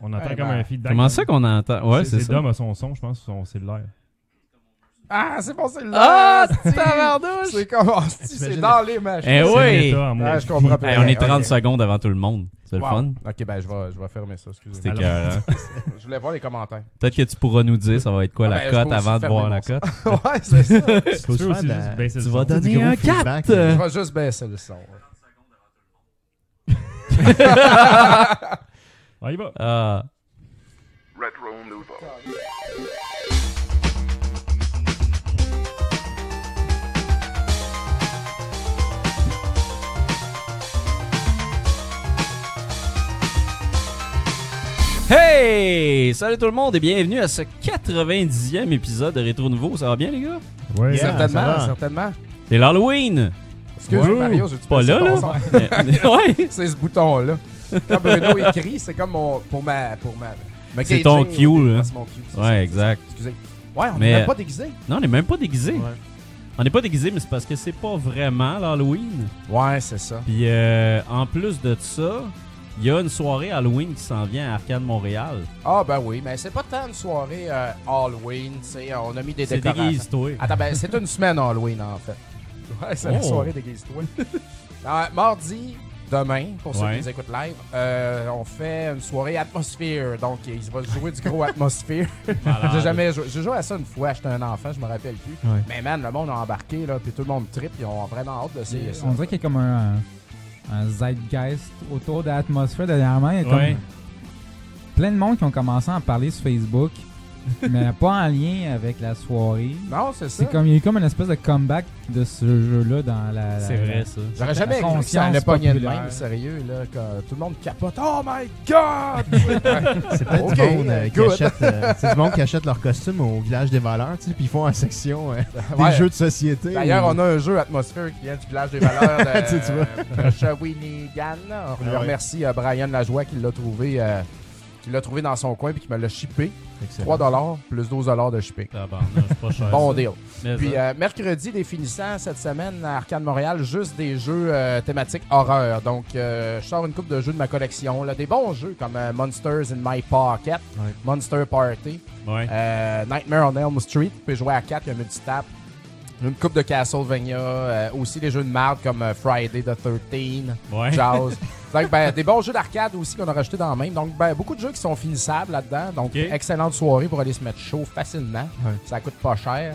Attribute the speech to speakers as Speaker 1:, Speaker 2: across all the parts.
Speaker 1: On entend
Speaker 2: Ouais,
Speaker 1: comme
Speaker 2: ben,
Speaker 1: un feedback.
Speaker 3: Comment ça qu'on entend? Ouais, c'est
Speaker 1: c'est
Speaker 3: ça.
Speaker 1: Dom à son son, je pense, sur son cellulaire.
Speaker 2: Ah, c'est bon, c'est
Speaker 3: Ah,
Speaker 2: là.
Speaker 3: tabarnouche!
Speaker 2: C'est comme hostie, c'est
Speaker 1: T'imagines
Speaker 2: dans les machines.
Speaker 3: Eh
Speaker 1: C'est
Speaker 3: oui!
Speaker 1: l'état, en
Speaker 2: Ah, je
Speaker 1: maudit.
Speaker 2: comprends pas.
Speaker 3: Hey, on est 30
Speaker 2: Ok.
Speaker 3: secondes avant tout le monde. C'est
Speaker 2: Wow.
Speaker 3: le fun.
Speaker 2: Ok, ben je vais, je vais fermer ça,
Speaker 3: C'était
Speaker 2: excusez-moi.
Speaker 1: Alors-
Speaker 3: écœurant.
Speaker 2: Je voulais voir les commentaires.
Speaker 3: Peut-être que tu pourras nous dire ça va être quoi
Speaker 2: Ah,
Speaker 3: la
Speaker 2: ben, je
Speaker 3: cote
Speaker 2: peux aussi
Speaker 3: avant de
Speaker 2: fermer
Speaker 3: voir
Speaker 2: mon
Speaker 3: la cote.
Speaker 2: ouais, c'est ça.
Speaker 1: Tu peux
Speaker 4: Faut se
Speaker 1: aussi
Speaker 4: faire de
Speaker 1: juste
Speaker 4: la-
Speaker 1: baisser le
Speaker 3: Tu
Speaker 1: son.
Speaker 3: vas donner
Speaker 4: gros
Speaker 3: un
Speaker 4: feedback.
Speaker 3: 4!
Speaker 2: Je vais juste baisser le son. hein.
Speaker 1: Ah, il va.
Speaker 3: Ah,
Speaker 5: Retro Nouveau.
Speaker 3: Hey! Salut tout le monde et bienvenue à ce 90e épisode de Rétro Nouveau. Ça va bien les gars?
Speaker 1: Ouais,
Speaker 4: Yeah.
Speaker 2: certainement,
Speaker 4: ça va.
Speaker 2: certainement.
Speaker 3: C'est l'Halloween!
Speaker 2: Excuse-moi,
Speaker 1: Ouais.
Speaker 2: Mario, je
Speaker 3: C'est pas là là? ouais!
Speaker 2: C'est ce bouton-là. Quand Bruno écrit, c'est comme mon, pour ma. Pour ma ma
Speaker 3: C'est
Speaker 2: gaging
Speaker 3: ton
Speaker 2: au
Speaker 3: cue,
Speaker 2: début.
Speaker 3: là.
Speaker 2: Ah, C'est mon cue. c'est ça,
Speaker 3: Ouais, exact.
Speaker 2: Excusez. Ouais, on
Speaker 3: Mais-
Speaker 2: n'est même pas déguisé.
Speaker 3: Non, on n'est même pas déguisé.
Speaker 4: Ouais.
Speaker 3: On n'est pas déguisé, mais c'est parce que c'est pas vraiment l'Halloween.
Speaker 2: Ouais, c'est ça.
Speaker 3: Puis euh, en plus de ça, il y a une soirée Halloween qui s'en vient à Arcade Montréal.
Speaker 2: Ah, ben oui, mais c'est pas tant une soirée euh, Halloween, tu sais. On a mis des
Speaker 3: C'est
Speaker 2: décorations.
Speaker 3: déguise-toi.
Speaker 2: Attends, ben, c'est une semaine Halloween, en fait. Ouais, c'est la
Speaker 3: Oh.
Speaker 2: soirée déguise-toi. Euh, mardi, demain, pour ceux
Speaker 3: Ouais.
Speaker 2: qui nous écoutent live, euh, on fait une soirée atmosphère. Donc, il va se jouer du gros atmosphère.
Speaker 6: Ah,
Speaker 3: Malade.
Speaker 2: Ah, J'ai jamais joué. J'ai joué à ça une fois, j'étais un enfant, je me rappelle plus.
Speaker 4: Ouais.
Speaker 2: Mais man, le monde a embarqué, là, puis tout le monde trip, ils ont vraiment hâte de
Speaker 4: C'est-
Speaker 2: essayer ça.
Speaker 6: On dirait qu'il y a comme un, un zeitgeist autour de l'atmosphère dernièrement. Il y a comme
Speaker 3: Ouais.
Speaker 6: plein de monde qui ont commencé à en parler sur Facebook, mais pas en lien avec la soirée.
Speaker 2: Non, c'est ça.
Speaker 6: C'est comme il y a eu comme une espèce de comeback de ce jeu-là dans la. la-
Speaker 3: Ah, C'est vrai ça.
Speaker 2: J'aurais jamais
Speaker 6: la
Speaker 2: cru que ça allait
Speaker 6: conscience
Speaker 2: pogner de
Speaker 6: populaire.
Speaker 2: même, sérieux, là, quand tout le monde capote. Oh my god! Ouais.
Speaker 4: C'est peut-être
Speaker 2: Ah, Ok,
Speaker 4: du monde euh, qui
Speaker 2: good.
Speaker 4: achète, euh, c'est du monde qui achète leurs costumes au village des valeurs, tu sais, puis ils font en section euh, des
Speaker 2: Ouais.
Speaker 4: jeux de société.
Speaker 2: D'ailleurs,
Speaker 4: ou-
Speaker 2: on a un jeu atmosphère qui vient du village des valeurs de,
Speaker 4: Hmm. Tu sais, tu
Speaker 2: de Shawinigan. On lui
Speaker 4: Ah ouais.
Speaker 2: remercie euh, Brian Lajoie qui l'a trouvé. euh, qui l'a trouvé dans son coin puis qui me l'a shippé.
Speaker 4: Excellent.
Speaker 2: 3$ plus 12$ de shipping.
Speaker 3: Tabarnak, c'est pas cher.
Speaker 2: Bon
Speaker 3: ça.
Speaker 2: deal.
Speaker 3: Mais
Speaker 2: Puis
Speaker 3: ça.
Speaker 2: euh, mercredi, les finissants cette semaine à Arcade Montréal, juste des jeux euh, thématiques horreur. Donc, euh, je sors une coupe de jeux de ma collection. Là, des bons jeux comme euh, Monsters in My Pocket,
Speaker 4: Ouais.
Speaker 2: Monster Party,
Speaker 3: Ouais.
Speaker 2: euh, Nightmare on Elm Street. Tu peux jouer à 4, il y a un multitap. Une coupe de Castlevania. euh, aussi des jeux de marde comme euh, Friday the 13,
Speaker 3: Ouais.
Speaker 2: Jaws. Donc, ben, des bons jeux d'arcade aussi qu'on a rajoutés dans le même. Donc, ben, beaucoup de jeux qui sont finissables là-dedans. Donc,
Speaker 3: Ok.
Speaker 2: excellente soirée pour aller se mettre chaud facilement.
Speaker 4: Ouais.
Speaker 2: Ça coûte pas cher.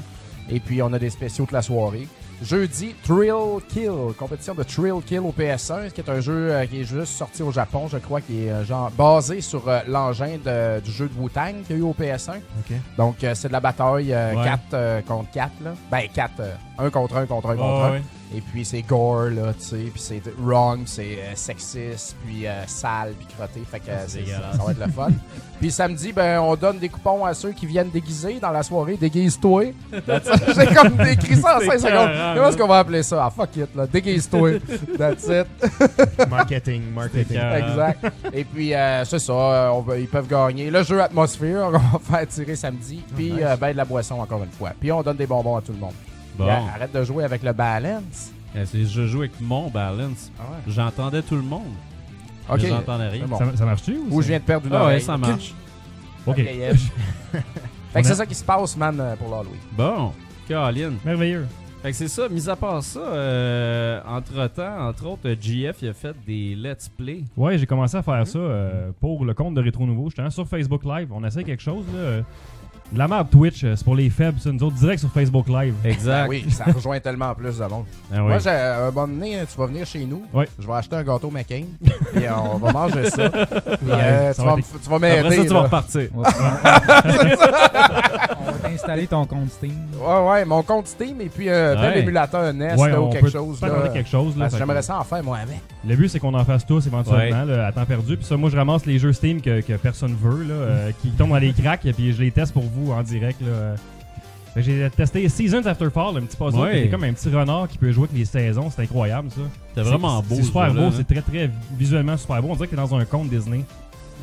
Speaker 2: Et puis, on a des spéciaux de la soirée. Jeudi, Thrill Kill, compétition de Thrill Kill au PS1, qui est un jeu euh, qui est juste sorti au Japon, je crois, qui est euh, genre basé sur euh, l'engin de- du jeu de Wu-Tang qu'il y a eu au PS1.
Speaker 4: Ok.
Speaker 2: Donc, euh, c'est de la bataille
Speaker 3: Ouais.
Speaker 2: 4 contre 4. Là. Ben, 4, 1 contre 1 contre 1
Speaker 3: Ouais,
Speaker 2: contre 1.
Speaker 3: ouais.
Speaker 2: Et puis c'est gore, là, tu sais, puis c'est wrong, c'est euh, sexiste, puis euh, sale, puis crotté, fait que euh,
Speaker 3: Ah, C'est
Speaker 2: c'est-
Speaker 3: dégueulasse.
Speaker 2: ça va être le fun. puis samedi, ben, on donne des coupons à ceux qui viennent déguisés dans la soirée, déguise-toi. J'ai comme décrit ça en
Speaker 3: C'est
Speaker 2: 5
Speaker 3: hein,
Speaker 2: secondes.
Speaker 3: écœurant,
Speaker 2: Comment est-ce
Speaker 3: man.
Speaker 2: qu'on va appeler ça? Ah, fuck it, là, déguise-toi. That's it.
Speaker 4: Marketing, marketing.
Speaker 3: C'était
Speaker 2: Exact. Et puis, euh, c'est ça, euh, on va- ils peuvent gagner. Le jeu atmosphère, on va faire tirer samedi, puis
Speaker 4: nice.
Speaker 2: euh, ben, de la boisson encore une fois. Puis on donne des bonbons à tout le monde.
Speaker 3: Bon.
Speaker 2: Puis, euh, Arrête de jouer avec le balance.
Speaker 3: Eh, c'est- Je joue avec mon balance. J'entendais tout le monde.
Speaker 2: Ah Ok.
Speaker 3: Mais j'entendais rien.
Speaker 2: C'est bon.
Speaker 1: Ça, ça marche-tu ou
Speaker 2: Ou
Speaker 1: ça-
Speaker 2: je viens de perdre une
Speaker 3: Ah ouais,
Speaker 2: oreille.
Speaker 3: ça marche.
Speaker 1: Ok.
Speaker 2: Ok, yes. fait que c'est ça qui se passe, man, euh, pour l'Halloween.
Speaker 3: Bon. Caroline.
Speaker 1: Merveilleux.
Speaker 3: Fait que c'est ça, mis à part ça, entre temps, entre autres, GF il a fait des let's play.
Speaker 1: Ouais, j'ai commencé à faire ça euh, pour le compte de Rétro Nouveau. J'étais sur Facebook Live. On essaie quelque chose, là. euh, de la map Twitch, euh, c'est pour les faibles, ça. Nous autres, direct sur Facebook Live.
Speaker 3: Exact.
Speaker 2: Ben oui, ça rejoint tellement plus de monde.
Speaker 3: Ah oui.
Speaker 2: Moi, j'ai, euh, un bon donné, tu vas venir chez nous.
Speaker 1: Ouais.
Speaker 2: Je vais acheter un gâteau McCain. puis euh, on va manger ça. Puis, euh,
Speaker 1: Ouais,
Speaker 2: tu,
Speaker 1: ça
Speaker 2: vas
Speaker 1: va
Speaker 2: me-
Speaker 1: être-
Speaker 2: tu vas m'aider.
Speaker 3: Après ça, tu vas
Speaker 2: Ben là.
Speaker 3: repartir.
Speaker 6: On va on va t'installer ton compte Steam.
Speaker 2: Ouais, ouais, mon compte Steam et puis euh,
Speaker 3: Ouais.
Speaker 2: un émulateur NES
Speaker 1: ouais,
Speaker 2: là, ou
Speaker 1: on
Speaker 2: quelque
Speaker 1: peut
Speaker 2: chose.
Speaker 1: faire
Speaker 2: là.
Speaker 1: demander quelque chose, là.
Speaker 2: Parce
Speaker 1: fait
Speaker 2: que
Speaker 1: que-
Speaker 2: J'aimerais ça en faire, moi, avec.
Speaker 1: Le but, c'est qu'on en fasse tous éventuellement, là, à temps perdu. Puis ça, moi, je ramasse les jeux Steam que, que personne veut, là, euh, qui tombent dans les cracks, et puis je les teste pour vous en direct. là, euh. Fait que J'ai testé Seasons After Fall, un petit puzzle.
Speaker 3: Ouais.
Speaker 1: qui est comme un petit renard qui peut jouer avec les saisons. C'est incroyable, ça.
Speaker 3: C'était vraiment beau.
Speaker 1: C'est
Speaker 3: ce
Speaker 1: super
Speaker 3: jeu-là,
Speaker 1: beau,
Speaker 3: hein.
Speaker 1: c'est très, très visuellement super beau. On dirait que t'es dans un conte Disney.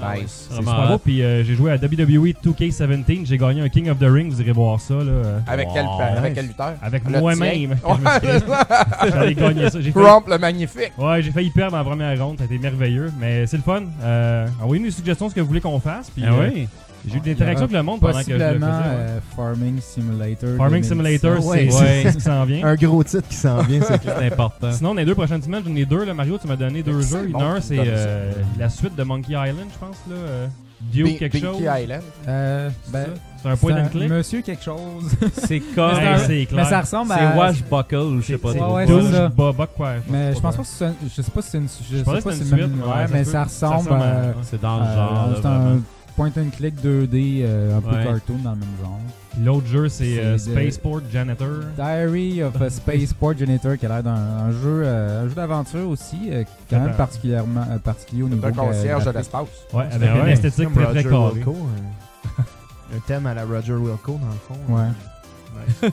Speaker 3: Ah ouais.
Speaker 2: Nice.
Speaker 1: C'est
Speaker 3: Vraiment
Speaker 1: super
Speaker 3: hot.
Speaker 1: beau. Puis euh, j'ai joué à WWE 2K17. J'ai gagné un King of the Ring. Vous irez voir ça. Là. euh,
Speaker 2: Avec,
Speaker 3: Wow,
Speaker 2: quel, euh, avec
Speaker 4: nice.
Speaker 2: quel lutteur?
Speaker 1: Avec
Speaker 2: Le
Speaker 1: moi-même.
Speaker 2: tien. Ouais, c'est ça.
Speaker 1: J'allais gagner ça. J'ai failli-
Speaker 2: Crump le magnifique.
Speaker 1: Ouais, j'ai failli perdre en première ronde. Ça a été merveilleux. Mais c'est le fun. Euh, Envoyez-nous des suggestions de ce que vous voulez qu'on fasse. Puis,
Speaker 3: Ah
Speaker 1: euh,
Speaker 3: oui?
Speaker 1: J'ai eu de l'interaction avec le monde pendant que je le faisais.
Speaker 6: Possiblement
Speaker 1: ouais.
Speaker 6: euh, Ah Farming Simulator.
Speaker 1: Farming
Speaker 6: 2017.
Speaker 1: Simulator, c'est
Speaker 4: Ouais.
Speaker 1: c'est ce qui s'en vient.
Speaker 4: Un gros titre qui s'en vient, c'est clair.
Speaker 3: C'est important.
Speaker 1: Sinon, dans les deux prochaines semaines, j'en ai deux. Là, Mario, tu m'as donné deux
Speaker 2: C'est
Speaker 1: jeux. Il y en
Speaker 2: bon,
Speaker 1: a un,
Speaker 2: tu
Speaker 1: c'est
Speaker 2: me donnes
Speaker 1: euh,
Speaker 2: ça.
Speaker 1: la suite de Monkey Island, je pense. Là, euh, Duke
Speaker 2: Pin-
Speaker 1: quelque chose.
Speaker 2: Pinky Island.
Speaker 6: Euh,
Speaker 1: C'est
Speaker 6: ben,
Speaker 1: ça? C'est un point
Speaker 6: c'est
Speaker 1: and
Speaker 6: un-
Speaker 1: click.
Speaker 6: Monsieur quelque chose.
Speaker 3: C'est
Speaker 6: Mais
Speaker 3: comme.
Speaker 6: c'est un-
Speaker 1: c'est
Speaker 6: mais
Speaker 1: clair.
Speaker 6: ça ressemble à.
Speaker 3: C'est Washbuckle ou je sais pas
Speaker 6: c'est-
Speaker 3: trop.
Speaker 6: ouais,
Speaker 3: quoi,
Speaker 6: c'est
Speaker 1: Douche,
Speaker 3: là.
Speaker 6: ça.
Speaker 1: bas, bas, quoi.
Speaker 6: Mais je
Speaker 1: pas
Speaker 6: pense pas que c'est une- je sais pas si c'est une je sais
Speaker 1: pensais que
Speaker 6: pas si
Speaker 1: c'était
Speaker 6: c'est
Speaker 1: une
Speaker 6: une-
Speaker 1: suite,
Speaker 6: ouais,
Speaker 1: ouais, ça
Speaker 6: mais
Speaker 1: peut.
Speaker 6: ça
Speaker 1: Ça
Speaker 6: ressemble,
Speaker 1: ressemble à-
Speaker 6: euh,
Speaker 1: ouais.
Speaker 3: C'est dans le genre.
Speaker 6: euh,
Speaker 3: là,
Speaker 6: c'est un
Speaker 3: vraiment.
Speaker 6: point and click 2D euh, un peu
Speaker 3: Ouais.
Speaker 6: cartoon dans le même genre.
Speaker 1: Puis L'autre jeu, c'est euh,
Speaker 6: C'est de-
Speaker 1: Spaceport Janitor.
Speaker 6: Diary of a Spaceport Generator qui a l'air d'un un jeu, euh, un jeu d'aventure aussi, euh, quand même
Speaker 1: Attends.
Speaker 6: particulièrement euh, particulier au
Speaker 2: C'est
Speaker 6: niveau
Speaker 2: un concierge de
Speaker 6: graphique.
Speaker 2: l'espace.
Speaker 1: Ah Ouais, avec
Speaker 3: ouais.
Speaker 1: une esthétique
Speaker 4: Comme
Speaker 1: très très
Speaker 4: Roger
Speaker 1: carrée.
Speaker 4: Wilco, euh, Un thème à la Roger Wilco, dans le fond.
Speaker 6: Ouais.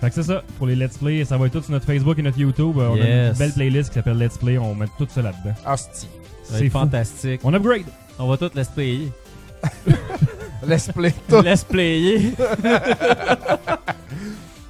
Speaker 1: Fait que c'est ça. Pour les Let's Play, ça va être tout sur notre Facebook et notre YouTube. Euh, On a une
Speaker 3: Yes.
Speaker 1: belle playlist qui s'appelle Let's Play. On met tout ça là-dedans.
Speaker 2: Hostie.
Speaker 1: C'est
Speaker 3: C'est
Speaker 1: fou.
Speaker 3: fantastique.
Speaker 1: On upgrade.
Speaker 3: On va tout l'esplayer.
Speaker 2: Let's play tout.
Speaker 3: Laisse player.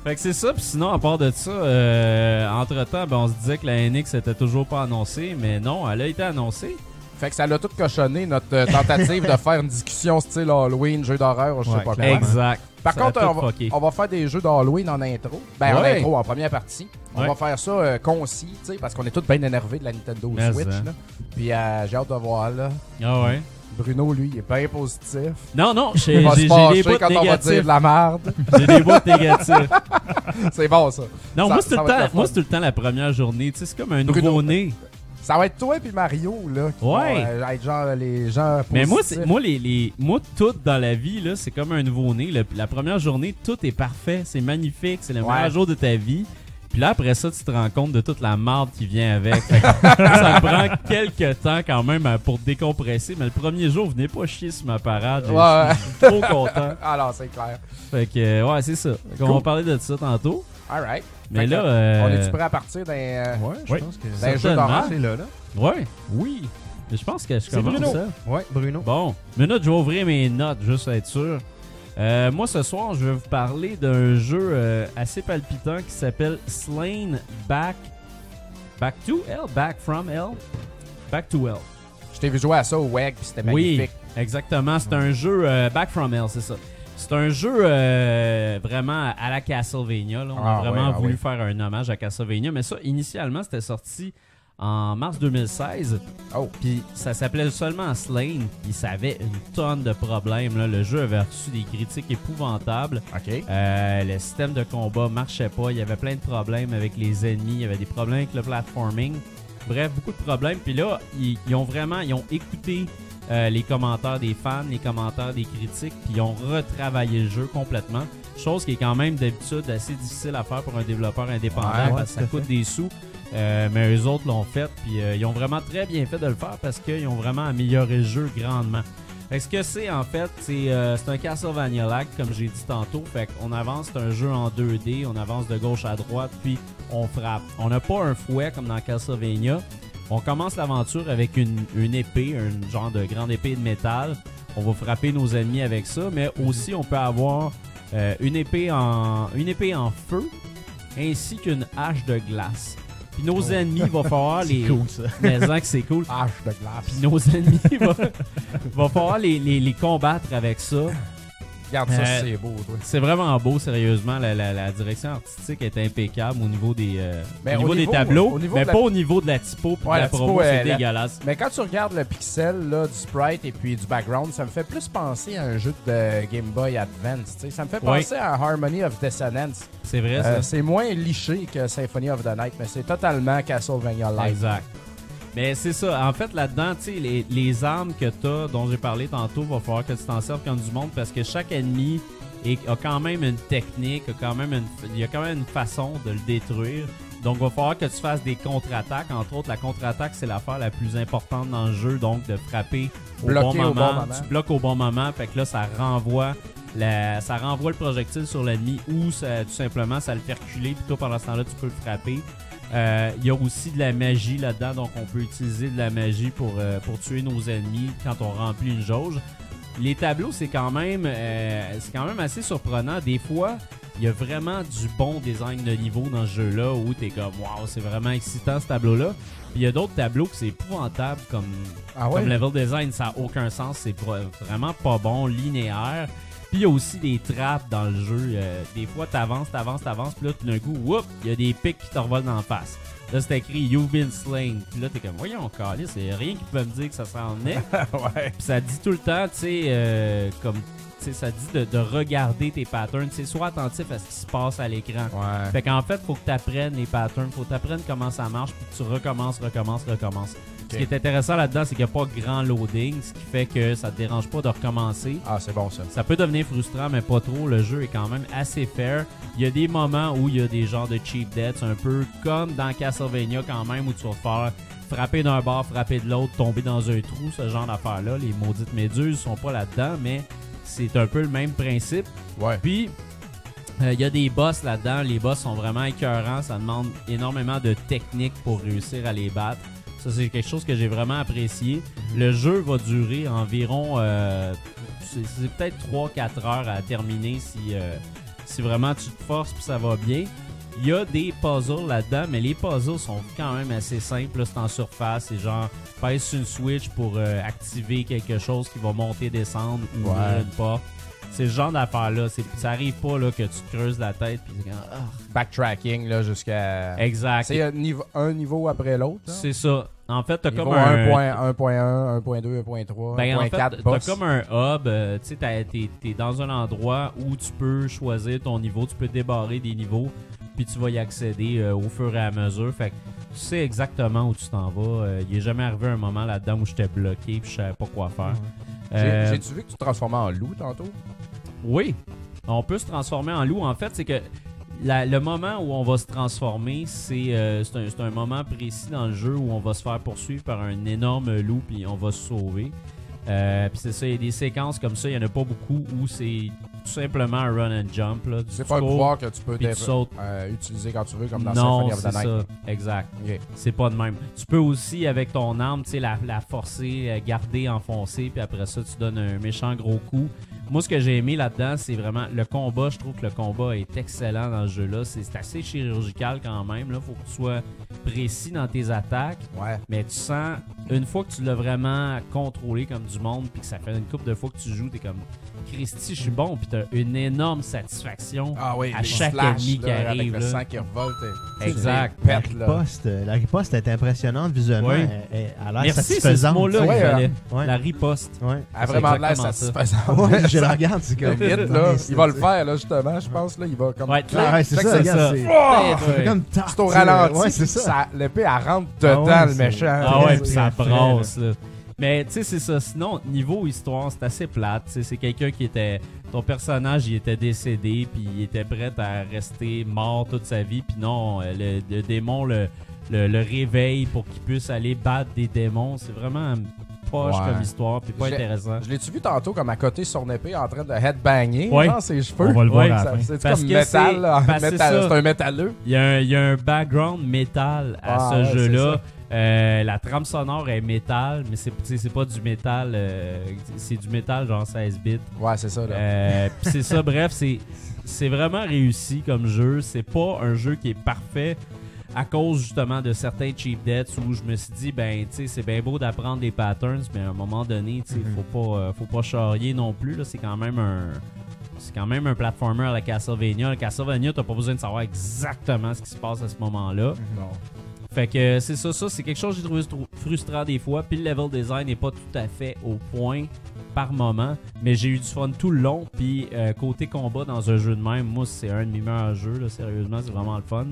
Speaker 3: fait que c'est ça. Puis sinon, à part de ça, euh, entre-temps, ben, on se disait que la NX était toujours pas annoncée. Mais non, elle a été annoncée.
Speaker 2: Fait que ça l'a tout cochonné, notre euh, tentative de faire une discussion style Halloween, jeu d'horreur, ou je sais
Speaker 4: Ouais,
Speaker 2: pas quoi.
Speaker 4: clairement.
Speaker 3: Exact.
Speaker 2: Ben Par
Speaker 3: Ça a
Speaker 2: contre,
Speaker 3: tout
Speaker 2: on va,
Speaker 3: fucké.
Speaker 2: on va faire des jeux d'Halloween en intro. Ben, en
Speaker 3: Ouais.
Speaker 2: intro, en première partie. On
Speaker 3: Ouais.
Speaker 2: va faire ça euh, concis, tu sais, parce qu'on est tous bien énervés de la Nintendo
Speaker 3: Mais hein.
Speaker 2: Switch.
Speaker 3: ça.
Speaker 2: là. Puis euh, j'ai hâte de voir, là.
Speaker 3: Ah ouais.
Speaker 2: Bruno, lui, il est bien positif.
Speaker 3: Non, non, j'ai
Speaker 2: Il va se
Speaker 3: j'ai- j'ai des
Speaker 2: fâcher
Speaker 3: bouts
Speaker 2: quand on va dire
Speaker 3: négatifs.
Speaker 2: de la merde.
Speaker 3: J'ai des bouts négatifs.
Speaker 2: C'est bon, ça.
Speaker 3: Non,
Speaker 2: Ça-
Speaker 3: moi, c'est
Speaker 2: ça
Speaker 3: tout, le
Speaker 2: va être le
Speaker 3: temps-
Speaker 2: fun.
Speaker 3: moi, c'est tout le temps la première journée. Tu sais, c'est comme un
Speaker 2: Bruno. euh,
Speaker 3: nouveau-né.
Speaker 2: Ça va être toi et puis Mario, là. qui
Speaker 3: Ouais.
Speaker 2: vont, euh, être genre les gens
Speaker 3: Mais moi,
Speaker 2: positifs.
Speaker 3: c'est- moi, les, les- moi, tout dans la vie, là, c'est comme un nouveau-né. Le- La première journée, tout est parfait, c'est magnifique, c'est le
Speaker 2: Ouais.
Speaker 3: meilleur jour de ta vie. Puis là, après ça, tu te rends compte de toute la marde qui vient avec. Fait que ça prend quelques temps quand même à- pour décompresser. Mais le premier jour, venez pas chier sur ma parade. Je
Speaker 2: Ouais, ouais.
Speaker 3: suis trop content.
Speaker 2: Alors, c'est clair.
Speaker 3: Fait que, euh, ouais, c'est ça. Fait qu'on
Speaker 2: Cool.
Speaker 3: va parler de ça tantôt.
Speaker 2: All right.
Speaker 3: Mais
Speaker 2: Fait que,
Speaker 3: là. euh,
Speaker 2: On est-tu prêt à partir d'un euh,
Speaker 4: Ouais, je
Speaker 1: Oui.
Speaker 4: pense que
Speaker 2: d'un jeu
Speaker 3: certainement.
Speaker 2: d'horreur?
Speaker 4: c'est là, là.
Speaker 3: Ouais. Oui. Mais je pense que je commence
Speaker 1: Bruno.
Speaker 3: ça.
Speaker 4: Ouais, Bruno.
Speaker 3: Bon, minute, je vais ouvrir mes notes, juste à être sûr. Euh, moi, ce soir, je vais vous parler d'un jeu euh, assez palpitant qui s'appelle Slain Back... Back to Hell? Back from Hell? Back to Hell.
Speaker 2: Je t'ai vu jouer à ça au WEG, puis c'était magnifique.
Speaker 3: Oui, exactement. C'est un jeu euh, Back from Hell, c'est ça. C'est un jeu euh, vraiment à la Castlevania. là. On
Speaker 2: Ah
Speaker 3: a vraiment
Speaker 2: ouais, ah
Speaker 3: voulu
Speaker 2: ouais.
Speaker 3: faire un hommage à Castlevania. Mais ça, initialement, c'était sorti en mars 2016.
Speaker 2: Oh.
Speaker 3: Puis ça s'appelait seulement Slain. Puis ça avait une tonne de problèmes. là. Le jeu avait reçu des critiques épouvantables.
Speaker 2: OK.
Speaker 3: Euh, le système de combat marchait pas. Il y avait plein de problèmes avec les ennemis. Il y avait des problèmes avec le platforming. Bref, beaucoup de problèmes. Puis là, ils, ils ont vraiment ils ont écouté euh, les commentaires des fans, les commentaires des critiques, puis ils ont retravaillé le jeu complètement. Chose qui est quand même d'habitude assez difficile à faire pour un développeur indépendant
Speaker 2: Ouais,
Speaker 3: parce que ça coûte des sous. Euh, mais eux autres l'ont fait, puis euh, ils ont vraiment très bien fait de le faire parce qu'ils ont vraiment amélioré le jeu grandement. Fait que ce que c'est en fait, c'est euh, c'est un Castlevania-like, comme j'ai dit tantôt. Fait qu'on avance, c'est un jeu en 2D, on avance de gauche à droite, puis on frappe. On n'a pas un fouet comme dans Castlevania. On commence l'aventure avec une, une épée, un genre de grande épée de métal. On va frapper nos ennemis avec ça, mais aussi on peut avoir euh, une, épée en, une épée en feu ainsi qu'une hache de glace. Puis nos ennemis, il va falloir les.
Speaker 4: Cool, ça.
Speaker 3: Mais hein, que c'est cool.
Speaker 2: Hache de Ah, glace.
Speaker 3: Puis nos ennemis, il va, va falloir les, les- les combattre avec ça.
Speaker 2: Regarde ça,
Speaker 3: Euh,
Speaker 2: c'est beau, toi.
Speaker 3: C'est vraiment beau, sérieusement. La, la- la direction artistique est impeccable au niveau des, euh,
Speaker 2: Mais
Speaker 3: au
Speaker 2: Ben,
Speaker 3: niveau
Speaker 2: au
Speaker 3: des
Speaker 2: niveau-
Speaker 3: tableaux,
Speaker 2: au niveau
Speaker 3: mais
Speaker 2: de la-
Speaker 3: pas au niveau de la typo puis
Speaker 2: Ouais, la
Speaker 3: de la
Speaker 2: typo,
Speaker 3: promo, c'est
Speaker 2: elle- la-
Speaker 3: dégueulasse.
Speaker 2: Mais quand tu regardes le pixel là, du sprite et puis du background, ça me fait plus penser à un jeu de Game Boy Advance. tu sais. Ça me fait
Speaker 3: Ouais.
Speaker 2: penser à Harmony of Dissonance.
Speaker 3: C'est vrai,
Speaker 2: Euh,
Speaker 3: ça.
Speaker 2: c'est moins liché que Symphony of the Night, mais c'est totalement Castlevania Live.
Speaker 3: Exact. Mais c'est ça. En fait, là-dedans, tu sais, les, les armes que t'as, dont j'ai parlé tantôt, va falloir que tu t'en serves comme du monde parce que chaque ennemi est- a quand même une technique, a quand même une, il y a quand même une façon de le détruire. Donc, va falloir que tu fasses des contre-attaques. Entre autres, la contre-attaque, c'est l'affaire la plus importante dans le jeu. Donc, de frapper au,
Speaker 2: Bloquer
Speaker 3: bon,
Speaker 2: au
Speaker 3: moment.
Speaker 2: bon moment.
Speaker 3: Tu bloques au bon moment. Fait que là, ça renvoie, la- ça renvoie le projectile sur l'ennemi ou ça- tout simplement, ça le fait reculer. Puis toi, pendant ce temps-là, tu peux le frapper. Euh, Il y a aussi de la magie là-dedans, donc on peut utiliser de la magie pour, euh, pour tuer nos ennemis quand on remplit une jauge. Les tableaux, c'est quand même euh, c'est quand même assez surprenant. Des fois, il y a vraiment du bon design de niveau dans ce jeu-là où t'es comme Waouh, c'est vraiment excitant ce tableau-là. Puis il y a d'autres tableaux que c'est épouvantable comme
Speaker 2: Ah
Speaker 3: comme level design, ça n'a aucun sens. C'est pro- vraiment pas bon, linéaire. Puis il y a aussi des trappes dans le jeu. Euh, des fois, t'avances, t'avances, t'avances. Puis là, tout d'un coup, whoop, il y a des pics qui te revolent en face. Là, c'est écrit You've been slain. Puis là, t'es comme, voyons, calé, c'est rien qui peut me dire que ça s'en est.
Speaker 2: ouais.
Speaker 3: Puis ça dit tout le temps, tu sais, euh, comme, tu sais, ça dit de, de regarder tes patterns. Tu sais, sois attentif à ce qui se passe à l'écran.
Speaker 2: Ouais.
Speaker 3: Fait qu'en fait, faut que tu apprennes les patterns, faut que tu apprennes comment ça marche, puis que tu recommences, recommences, recommences. Ce qui est intéressant là-dedans, c'est qu'il n'y a pas grand loading, ce qui fait que ça te dérange pas de recommencer.
Speaker 2: Ah, c'est bon ça.
Speaker 3: Ça peut devenir frustrant, mais pas trop. Le jeu est quand même assez fair. Il y a des moments où il y a des genres de cheap debts, un peu comme dans Castlevania quand même, où tu vas te faire frapper d'un bord, frapper de l'autre, tomber dans un trou, ce genre d'affaires-là. Les maudites méduses sont pas là-dedans, mais c'est un peu le même principe.
Speaker 2: Ouais.
Speaker 3: Puis, euh, il y a des boss là-dedans. Les boss sont vraiment écœurants. Ça demande énormément de technique pour réussir à les battre. Ça, c'est quelque chose que j'ai vraiment apprécié. Le jeu va durer environ... euh, c'est c'est peut-être 3-4 heures à terminer si, euh, si vraiment tu te forces puis ça va bien. Il y a des puzzles là-dedans, mais les puzzles sont quand même assez simples. là. C'est en surface. C'est genre, pèse sur une switch pour euh, activer quelque chose qui va monter, descendre ou ouvrir
Speaker 2: Ouais.
Speaker 3: une porte. C'est ce genre d'affaire-là. C'est- Ça arrive pas là, que tu te creuses la tête. Puis, c'est comme, ah.
Speaker 2: Backtracking, là, jusqu'à.
Speaker 3: Exact.
Speaker 2: C'est un niveau, un niveau après l'autre. hein? là.
Speaker 3: C'est ça. En fait, t'as
Speaker 2: Niveau
Speaker 3: comme un.
Speaker 2: 1.1, 1.1, 1.2, 1.3,
Speaker 3: Ben, en fait,
Speaker 2: 1.4
Speaker 3: t'as
Speaker 2: boss.
Speaker 3: comme un hub, euh, tu sais, t'as- t'es t'es dans un endroit où tu peux choisir ton niveau, tu peux débarrer des niveaux, puis tu vas y accéder euh, au fur et à mesure. Fait que tu sais exactement où tu t'en vas. Euh, Il est jamais arrivé un moment là-dedans où j'étais bloqué, puis je savais pas quoi faire. Euh,
Speaker 2: J'ai- J'ai-tu vu que tu te transformais en loup tantôt?
Speaker 3: oui, on peut se transformer en loup. En fait, c'est que la- le moment où on va se transformer, c'est euh, c'est un, c'est un moment précis dans le jeu où on va se faire poursuivre par un énorme loup puis on va se sauver. Euh, puis c'est ça, il y a des séquences comme ça, il n'y en a pas beaucoup où c'est tout simplement un run and jump. là. Tu
Speaker 2: C'est pas un
Speaker 3: cours,
Speaker 2: pouvoir que tu peux
Speaker 3: puis tu
Speaker 2: dé-
Speaker 3: sautes.
Speaker 2: euh, utiliser quand tu veux, comme dans
Speaker 3: non,
Speaker 2: Symphony of
Speaker 3: c'est
Speaker 2: the
Speaker 3: ça,
Speaker 2: Night.
Speaker 3: exact.
Speaker 2: Ok.
Speaker 3: C'est pas de même. Tu peux aussi, avec ton arme, tu sais, la, la forcer, euh, garder, enfoncer, puis après ça, tu donnes un méchant gros coup. Moi, ce que j'ai aimé là-dedans, c'est vraiment le combat. Je trouve que le combat est excellent dans ce jeu-là. C'est c'est assez chirurgical quand même. Là, faut que tu sois précis dans tes attaques.
Speaker 2: Ouais.
Speaker 3: Mais tu sens, une fois que tu l'as vraiment contrôlé comme du monde, puis que ça fait une couple de fois que tu joues, t'es comme Christy, je suis bon, puis t'as une énorme satisfaction.
Speaker 2: Ah oui,
Speaker 3: À
Speaker 2: les
Speaker 3: chaque
Speaker 2: flashs,
Speaker 3: ennemi qui
Speaker 2: là,
Speaker 3: arrive,
Speaker 2: Avec le
Speaker 3: là.
Speaker 2: sang qui revolte. et-
Speaker 3: Exact. Ben,
Speaker 2: tu les pètes,
Speaker 4: La
Speaker 2: là.
Speaker 4: riposte, euh, la riposte est impressionnante visuellement.
Speaker 3: Oui.
Speaker 4: Elle, elle a l'air
Speaker 3: Merci, c'est ce
Speaker 4: satisfaisante.
Speaker 3: mot-là.
Speaker 4: tu
Speaker 2: Ouais,
Speaker 3: qu'il
Speaker 2: euh,
Speaker 3: fallait.
Speaker 4: sais. Ouais.
Speaker 3: La riposte.
Speaker 4: Ouais.
Speaker 2: Elle a vraiment de l'air
Speaker 3: exactement ça.
Speaker 2: satisfaisante.
Speaker 4: Ouais, je la regarde, c'est
Speaker 2: Le
Speaker 4: comme.
Speaker 2: vite, là, il va le faire, là, justement, je pense, là, il va comme...
Speaker 3: Ouais,
Speaker 4: Ah, ouais, c'est
Speaker 2: Fait que
Speaker 4: ça,
Speaker 2: c'est
Speaker 4: regarde, c'est-
Speaker 2: Wouah!
Speaker 3: Ouais.
Speaker 4: c'est comme tarte,
Speaker 2: C'est au
Speaker 4: tu sais.
Speaker 2: ralenti,
Speaker 4: Ouais,
Speaker 2: puis
Speaker 4: c'est ça.
Speaker 2: ça- l'épée, elle rentre
Speaker 4: Ah
Speaker 2: dedans,
Speaker 4: ouais,
Speaker 2: le
Speaker 4: c'est-
Speaker 2: méchant.
Speaker 3: Ah ouais,
Speaker 4: Ouais,
Speaker 3: puis
Speaker 4: c'est
Speaker 3: ça
Speaker 4: vrai,
Speaker 3: brasse, là. Mais tu sais, c'est ça. Sinon, niveau histoire, c'est assez plate. Tu sais, c'est quelqu'un qui était. Ton personnage, il était décédé, puis il était prêt à rester mort toute sa vie. Puis non, euh, le, le démon le, le, le réveille pour qu'il puisse aller battre des démons. C'est vraiment poche
Speaker 2: Ouais.
Speaker 3: comme histoire, puis pas
Speaker 2: J'ai-
Speaker 3: intéressant.
Speaker 2: Je l'ai-tu vu tantôt comme à côté sur une épée en train de headbanger
Speaker 3: Ouais.
Speaker 2: dans ses
Speaker 1: On
Speaker 2: cheveux?
Speaker 1: va le voir
Speaker 3: Ouais,
Speaker 1: à la
Speaker 2: Ça-
Speaker 1: fin.
Speaker 2: C'est
Speaker 3: Parce
Speaker 2: comme
Speaker 3: que
Speaker 2: métal,
Speaker 3: c'est-
Speaker 2: là,
Speaker 3: parce que c'est
Speaker 2: métal,
Speaker 3: ça.
Speaker 2: c'est un métalleux.
Speaker 3: Il y, a un, il y a un background métal à
Speaker 2: Ah, ouais,
Speaker 3: ce jeu-là.
Speaker 2: c'est
Speaker 3: Euh, la trame sonore est métal, mais c'est tu sais, c'est pas du métal. euh, c'est du métal genre 16 bits.
Speaker 2: Ouais, c'est ça, là.
Speaker 3: Euh, puis c'est ça, bref, c'est, c'est vraiment réussi comme jeu. C'est pas un jeu qui est parfait à cause justement de certains cheap debts où je me suis dit, ben, tu sais, c'est bien beau d'apprendre des patterns, mais à un moment donné, tu sais,
Speaker 2: Mm-hmm.
Speaker 3: faut, pas, euh, faut pas charrier non plus. Là, c'est quand même un. C'est quand même un platformer à la Castlevania. Le Castlevania, t'as pas besoin de savoir exactement ce qui se passe à ce moment-là.
Speaker 2: Non.
Speaker 3: Fait que euh, c'est ça, ça, c'est quelque chose que j'ai trouvé stru- frustrant des fois. Puis le level design n'est pas tout à fait au point par moment. Mais j'ai eu du fun tout le long. Puis euh, côté combat dans un jeu de même, moi, c'est un de mes meilleurs jeux. là. sérieusement, c'est vraiment le fun.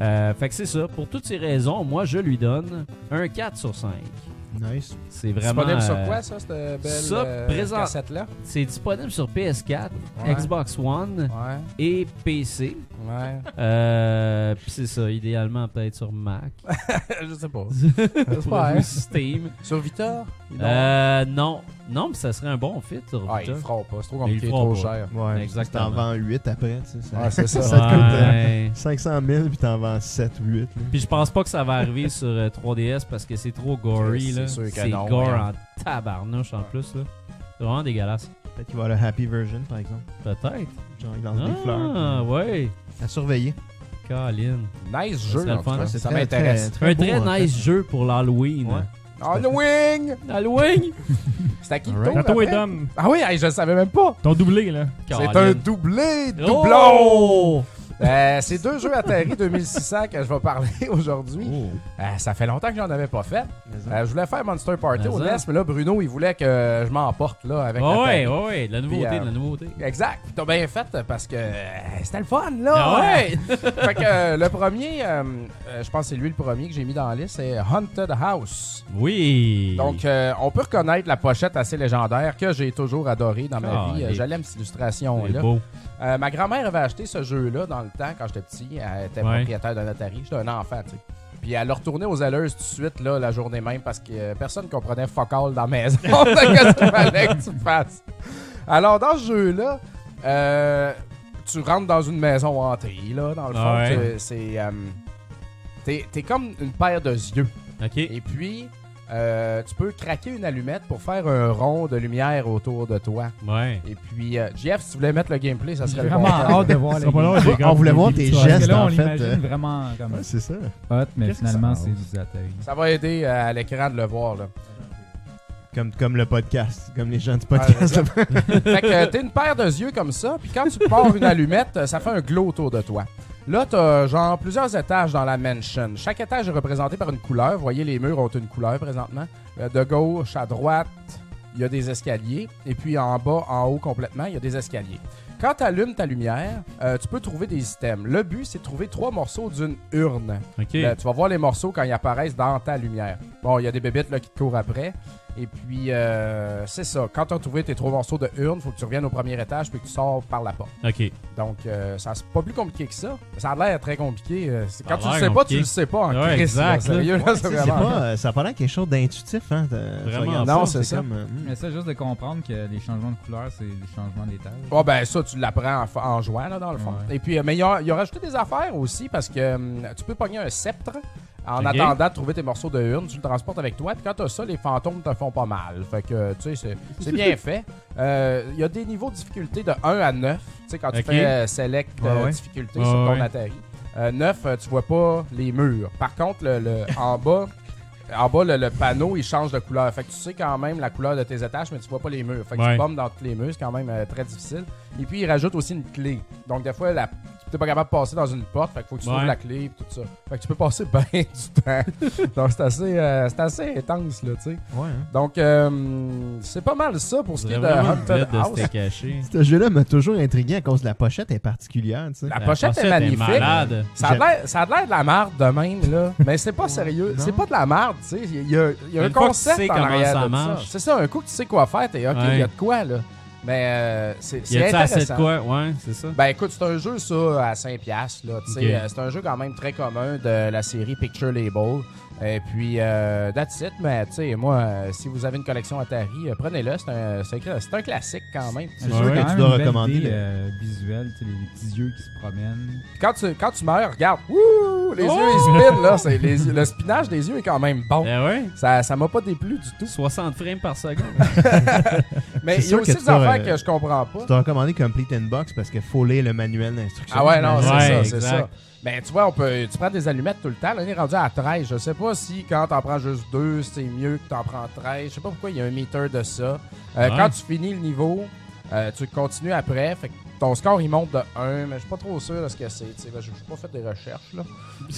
Speaker 3: Euh, fait que c'est ça. Pour toutes ces raisons, moi, je lui donne un 4 sur 5.
Speaker 4: Nice.
Speaker 3: C'est vraiment.
Speaker 2: Disponible sur
Speaker 3: euh,
Speaker 2: quoi, ça, cette belle
Speaker 3: ça,
Speaker 2: euh,
Speaker 3: présent-
Speaker 2: cassette-là?
Speaker 3: C'est disponible sur PS4,
Speaker 2: Ouais.
Speaker 3: Xbox One
Speaker 2: Ouais.
Speaker 3: et PC.
Speaker 2: Mhm. Ouais.
Speaker 3: Euh, Puis c'est ça, idéalement peut-être sur Mac.
Speaker 2: je sais pas.
Speaker 3: Pour
Speaker 2: pas,
Speaker 3: le
Speaker 2: hein?
Speaker 3: Steam.
Speaker 2: Sur Vita? Ils l'ont?
Speaker 3: Euh, non. Non, mais ça serait un bon fit sur
Speaker 2: ah, ils
Speaker 3: Vita.
Speaker 2: le feront pas. C'est trop
Speaker 3: Ils le
Speaker 2: compliqué,
Speaker 3: feront
Speaker 2: trop
Speaker 3: pas.
Speaker 2: cher.
Speaker 3: Exactement.
Speaker 4: Ouais, Exactement. T'en vends 8 après, tu sais. Ça,
Speaker 2: Ouais, c'est ça. hein.
Speaker 4: ça te coûte euh,
Speaker 3: Ouais.
Speaker 4: 500 000 puis t'en vends 7 ou 8. là.
Speaker 3: Puis je pense pas que ça va arriver sur euh, 3DS parce que c'est trop gory.
Speaker 2: C'est
Speaker 3: là.
Speaker 2: sûr que
Speaker 3: C'est
Speaker 2: non,
Speaker 3: gore
Speaker 2: voyons.
Speaker 3: en tabarnouche en plus. là. C'est vraiment dégueulasse.
Speaker 4: Peut-être qu'il va avoir le happy version, par exemple.
Speaker 3: Peut-être.
Speaker 4: Genre, il lance des
Speaker 3: Ah,
Speaker 4: fleurs.
Speaker 3: ouais.
Speaker 4: puis- À surveiller.
Speaker 3: Colin.
Speaker 2: Nice
Speaker 3: Ça
Speaker 2: jeu,
Speaker 3: serait
Speaker 2: en
Speaker 3: le fun.
Speaker 2: tout cas.
Speaker 4: c'est
Speaker 2: Ça
Speaker 4: très,
Speaker 2: m'intéresse.
Speaker 4: très-
Speaker 3: Un
Speaker 4: beau,
Speaker 3: très
Speaker 4: en
Speaker 3: nice
Speaker 4: fait.
Speaker 3: jeu pour l'Halloween.
Speaker 4: Ouais.
Speaker 2: On the wing!
Speaker 3: Halloween!
Speaker 2: C'est à qui le
Speaker 4: Alright.
Speaker 2: tour,
Speaker 1: Tato et
Speaker 2: après?
Speaker 1: Dom,
Speaker 2: Ah oui, hey, je le savais même pas.
Speaker 1: t'ont doublé, là.
Speaker 2: C'est
Speaker 3: Colin.
Speaker 2: un doublé, doublon!
Speaker 3: Oh!
Speaker 2: Euh, c'est deux jeux Atari 2600 que je vais parler aujourd'hui.
Speaker 3: Oh.
Speaker 2: Euh, ça fait longtemps que j'en avais pas fait. Euh, je voulais faire Monster Party
Speaker 3: Mais
Speaker 2: au
Speaker 3: ça.
Speaker 2: NES, mais là, Bruno, il voulait que je m'emporte là avec
Speaker 3: Ah
Speaker 2: l'Atari.
Speaker 3: ouais, ouais, ouais, de la nouveauté,
Speaker 2: Puis, euh,
Speaker 3: de la nouveauté.
Speaker 2: Exact. Puis T'as bien fait parce que euh, c'était le fun, là.
Speaker 3: Ah ouais.
Speaker 2: fait que euh, le premier, euh, euh, je pense que c'est lui le premier que j'ai mis dans la liste, c'est Haunted House.
Speaker 3: Oui.
Speaker 2: Donc, euh, on peut reconnaître la pochette assez légendaire que j'ai toujours adorée dans ma
Speaker 3: Ah,
Speaker 2: vie.
Speaker 3: elle est-
Speaker 2: Euh, J'aime cette
Speaker 3: c'est
Speaker 2: illustration-là.
Speaker 3: beau.
Speaker 2: Euh, ma grand-mère avait acheté ce jeu-là dans le temps, quand j'étais petit. Elle était
Speaker 3: Ouais.
Speaker 2: propriétaire d'un Atari. J'étais un enfant, tu sais. Puis elle a retourné aux alleuses tout de suite, là, la journée même, parce que euh, personne comprenait fuck all dans la maison. Fait Qu'est-ce qu'il fallait que tu fasses? Alors, dans ce jeu-là, euh, tu rentres dans une maison hantée, là, dans le fond.
Speaker 3: Ah Ouais.
Speaker 2: Tu- C'est... euh, T'es t'es comme une paire de yeux.
Speaker 3: OK.
Speaker 2: Et puis, euh, tu peux craquer une allumette pour faire un rond de lumière autour de toi.
Speaker 3: Ouais.
Speaker 2: Et puis, euh, Jeff, si tu voulais mettre le gameplay, ça
Speaker 6: J'ai
Speaker 2: serait le
Speaker 6: vraiment
Speaker 2: bon temps.
Speaker 6: hâte de voir
Speaker 1: Ça
Speaker 6: les
Speaker 1: sera pas long,
Speaker 6: gameplay.
Speaker 1: j'ai
Speaker 4: On voulait
Speaker 1: compris
Speaker 4: voir
Speaker 1: des
Speaker 4: tes
Speaker 1: histoires.
Speaker 6: Parce que
Speaker 4: gestes,
Speaker 6: là, on
Speaker 4: en fait.
Speaker 6: l'imagine
Speaker 4: euh,
Speaker 6: vraiment comme
Speaker 4: ouais, c'est ça.
Speaker 6: hot, mais
Speaker 4: Qu'est-ce que
Speaker 6: finalement,
Speaker 4: ça
Speaker 6: c'est
Speaker 4: rend?
Speaker 6: du Atari.
Speaker 2: Ça va aider euh, à l'écran de le voir. Là.
Speaker 4: Comme, comme le podcast. Comme les gens du podcast.
Speaker 2: fait que euh, t'es une paire de yeux comme ça, puis quand tu pars une allumette, euh, ça fait un glow autour de toi. Là, t'as euh, genre plusieurs étages dans la mansion. Chaque étage est représenté par une couleur. Vous voyez, les murs ont une couleur présentement. Euh, de gauche à droite, il y a des escaliers. Et puis en bas, en haut complètement, il y a des escaliers. Quand tu allumes ta lumière, euh, tu peux trouver des items. Le but, c'est de trouver trois morceaux d'une urne.
Speaker 3: OK.
Speaker 2: Là, tu vas voir les morceaux quand ils apparaissent dans ta lumière. Bon, il y a des bébites là, qui te courent après. Et puis, euh, c'est ça. Quand tu as trouvé tes trois morceaux de urne, faut que tu reviennes au premier étage puis que tu sors par la porte.
Speaker 3: OK.
Speaker 2: Donc, euh, ça, c'est pas plus compliqué que ça. Ça a l'air très compliqué. euh, c'est-
Speaker 3: Ça a
Speaker 2: Quand tu le sais
Speaker 3: l'air
Speaker 2: pas, tu
Speaker 3: compliqué.
Speaker 2: le sais pas en
Speaker 3: Ouais,
Speaker 2: crise, là,
Speaker 3: exact, là.
Speaker 2: sérieux, là, c'est
Speaker 4: Tu sais, c'est
Speaker 2: vraiment-
Speaker 4: pas, euh, ça a pas l'air quelque chose d'intuitif, hein? de- tu
Speaker 3: Vraiment
Speaker 4: regardes
Speaker 2: pas. Non, c'est ça.
Speaker 4: comme, euh, hmm.
Speaker 6: Mais ça, juste de comprendre que les changements de couleur, c'est les changements d'étage.
Speaker 2: Ah ben ça, tu l'apprends en, fa- en jouant, là, dans le fond.
Speaker 6: Ouais.
Speaker 2: Et puis, euh, mais il y a, il y a rajouté des affaires aussi parce que hum, tu peux pogner un sceptre en
Speaker 3: Ok.
Speaker 2: attendant de trouver tes morceaux de urne. Tu le transportes avec toi. Puis quand t'as ça, les fantômes te font pas mal. Fait que, tu sais, c'est- c'est bien fait. Euh, Il y a des niveaux de difficulté de 1 à 9. Tu sais, quand tu
Speaker 3: Ok.
Speaker 2: fais euh, select euh,
Speaker 4: Ouais, ouais.
Speaker 2: difficulté
Speaker 3: Ouais,
Speaker 2: sur ton
Speaker 3: ouais.
Speaker 2: Atari. Euh, 9, euh, tu vois pas les murs. Par contre, le, le- en bas. En bas, le, le panneau, il change de couleur. Fait que tu sais quand même la couleur de tes étages, mais tu vois pas les murs. Fait que
Speaker 3: Ouais.
Speaker 2: tu bombes dans tous les murs, c'est quand même euh, très difficile. Et puis, il rajoute aussi une clé. Donc, des fois, la... tu n'es pas capable de passer dans une porte, fait qu'il faut que tu
Speaker 3: Ouais.
Speaker 2: trouves la clé et tout ça. Fait que tu peux passer bien du temps. Donc, c'est assez, euh, c'est assez intense, là, tu sais.
Speaker 4: Ouais, hein.
Speaker 2: Donc, euh, c'est pas mal ça pour ce qui
Speaker 3: C'est
Speaker 2: est de
Speaker 3: vraiment une
Speaker 2: Haunted
Speaker 3: vedette de
Speaker 2: House.
Speaker 3: c'était caché.
Speaker 4: Ce jeu-là m'a toujours intrigué à cause de la pochette est particulière, tu sais.
Speaker 2: La pochette est magnifique.
Speaker 3: malade.
Speaker 2: ça a de l'air- ça a de l'air de la merde de même, là. Mais c'est pas sérieux.
Speaker 4: Non.
Speaker 2: C'est pas de la merde, tu sais. Il y a, il y a un
Speaker 3: Une fois que tu
Speaker 2: concept
Speaker 3: sais
Speaker 2: en
Speaker 3: comment
Speaker 2: arrière
Speaker 3: ça
Speaker 2: de
Speaker 3: marche.
Speaker 2: C'est ça, un coup que tu sais quoi faire, t'es OK, il y a de quoi, là. Mais euh, c'est c'est
Speaker 3: Y a-tu assez de
Speaker 2: intéressant.
Speaker 3: quoi? Ouais, c'est ça.
Speaker 2: Ben écoute, c'est un jeu ça à 5 piastres, là, tu sais,
Speaker 3: Ok.
Speaker 2: euh, c'est un jeu quand même très commun de la série Picture Label. Et puis euh, that's it, mais tu sais moi euh, si vous avez une collection Atari, euh, prenez-le, c'est un c'est un- c'est un classique quand même.
Speaker 6: C'est
Speaker 3: Ouais,
Speaker 4: tu dois recommander le-
Speaker 6: visuel, euh, tu sais, les petits yeux qui se promènent.
Speaker 2: Quand tu quand tu meurs, regarde, wouh,
Speaker 3: Oh!
Speaker 2: les yeux ils spinent là, c'est les- le spinage des yeux est quand même bon.
Speaker 3: Ben ouais.
Speaker 2: Ça ça m'a pas déplu du tout.
Speaker 3: 60 frames par seconde.
Speaker 2: Mais il
Speaker 4: C'est
Speaker 2: y a
Speaker 4: sûr
Speaker 2: aussi
Speaker 4: que
Speaker 2: des
Speaker 4: tu dois,
Speaker 2: affaires
Speaker 4: euh,
Speaker 2: que je comprends pas.
Speaker 4: Je t'ai recommandé Complete Inbox parce qu'il faut lire le manuel d'instruction.
Speaker 2: Ah ouais, non, c'est
Speaker 3: Ouais,
Speaker 2: ça, c'est
Speaker 3: exact.
Speaker 2: ça. Ben, tu vois, on peut, tu prends des allumettes tout le temps. Là, on est rendu à 13. Je sais pas si quand t'en prends juste deux, c'est mieux que t'en prends 13. Je sais pas pourquoi il y a un meter de ça. Euh,
Speaker 3: Ouais.
Speaker 2: Quand tu finis le niveau, euh, tu continues après. Fait que ton score, il monte de 1, mais je suis pas trop sûr de ce que c'est. tu sais. Ben, J'ai j'ai pas fait des recherches, là.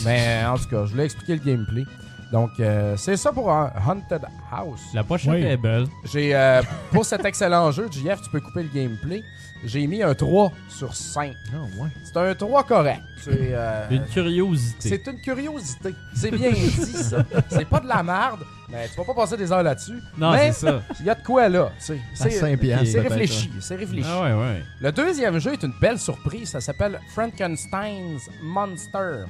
Speaker 2: mais en tout cas, je voulais expliquer le gameplay. Donc, euh, c'est ça pour un Haunted House.
Speaker 3: La pochette
Speaker 1: Oui.
Speaker 3: est belle.
Speaker 2: J'ai euh, Pour cet excellent jeu, JF, tu peux couper le gameplay. J'ai mis un 3 sur 5.
Speaker 4: Non, ouais.
Speaker 2: C'est un 3 correct. C'est, euh,
Speaker 3: Une curiosité.
Speaker 2: C'est une curiosité. C'est bien dit, ça. C'est pas de la merde. Mais tu vas pas passer des heures là-dessus.
Speaker 3: Non,
Speaker 2: Mais-
Speaker 3: c'est ça.
Speaker 2: Il y a de quoi là. C'est
Speaker 4: À
Speaker 2: c'est-
Speaker 4: 5
Speaker 3: c'est
Speaker 4: piastres,
Speaker 2: c'est
Speaker 4: peut-être,
Speaker 2: réfléchi. C'est réfléchi.
Speaker 3: Ah ouais, ouais.
Speaker 2: Le deuxième jeu est une belle surprise. Ça s'appelle Frankenstein's Monster.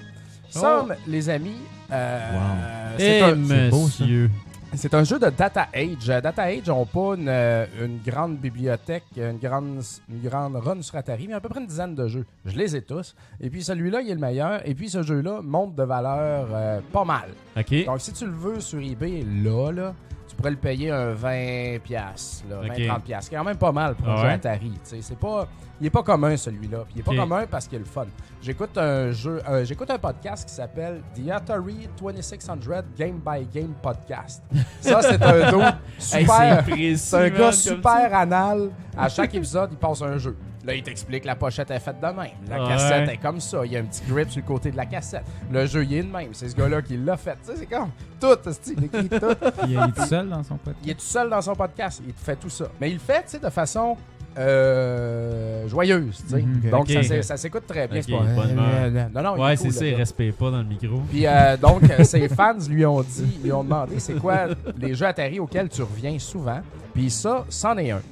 Speaker 2: Somme, les amis, euh, c'est
Speaker 3: Oh. Eh,
Speaker 2: un-
Speaker 3: monsieur.
Speaker 2: c'est un, jeu de Data Age. Euh, Data Age n'ont pas une, euh, une grande bibliothèque, une grande, une grande run sur Atari, mais à peu près une dizaine de jeux. Je les ai tous. Et puis celui-là, il est le meilleur. Et puis ce jeu-là monte de valeur euh, pas mal.
Speaker 3: OK.
Speaker 2: Donc, si tu le veux sur eBay, là, là, tu pourrais le payer un 20$, piastres, là,
Speaker 3: Ok.
Speaker 2: 20-30$, piastres, qui est quand même pas mal pour un
Speaker 3: Ah
Speaker 2: jeu
Speaker 3: ouais?
Speaker 2: Atari. tu sais. C'est pas, il est pas commun, celui-là. Puis Il est pas
Speaker 3: Ok.
Speaker 2: commun parce qu'il est le fun. J'écoute un jeu, euh, j'écoute un podcast qui s'appelle The Atari 2600 Game by Game Podcast. Ça, c'est un dos
Speaker 3: Hey,
Speaker 2: super...
Speaker 3: précis,
Speaker 2: C'est un
Speaker 3: man,
Speaker 2: gars
Speaker 3: comme ça.
Speaker 2: super anal. À chaque épisode, il passe un jeu. Là, il t'explique la pochette est faite de même. La
Speaker 3: Ouais.
Speaker 2: cassette est comme ça. Il y a un petit grip sur le côté de la cassette. Le jeu, il est de même. C'est ce gars-là qui l'a fait. Tu sais, c'est comme tout. hostie, Il écrit tout.
Speaker 6: Il est tout seul dans son pote.
Speaker 2: Il est tout seul dans son podcast. Il te fait tout ça. Mais il le fait, tu sais, de façon euh, joyeuse. tu sais.
Speaker 6: Mhm.
Speaker 2: Donc,
Speaker 3: Ok.
Speaker 2: ça s'é- ça s'écoute très bien.
Speaker 3: Ok,
Speaker 2: C'est pas-
Speaker 3: bonne humeur.
Speaker 2: Non, non, il est
Speaker 3: Ouais,
Speaker 2: cool,
Speaker 3: c'est ça,
Speaker 2: le
Speaker 3: il
Speaker 2: gars.
Speaker 3: respecte pas dans le micro.
Speaker 2: Puis euh, donc, euh, ses fans lui ont dit, lui ont demandé c'est quoi les jeux Atari auxquels tu reviens souvent. Puis ça, c'en est un.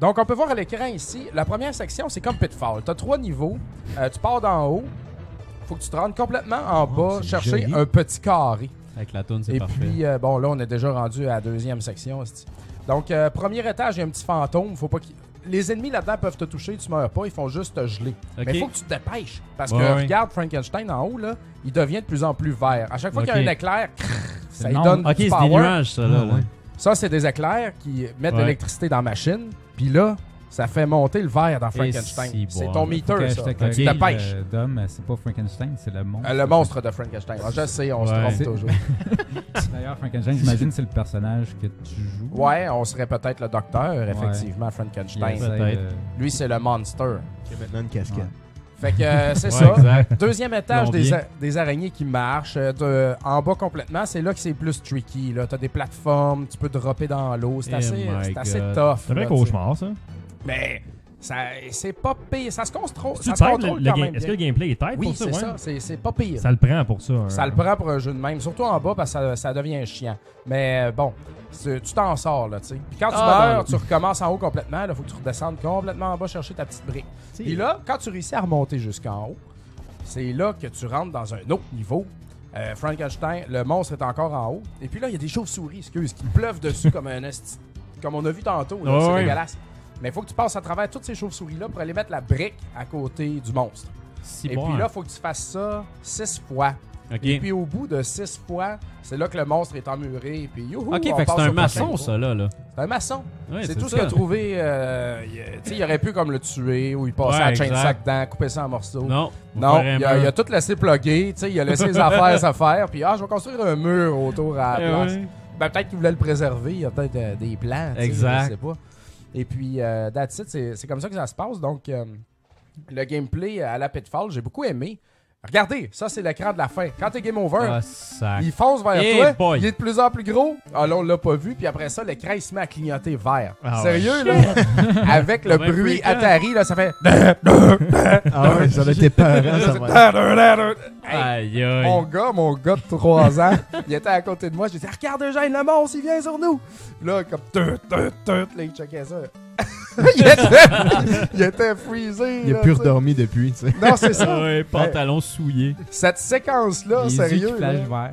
Speaker 2: Donc, on peut voir à l'écran ici, la première section, c'est comme Pitfall. Tu as trois niveaux. Euh, tu pars d'en haut. faut que tu te rendes complètement en bas,
Speaker 4: Oh, c'est
Speaker 2: chercher
Speaker 4: joli.
Speaker 2: un petit carré.
Speaker 3: Avec la toune, c'est
Speaker 2: Et
Speaker 3: parfait.
Speaker 2: puis, euh, bon, là, on est déjà rendu à la deuxième section. c'est-tu. Donc, euh, premier étage, il y a un petit fantôme. Faut pas qu'il- Les ennemis là-dedans peuvent te toucher, tu meurs pas, ils font juste te geler.
Speaker 3: Ok.
Speaker 2: Mais il faut que tu te dépêches. Parce
Speaker 3: Ouais,
Speaker 2: que
Speaker 3: ouais.
Speaker 2: regarde Frankenstein en haut, là, il devient de plus en plus vert. À chaque fois qu'il y
Speaker 3: Ok.
Speaker 2: a un éclair, crrr, ça
Speaker 6: C'est
Speaker 2: lui
Speaker 6: long.
Speaker 2: donne du
Speaker 3: OK, c'est des
Speaker 2: power.
Speaker 3: nuages, ça, là.
Speaker 6: Ah, ouais.
Speaker 2: Ça, c'est des éclairs qui mettent
Speaker 3: Ouais.
Speaker 2: de l'électricité dans la machine. Puis là, ça fait monter le vert dans
Speaker 3: si,
Speaker 2: Frankenstein. C'est
Speaker 3: bon.
Speaker 2: ton
Speaker 6: Faut
Speaker 2: meter,
Speaker 6: que
Speaker 2: ça. Ben,
Speaker 6: je te
Speaker 2: Tu
Speaker 6: corrige,
Speaker 2: te dépêches.
Speaker 6: euh, Dom, c'est pas Frankenstein, c'est le monstre.
Speaker 2: Euh, Le monstre de Frankenstein. Ah, Je sais, on
Speaker 3: Ouais.
Speaker 2: se
Speaker 6: C'est-
Speaker 2: trompe toujours.
Speaker 6: D'ailleurs, Frankenstein, j'imagine, c'est le personnage que tu joues.
Speaker 2: Ouais, on serait peut-être le docteur, effectivement,
Speaker 6: Puis
Speaker 2: Frankenstein.
Speaker 6: il essaie
Speaker 3: Peut-être.
Speaker 6: de-
Speaker 2: Lui, c'est le monster.
Speaker 4: J'ai maintenant une casquette.
Speaker 2: Fait que euh, c'est
Speaker 3: Ouais,
Speaker 2: ça.
Speaker 3: exact.
Speaker 2: Deuxième étage des,
Speaker 3: Plombier.
Speaker 2: a- des araignées qui marchent. euh, de- en bas complètement, c'est là que c'est plus tricky. Là. T'as des plateformes, tu peux dropper dans l'eau. C'est
Speaker 3: Eh
Speaker 2: assez,
Speaker 3: my
Speaker 2: c'est
Speaker 3: God.
Speaker 2: assez tough.
Speaker 1: Oh C'est un
Speaker 2: là,
Speaker 1: vrai
Speaker 2: tu sais.
Speaker 1: cauchemar, ça.
Speaker 2: Mais ça, c'est pas pire. Ça se contrôle,
Speaker 1: Est-ce
Speaker 2: ça
Speaker 1: que
Speaker 2: se
Speaker 1: tu têtes,
Speaker 2: contrôle
Speaker 1: le- le
Speaker 2: quand
Speaker 1: game-
Speaker 2: même
Speaker 1: est-ce que
Speaker 2: bien.
Speaker 1: le gameplay est tête
Speaker 2: Oui,
Speaker 1: pour ça?
Speaker 2: c'est
Speaker 1: ouais?
Speaker 2: ça. C'est, c'est pas pire.
Speaker 1: Ça le prend pour ça. hein.
Speaker 2: Ça le prend pour un jeu de même, surtout en bas parce que ça, ça devient chiant. Mais euh, bon, c'est- tu t'en sors là, tu sais. Puis quand tu
Speaker 3: Ah,
Speaker 2: meurs,
Speaker 3: ben-
Speaker 2: tu recommences en haut complètement. Il faut que tu redescendes complètement en bas chercher ta petite brique. Et là, quand tu réussis à remonter jusqu'en haut, c'est là que tu rentres dans un autre niveau. Euh, Frankenstein, le monstre est encore en haut. Et puis là, il y a des chauves-souris, excuse, qui pleuvent dessus comme un esti- comme on a vu tantôt. là.
Speaker 3: Ouais,
Speaker 2: c'est
Speaker 3: ouais.
Speaker 2: dégueulasse. Mais il faut que tu passes à travers toutes ces chauves-souris-là pour aller mettre la brique à côté du monstre.
Speaker 3: Si
Speaker 2: Et
Speaker 3: bon,
Speaker 2: puis là,
Speaker 3: hein.
Speaker 2: il faut que tu fasses ça six fois.
Speaker 3: OK.
Speaker 2: Et puis au bout de six fois, c'est là que le monstre est emmuré. Et puis youhou,
Speaker 3: OK,
Speaker 2: on
Speaker 3: fait
Speaker 2: passe
Speaker 3: que c'est
Speaker 2: au
Speaker 3: un
Speaker 2: prochain
Speaker 3: maçon,
Speaker 2: niveau.
Speaker 3: ça, là. là.
Speaker 2: C'est un maçon.
Speaker 3: Ouais,
Speaker 2: c'est tout ce
Speaker 3: ça.
Speaker 2: qu'il a trouvé. euh, il, tu sais, il aurait pu comme le tuer ou il passer
Speaker 3: Ouais,
Speaker 2: à la chaîne
Speaker 3: exact.
Speaker 2: sac dedans, couper ça en morceaux.
Speaker 3: Non. on
Speaker 2: Non,
Speaker 3: ferait
Speaker 2: il a,
Speaker 3: un
Speaker 2: il a tout laissé plugger, tu sais, il a laissé les affaires à faire, puis ah, je vais construire un mur autour à la
Speaker 3: Eh
Speaker 2: place.
Speaker 3: ouais.
Speaker 2: Ben, peut-être qu'il voulait le préserver, il y a peut-être euh, des plans, tu sais,
Speaker 3: Exact.
Speaker 2: je sais pas. Et puis, euh, that's it, c'est c'est comme ça que ça se passe, donc euh, le gameplay à la Pitfall, j'ai beaucoup aimé. Regardez, ça c'est l'écran de la fin. Quand t'es game over,
Speaker 3: Ah, sac.
Speaker 2: il fonce vers
Speaker 3: Eh
Speaker 2: toi,
Speaker 3: boy.
Speaker 2: il est de plus en plus gros. Ah là, on l'a pas vu, puis après ça, l'écran il se met à clignoter vert.
Speaker 1: Ah ouais.
Speaker 2: Sérieux, là? Avec le
Speaker 3: Ça va être
Speaker 2: bruit
Speaker 3: fréquent.
Speaker 2: Atari, là, ça fait.
Speaker 4: Ah ouais, ça doit être épeurant, ça va.
Speaker 3: Aïe, aïe.
Speaker 2: Mon gars, mon gars de 3 ans, il était à côté de moi. J'ai dit, regarde Eugène, le monstre, il vient sur nous. Puis Là, comme, tut, tut, tut, là, il checkait ça. il, était, il était freezé.
Speaker 4: Il a
Speaker 2: là,
Speaker 4: plus
Speaker 2: tu sais.
Speaker 4: redormi depuis, tu sais.
Speaker 2: Non, c'est
Speaker 3: Ah
Speaker 2: ça.
Speaker 3: ouais, pantalon souillé.
Speaker 2: Cette séquence-là,
Speaker 6: les yeux qui
Speaker 2: Ah, sérieux. là.
Speaker 6: flashent vert.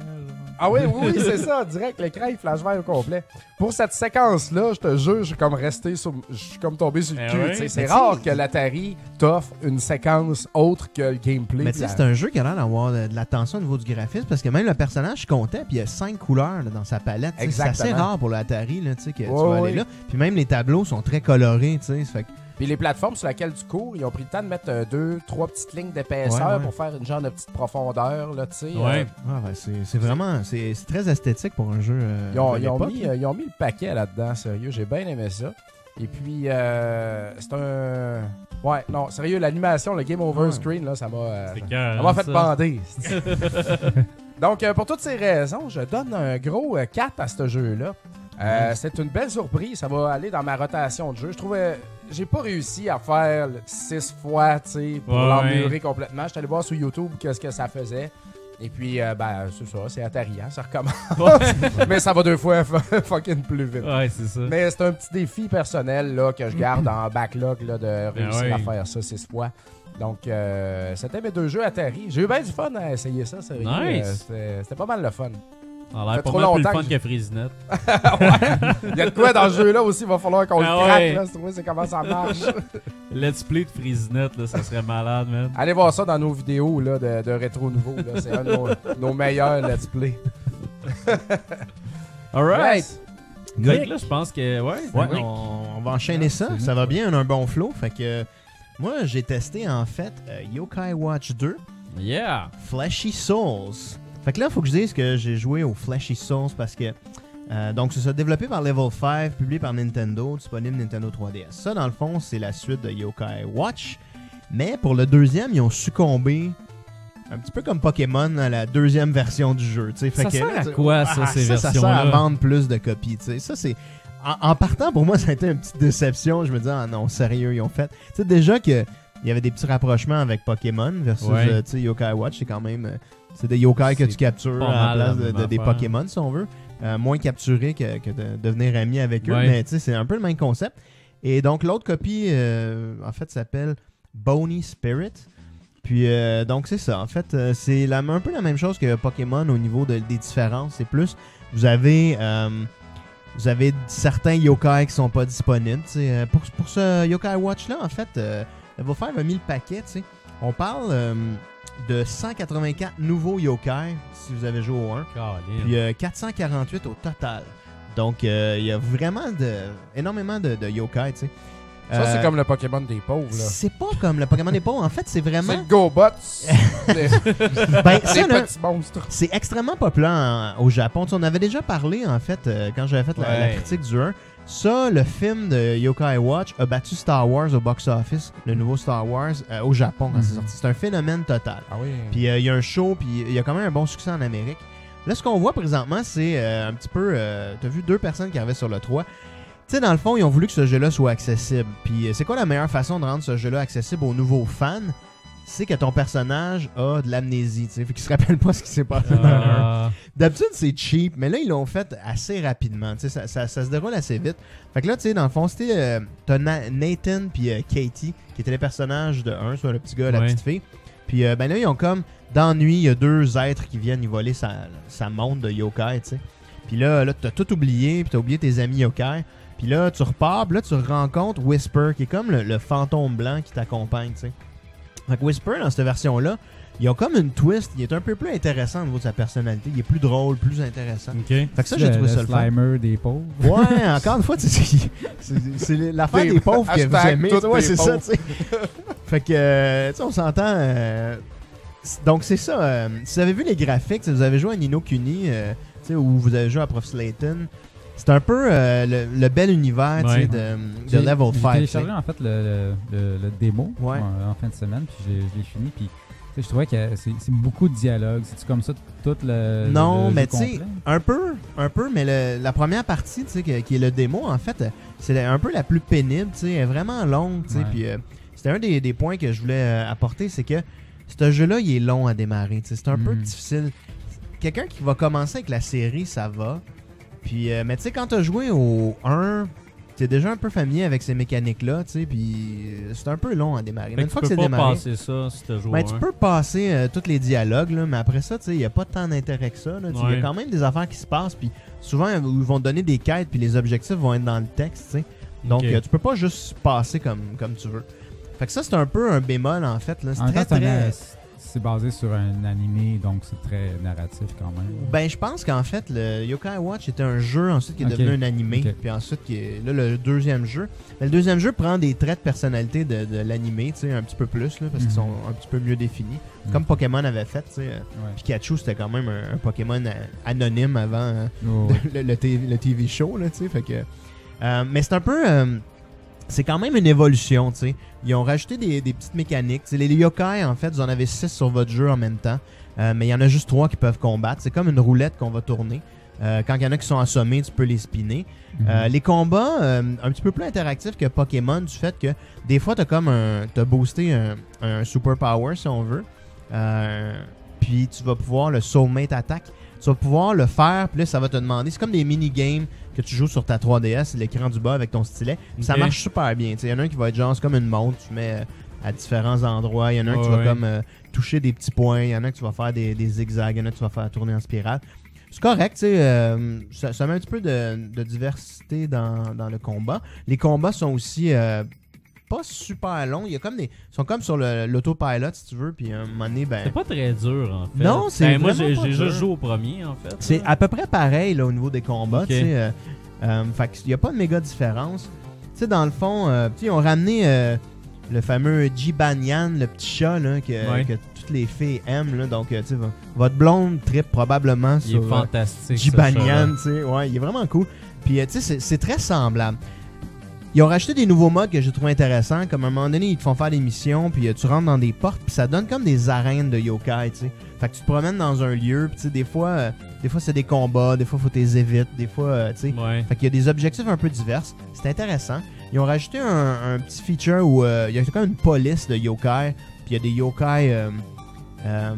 Speaker 2: Ah oui, oui, oui, c'est ça, direct, l'écran il flash vert au complet. Pour cette séquence-là, je te jure, je suis comme resté sur. Je suis comme tombé sur le
Speaker 3: Eh
Speaker 2: cul.
Speaker 3: ouais.
Speaker 2: tu sais. c'est
Speaker 4: Mais
Speaker 2: rare
Speaker 4: tu-
Speaker 2: que l'Atari t'offre une séquence autre que le gameplay.
Speaker 4: Mais tu sais,
Speaker 2: puis
Speaker 4: c'est un jeu qui a l'air d'avoir de, de l'attention au niveau du graphisme parce que même le personnage comptait, puis il y a cinq couleurs là, dans sa palette. tu sais. C'est assez
Speaker 2: Exactement.
Speaker 4: rare pour l'Atari là, tu sais, que tu
Speaker 2: Ouais,
Speaker 4: vas
Speaker 2: ouais.
Speaker 4: aller là. Puis même les tableaux sont très colorés, tu sais. ça fait que-
Speaker 2: Puis les plateformes sur lesquelles tu cours, ils ont pris le temps de mettre euh, deux, trois petites lignes d'épaisseur
Speaker 4: Ouais, ouais.
Speaker 2: pour faire une genre de petite profondeur, là, tu sais. euh,
Speaker 3: Ouais.
Speaker 4: Ah, ben, c'est c'est vraiment c'est c'est très esthétique pour un jeu.
Speaker 2: Euh,
Speaker 4: euh,
Speaker 2: ils, ont,
Speaker 4: de
Speaker 2: ils ont
Speaker 4: l'époque,
Speaker 2: mis,
Speaker 4: là.
Speaker 2: euh, ils ont mis le paquet là-dedans, sérieux. J'ai bien aimé ça. Et puis, euh, c'est un... Ouais, non, sérieux, l'animation, le game over
Speaker 4: Ouais.
Speaker 2: screen, là, ça m'a... euh,
Speaker 3: C'est
Speaker 2: ça
Speaker 3: carré,
Speaker 2: m'a fait
Speaker 3: ça.
Speaker 2: bander. Donc, euh, pour toutes ces raisons, je donne un gros euh, 4 à ce jeu-là. Euh, C'est une belle surprise. Ça va aller dans ma rotation de jeu. Je trouvais. J'ai pas réussi à faire 6 fois, tu sais, pour
Speaker 3: Ouais,
Speaker 2: l'emmurer complètement. J'étais allé voir sur YouTube qu'est-ce que ça faisait. Et puis, euh, ben, c'est ça, c'est Atari, hein, ça recommence.
Speaker 3: ouais,
Speaker 2: mais ça va deux fois fucking plus vite.
Speaker 3: c'est ça.
Speaker 2: Mais c'est un petit défi personnel là, que je garde en backlog là, de réussir
Speaker 3: ouais.
Speaker 2: à faire ça six fois. Donc, euh, c'était mes deux jeux Atari. J'ai eu bien du fun à essayer ça, sérieux.
Speaker 3: Nice.
Speaker 2: Euh, c'était- C'était pas mal le fun.
Speaker 3: Ça a
Speaker 2: fait
Speaker 3: l'air pas
Speaker 2: trop
Speaker 3: mal plus le
Speaker 2: longtemps
Speaker 3: fun
Speaker 2: que
Speaker 3: que Frisinette.
Speaker 2: Il y a de quoi dans ce jeu-là aussi, il va falloir qu'on
Speaker 3: Ah
Speaker 2: le craque,
Speaker 3: ouais.
Speaker 2: là, c'est- ouais, c'est comment ça marche.
Speaker 3: Let's play de Frisinette, là, ça serait malade, man.
Speaker 4: Ah,
Speaker 2: Allez voir ça dans nos vidéos là, de, de rétro nouveau. là. C'est un de nos, nos meilleurs let's play.
Speaker 3: Alright!
Speaker 2: Yes.
Speaker 3: Fait que là, je pense que, ouais.
Speaker 4: Ouais,
Speaker 3: on-
Speaker 4: on, on va enchaîner ça. Ça va bien, on a un bon flow. Fait que moi, j'ai testé en fait euh, Yokai Watch 2,
Speaker 3: Yeah!
Speaker 4: Flashy Souls. Fait que là, faut que je dise que j'ai joué au Flashy Souls parce que. euh, donc, c'est ça, développé par Level 5, publié par Nintendo, disponible Nintendo 3DS. Ça, dans le fond, c'est la suite de Yokai Watch. Mais pour le deuxième, ils ont succombé un petit peu comme Pokémon à la deuxième version du jeu. tu sais. Fait
Speaker 3: Ça
Speaker 4: que,
Speaker 3: sert à
Speaker 4: tu-
Speaker 3: quoi, ça,
Speaker 4: Ah,
Speaker 3: ces
Speaker 4: ça, ça sert à
Speaker 3: versions-là?
Speaker 4: vendre plus de copies. tu sais. Ça, c'est. En, en partant, pour moi, ça a été une petite déception. Je me disais, ah non, sérieux, ils ont fait. Tu sais, déjà que il y avait des petits rapprochements avec Pokémon versus
Speaker 3: Ouais.
Speaker 4: euh, tu sais, Yokai Watch, c'est quand même. euh, C'est des yokai que
Speaker 3: C'est
Speaker 4: tu captures
Speaker 3: pas
Speaker 4: à la
Speaker 3: mal la
Speaker 4: place de,
Speaker 3: même
Speaker 4: de- des
Speaker 3: affaire.
Speaker 4: Pokémon, si on veut. Euh, moins capturés que, que de devenir ami avec eux.
Speaker 3: Ouais.
Speaker 4: Mais tu sais, c'est un peu le même concept. Et donc, l'autre copie, euh, en fait, s'appelle Bony Spirit. Puis euh, donc c'est ça. En fait, euh, c'est la- un peu la même chose que Pokémon au niveau de- des différences. C'est plus vous avez euh, vous avez certains yokai qui sont pas disponibles. tu sais. Euh, Pour, pour ce yokai watch là, en fait, euh, Level 5 a mis le paquet. tu sais. On parle euh, de 184 nouveaux yokai si vous avez joué au 1
Speaker 3: Caroline.
Speaker 4: puis euh, 448 au total. Donc euh, il y a vraiment de, énormément de, de yokai. tu sais.
Speaker 2: Ça, c'est
Speaker 4: Euh,
Speaker 2: comme le Pokémon des pauvres. là.
Speaker 4: c'est pas comme le Pokémon des pauvres. En fait, c'est
Speaker 2: C'est
Speaker 4: vraiment.
Speaker 2: le GoBots. des
Speaker 4: Ben, ça,
Speaker 2: des
Speaker 4: là,
Speaker 2: petits monstres.
Speaker 4: c'est extrêmement populaire en- au Japon. Tu sais, on avait déjà parlé, en fait, euh, quand j'avais fait la, la
Speaker 3: Ouais.
Speaker 4: critique du 1. Ça, le film de Yokai Watch a battu Star Wars au box-office, le nouveau Star Wars, euh, au Japon quand c'est
Speaker 6: Mhm.
Speaker 4: sorti. C'est un phénomène total.
Speaker 2: Ah oui.
Speaker 4: Puis euh, il y a un show, puis il y a quand même un bon succès en Amérique. Là, ce qu'on voit présentement, c'est euh, un petit peu. euh, T'as vu deux personnes qui arrivaient sur le 3. Tu sais, dans le fond, ils ont voulu que ce jeu-là soit accessible. Puis euh, c'est quoi la meilleure façon de rendre ce jeu-là accessible aux nouveaux fans C'est que ton personnage a de l'amnésie, tu sais, fait qu'il se rappelle pas ce qui s'est passé dans le jeu.
Speaker 3: Ah,
Speaker 4: D'habitude, c'est cheap, mais là, ils l'ont fait assez rapidement. Tu sais, ça, ça- ça se déroule assez vite. Fait que là, tu sais, dans le fond, c'était euh, t'as Na- Nathan puis euh, Katie, qui étaient les personnages de un, soit le petit gars, la
Speaker 3: Ouais.
Speaker 4: petite fille. Puis euh, ben là, ils ont comme, d'ennui, il y a deux êtres qui viennent y voler sa, sa montre de yokai, tu sais. Puis là, là t'as tout oublié, puis t'as oublié tes amis yokai. Puis là, tu repars, puis là, tu rencontres Whisper, qui est comme le, le fantôme blanc qui t'accompagne, tu sais. Fait que Whisper, dans cette version-là, ils ont comme une twist. Il est un peu plus intéressant au niveau de sa personnalité. Il est plus drôle, plus intéressant.
Speaker 3: ok.
Speaker 4: Fait que ça, j'ai trouvé ça le fun.
Speaker 6: Slimer des pauvres.
Speaker 4: Ouais, encore une fois, tu sais, c'est- c'est c'est l'affaire
Speaker 2: Des-
Speaker 4: des pauvres que vous
Speaker 2: hashtag
Speaker 4: aimez.
Speaker 2: toutes
Speaker 4: Ouais,
Speaker 2: des
Speaker 4: c'est ça,
Speaker 2: pauvres.
Speaker 4: tu sais. Fait que, euh, tu sais, on s'entend. euh, c- donc, c'est ça. euh, si vous avez vu les graphiques, si vous avez joué à Nino Kuni, euh, tu sais, ou vous avez joué à Prof Slayton, c'est un peu euh, le, le bel univers, tu sais,
Speaker 3: Ouais.
Speaker 4: de, de
Speaker 6: J'ai-
Speaker 4: Level 5.
Speaker 6: J'ai
Speaker 4: tu sais.
Speaker 6: téléchargé en fait le, le, le- le démo
Speaker 4: Ouais.
Speaker 6: en, en fin de semaine, puis je l'ai- je l'ai fini, puis tu sais, je trouvais que c'est c'est beaucoup de dialogue. C'est-tu comme ça tout le.
Speaker 4: Non,
Speaker 6: le- le
Speaker 4: mais
Speaker 6: jeu
Speaker 4: tu sais,
Speaker 6: complet?
Speaker 4: un peu, un peu, mais le- la première partie, tu sais, que- qui est le démo, en fait, euh, c'est la- un peu la plus pénible, tu sais, elle est vraiment longue, tu sais,
Speaker 6: Ouais.
Speaker 4: puis euh, c'était un des, des points que je voulais euh, apporter, c'est que ce jeu-là, il est long à démarrer, tu sais, c'est un peu
Speaker 6: Mm.
Speaker 4: difficile. Quelqu'un qui va commencer avec la série, ça va, puis, euh, mais tu sais, quand t'as joué au 1, t'es déjà un peu familier avec ces mécaniques-là, tu sais, puis euh, c'est un peu long à démarrer. Mais
Speaker 3: Fait que tu
Speaker 4: une fois que
Speaker 3: peux
Speaker 4: c'est
Speaker 3: pas
Speaker 4: démarré...
Speaker 3: passer ça si t'as joué
Speaker 4: Ben,
Speaker 3: au
Speaker 4: tu
Speaker 3: un.
Speaker 4: peux passer euh, tous les dialogues, là, mais après ça, tu sais, il n'y a pas tant d'intérêt que ça. là. Tu sais, Il y
Speaker 3: Ouais.
Speaker 4: a quand même des affaires qui se passent, puis souvent, ils vont te donner des quêtes, puis les objectifs vont être dans le texte. tu sais. Donc,
Speaker 3: Ok.
Speaker 4: euh, tu peux pas juste passer comme, comme tu veux. Fait que ça, c'est un peu un bémol, en fait. là.
Speaker 6: En
Speaker 4: C'est
Speaker 6: même
Speaker 4: très,
Speaker 6: temps, c'est un-
Speaker 4: très...
Speaker 6: c'est basé sur un animé, donc c'est très narratif quand même.
Speaker 4: Ben, je pense qu'en fait, le Yokai Watch était un jeu ensuite qui est
Speaker 6: Ok.
Speaker 4: devenu un animé,
Speaker 6: Ok.
Speaker 4: puis ensuite, qui est, là, le deuxième jeu. Mais le deuxième jeu prend des traits de personnalité de, de l'animé, tu sais, un petit peu plus, là, parce
Speaker 6: Mhm.
Speaker 4: qu'ils sont un petit peu mieux définis.
Speaker 6: Mhm.
Speaker 4: Comme Pokémon avait fait, tu sais. euh,
Speaker 6: Ouais.
Speaker 4: Pikachu, c'était quand même un, un Pokémon euh, anonyme avant euh,
Speaker 6: Oh, ouais.
Speaker 4: le, le T- le TV show, là, tu sais. Fait que. euh, mais c'est un peu. euh, c'est quand même une évolution, tu sais. Ils ont rajouté des, des petites mécaniques. Tu sais, les yokai, en fait, vous en avez 6 sur votre jeu en même temps. Euh, mais il y en a juste 3 qui peuvent combattre. C'est comme une roulette qu'on va tourner. Euh, quand il y en a qui sont assommés, tu peux les spinner. Euh, les combats, euh, un petit peu plus interactifs que Pokémon, du fait que des fois, t'as comme un. T'as boosté un, un superpower, si on veut. Euh, puis tu vas pouvoir le soulmate attack. Tu vas pouvoir le faire, puis là, ça va te demander. C'est comme des mini-games que tu joues sur ta 3DS, l'écran du bas avec ton stylet. Puis Ça
Speaker 1: Ok.
Speaker 4: marche super bien. Tu sais, Il y en a un qui va être genre, c'est comme une montre, tu mets euh, à différents endroits. Il y en a un que tu
Speaker 1: Ouais,
Speaker 4: vas
Speaker 1: ouais.
Speaker 4: comme euh, toucher des petits points. Il y en a un que tu vas faire des, des zigzags. Il y en a un que tu vas faire tourner en spirale. C'est correct, tu sais, euh, ça, ça met un petit peu de, de diversité dans, dans le combat. Les combats sont aussi euh, pas super longs. Il y a comme des, sont comme sur le- l'autopilot, si tu veux, puis à un moment donné, ben,
Speaker 3: C'est pas très dur, en fait.
Speaker 4: Non, c'est
Speaker 3: Ben, Moi,
Speaker 4: vraiment
Speaker 3: j'ai
Speaker 4: pas
Speaker 3: j'ai
Speaker 4: dur.
Speaker 3: juste joué au premier, en fait.
Speaker 4: c'est
Speaker 3: là.
Speaker 4: à peu près pareil là, au niveau des combats.
Speaker 3: Ok.
Speaker 4: tu sais, euh, euh, fait qu'il n'y a pas de méga différence. Tu sais, dans le fond, euh, tu sais, ils ont ramené euh, le fameux Jibanyan, le petit chat là, que,
Speaker 3: Ouais.
Speaker 4: que toutes les filles aiment. là. donc, euh, tu sais, vo- votre blonde trip probablement
Speaker 3: Il est
Speaker 4: sur euh,
Speaker 3: fantastique. ce
Speaker 4: Jibanyan,
Speaker 3: chat-là.
Speaker 4: tu sais. Ouais, il est vraiment cool. Puis, euh, tu sais, c'est- c'est très semblable. Ils ont racheté des nouveaux modes que j'ai trouvé intéressants. Comme à un moment donné, ils te font faire des missions, puis euh, tu rentres dans des portes, puis ça donne comme des arènes de yokai, tu sais. Fait que tu te promènes dans un lieu, puis tu sais, des fois, euh, des fois c'est des combats, des fois, faut les évites, des fois, euh, tu sais.
Speaker 3: Ouais.
Speaker 4: Fait qu'il y a des objectifs un peu divers. C'est intéressant. Ils ont rajouté un, un petit feature où euh, il y a quand même une police de yokai. Puis il y a des yokai euh, euh,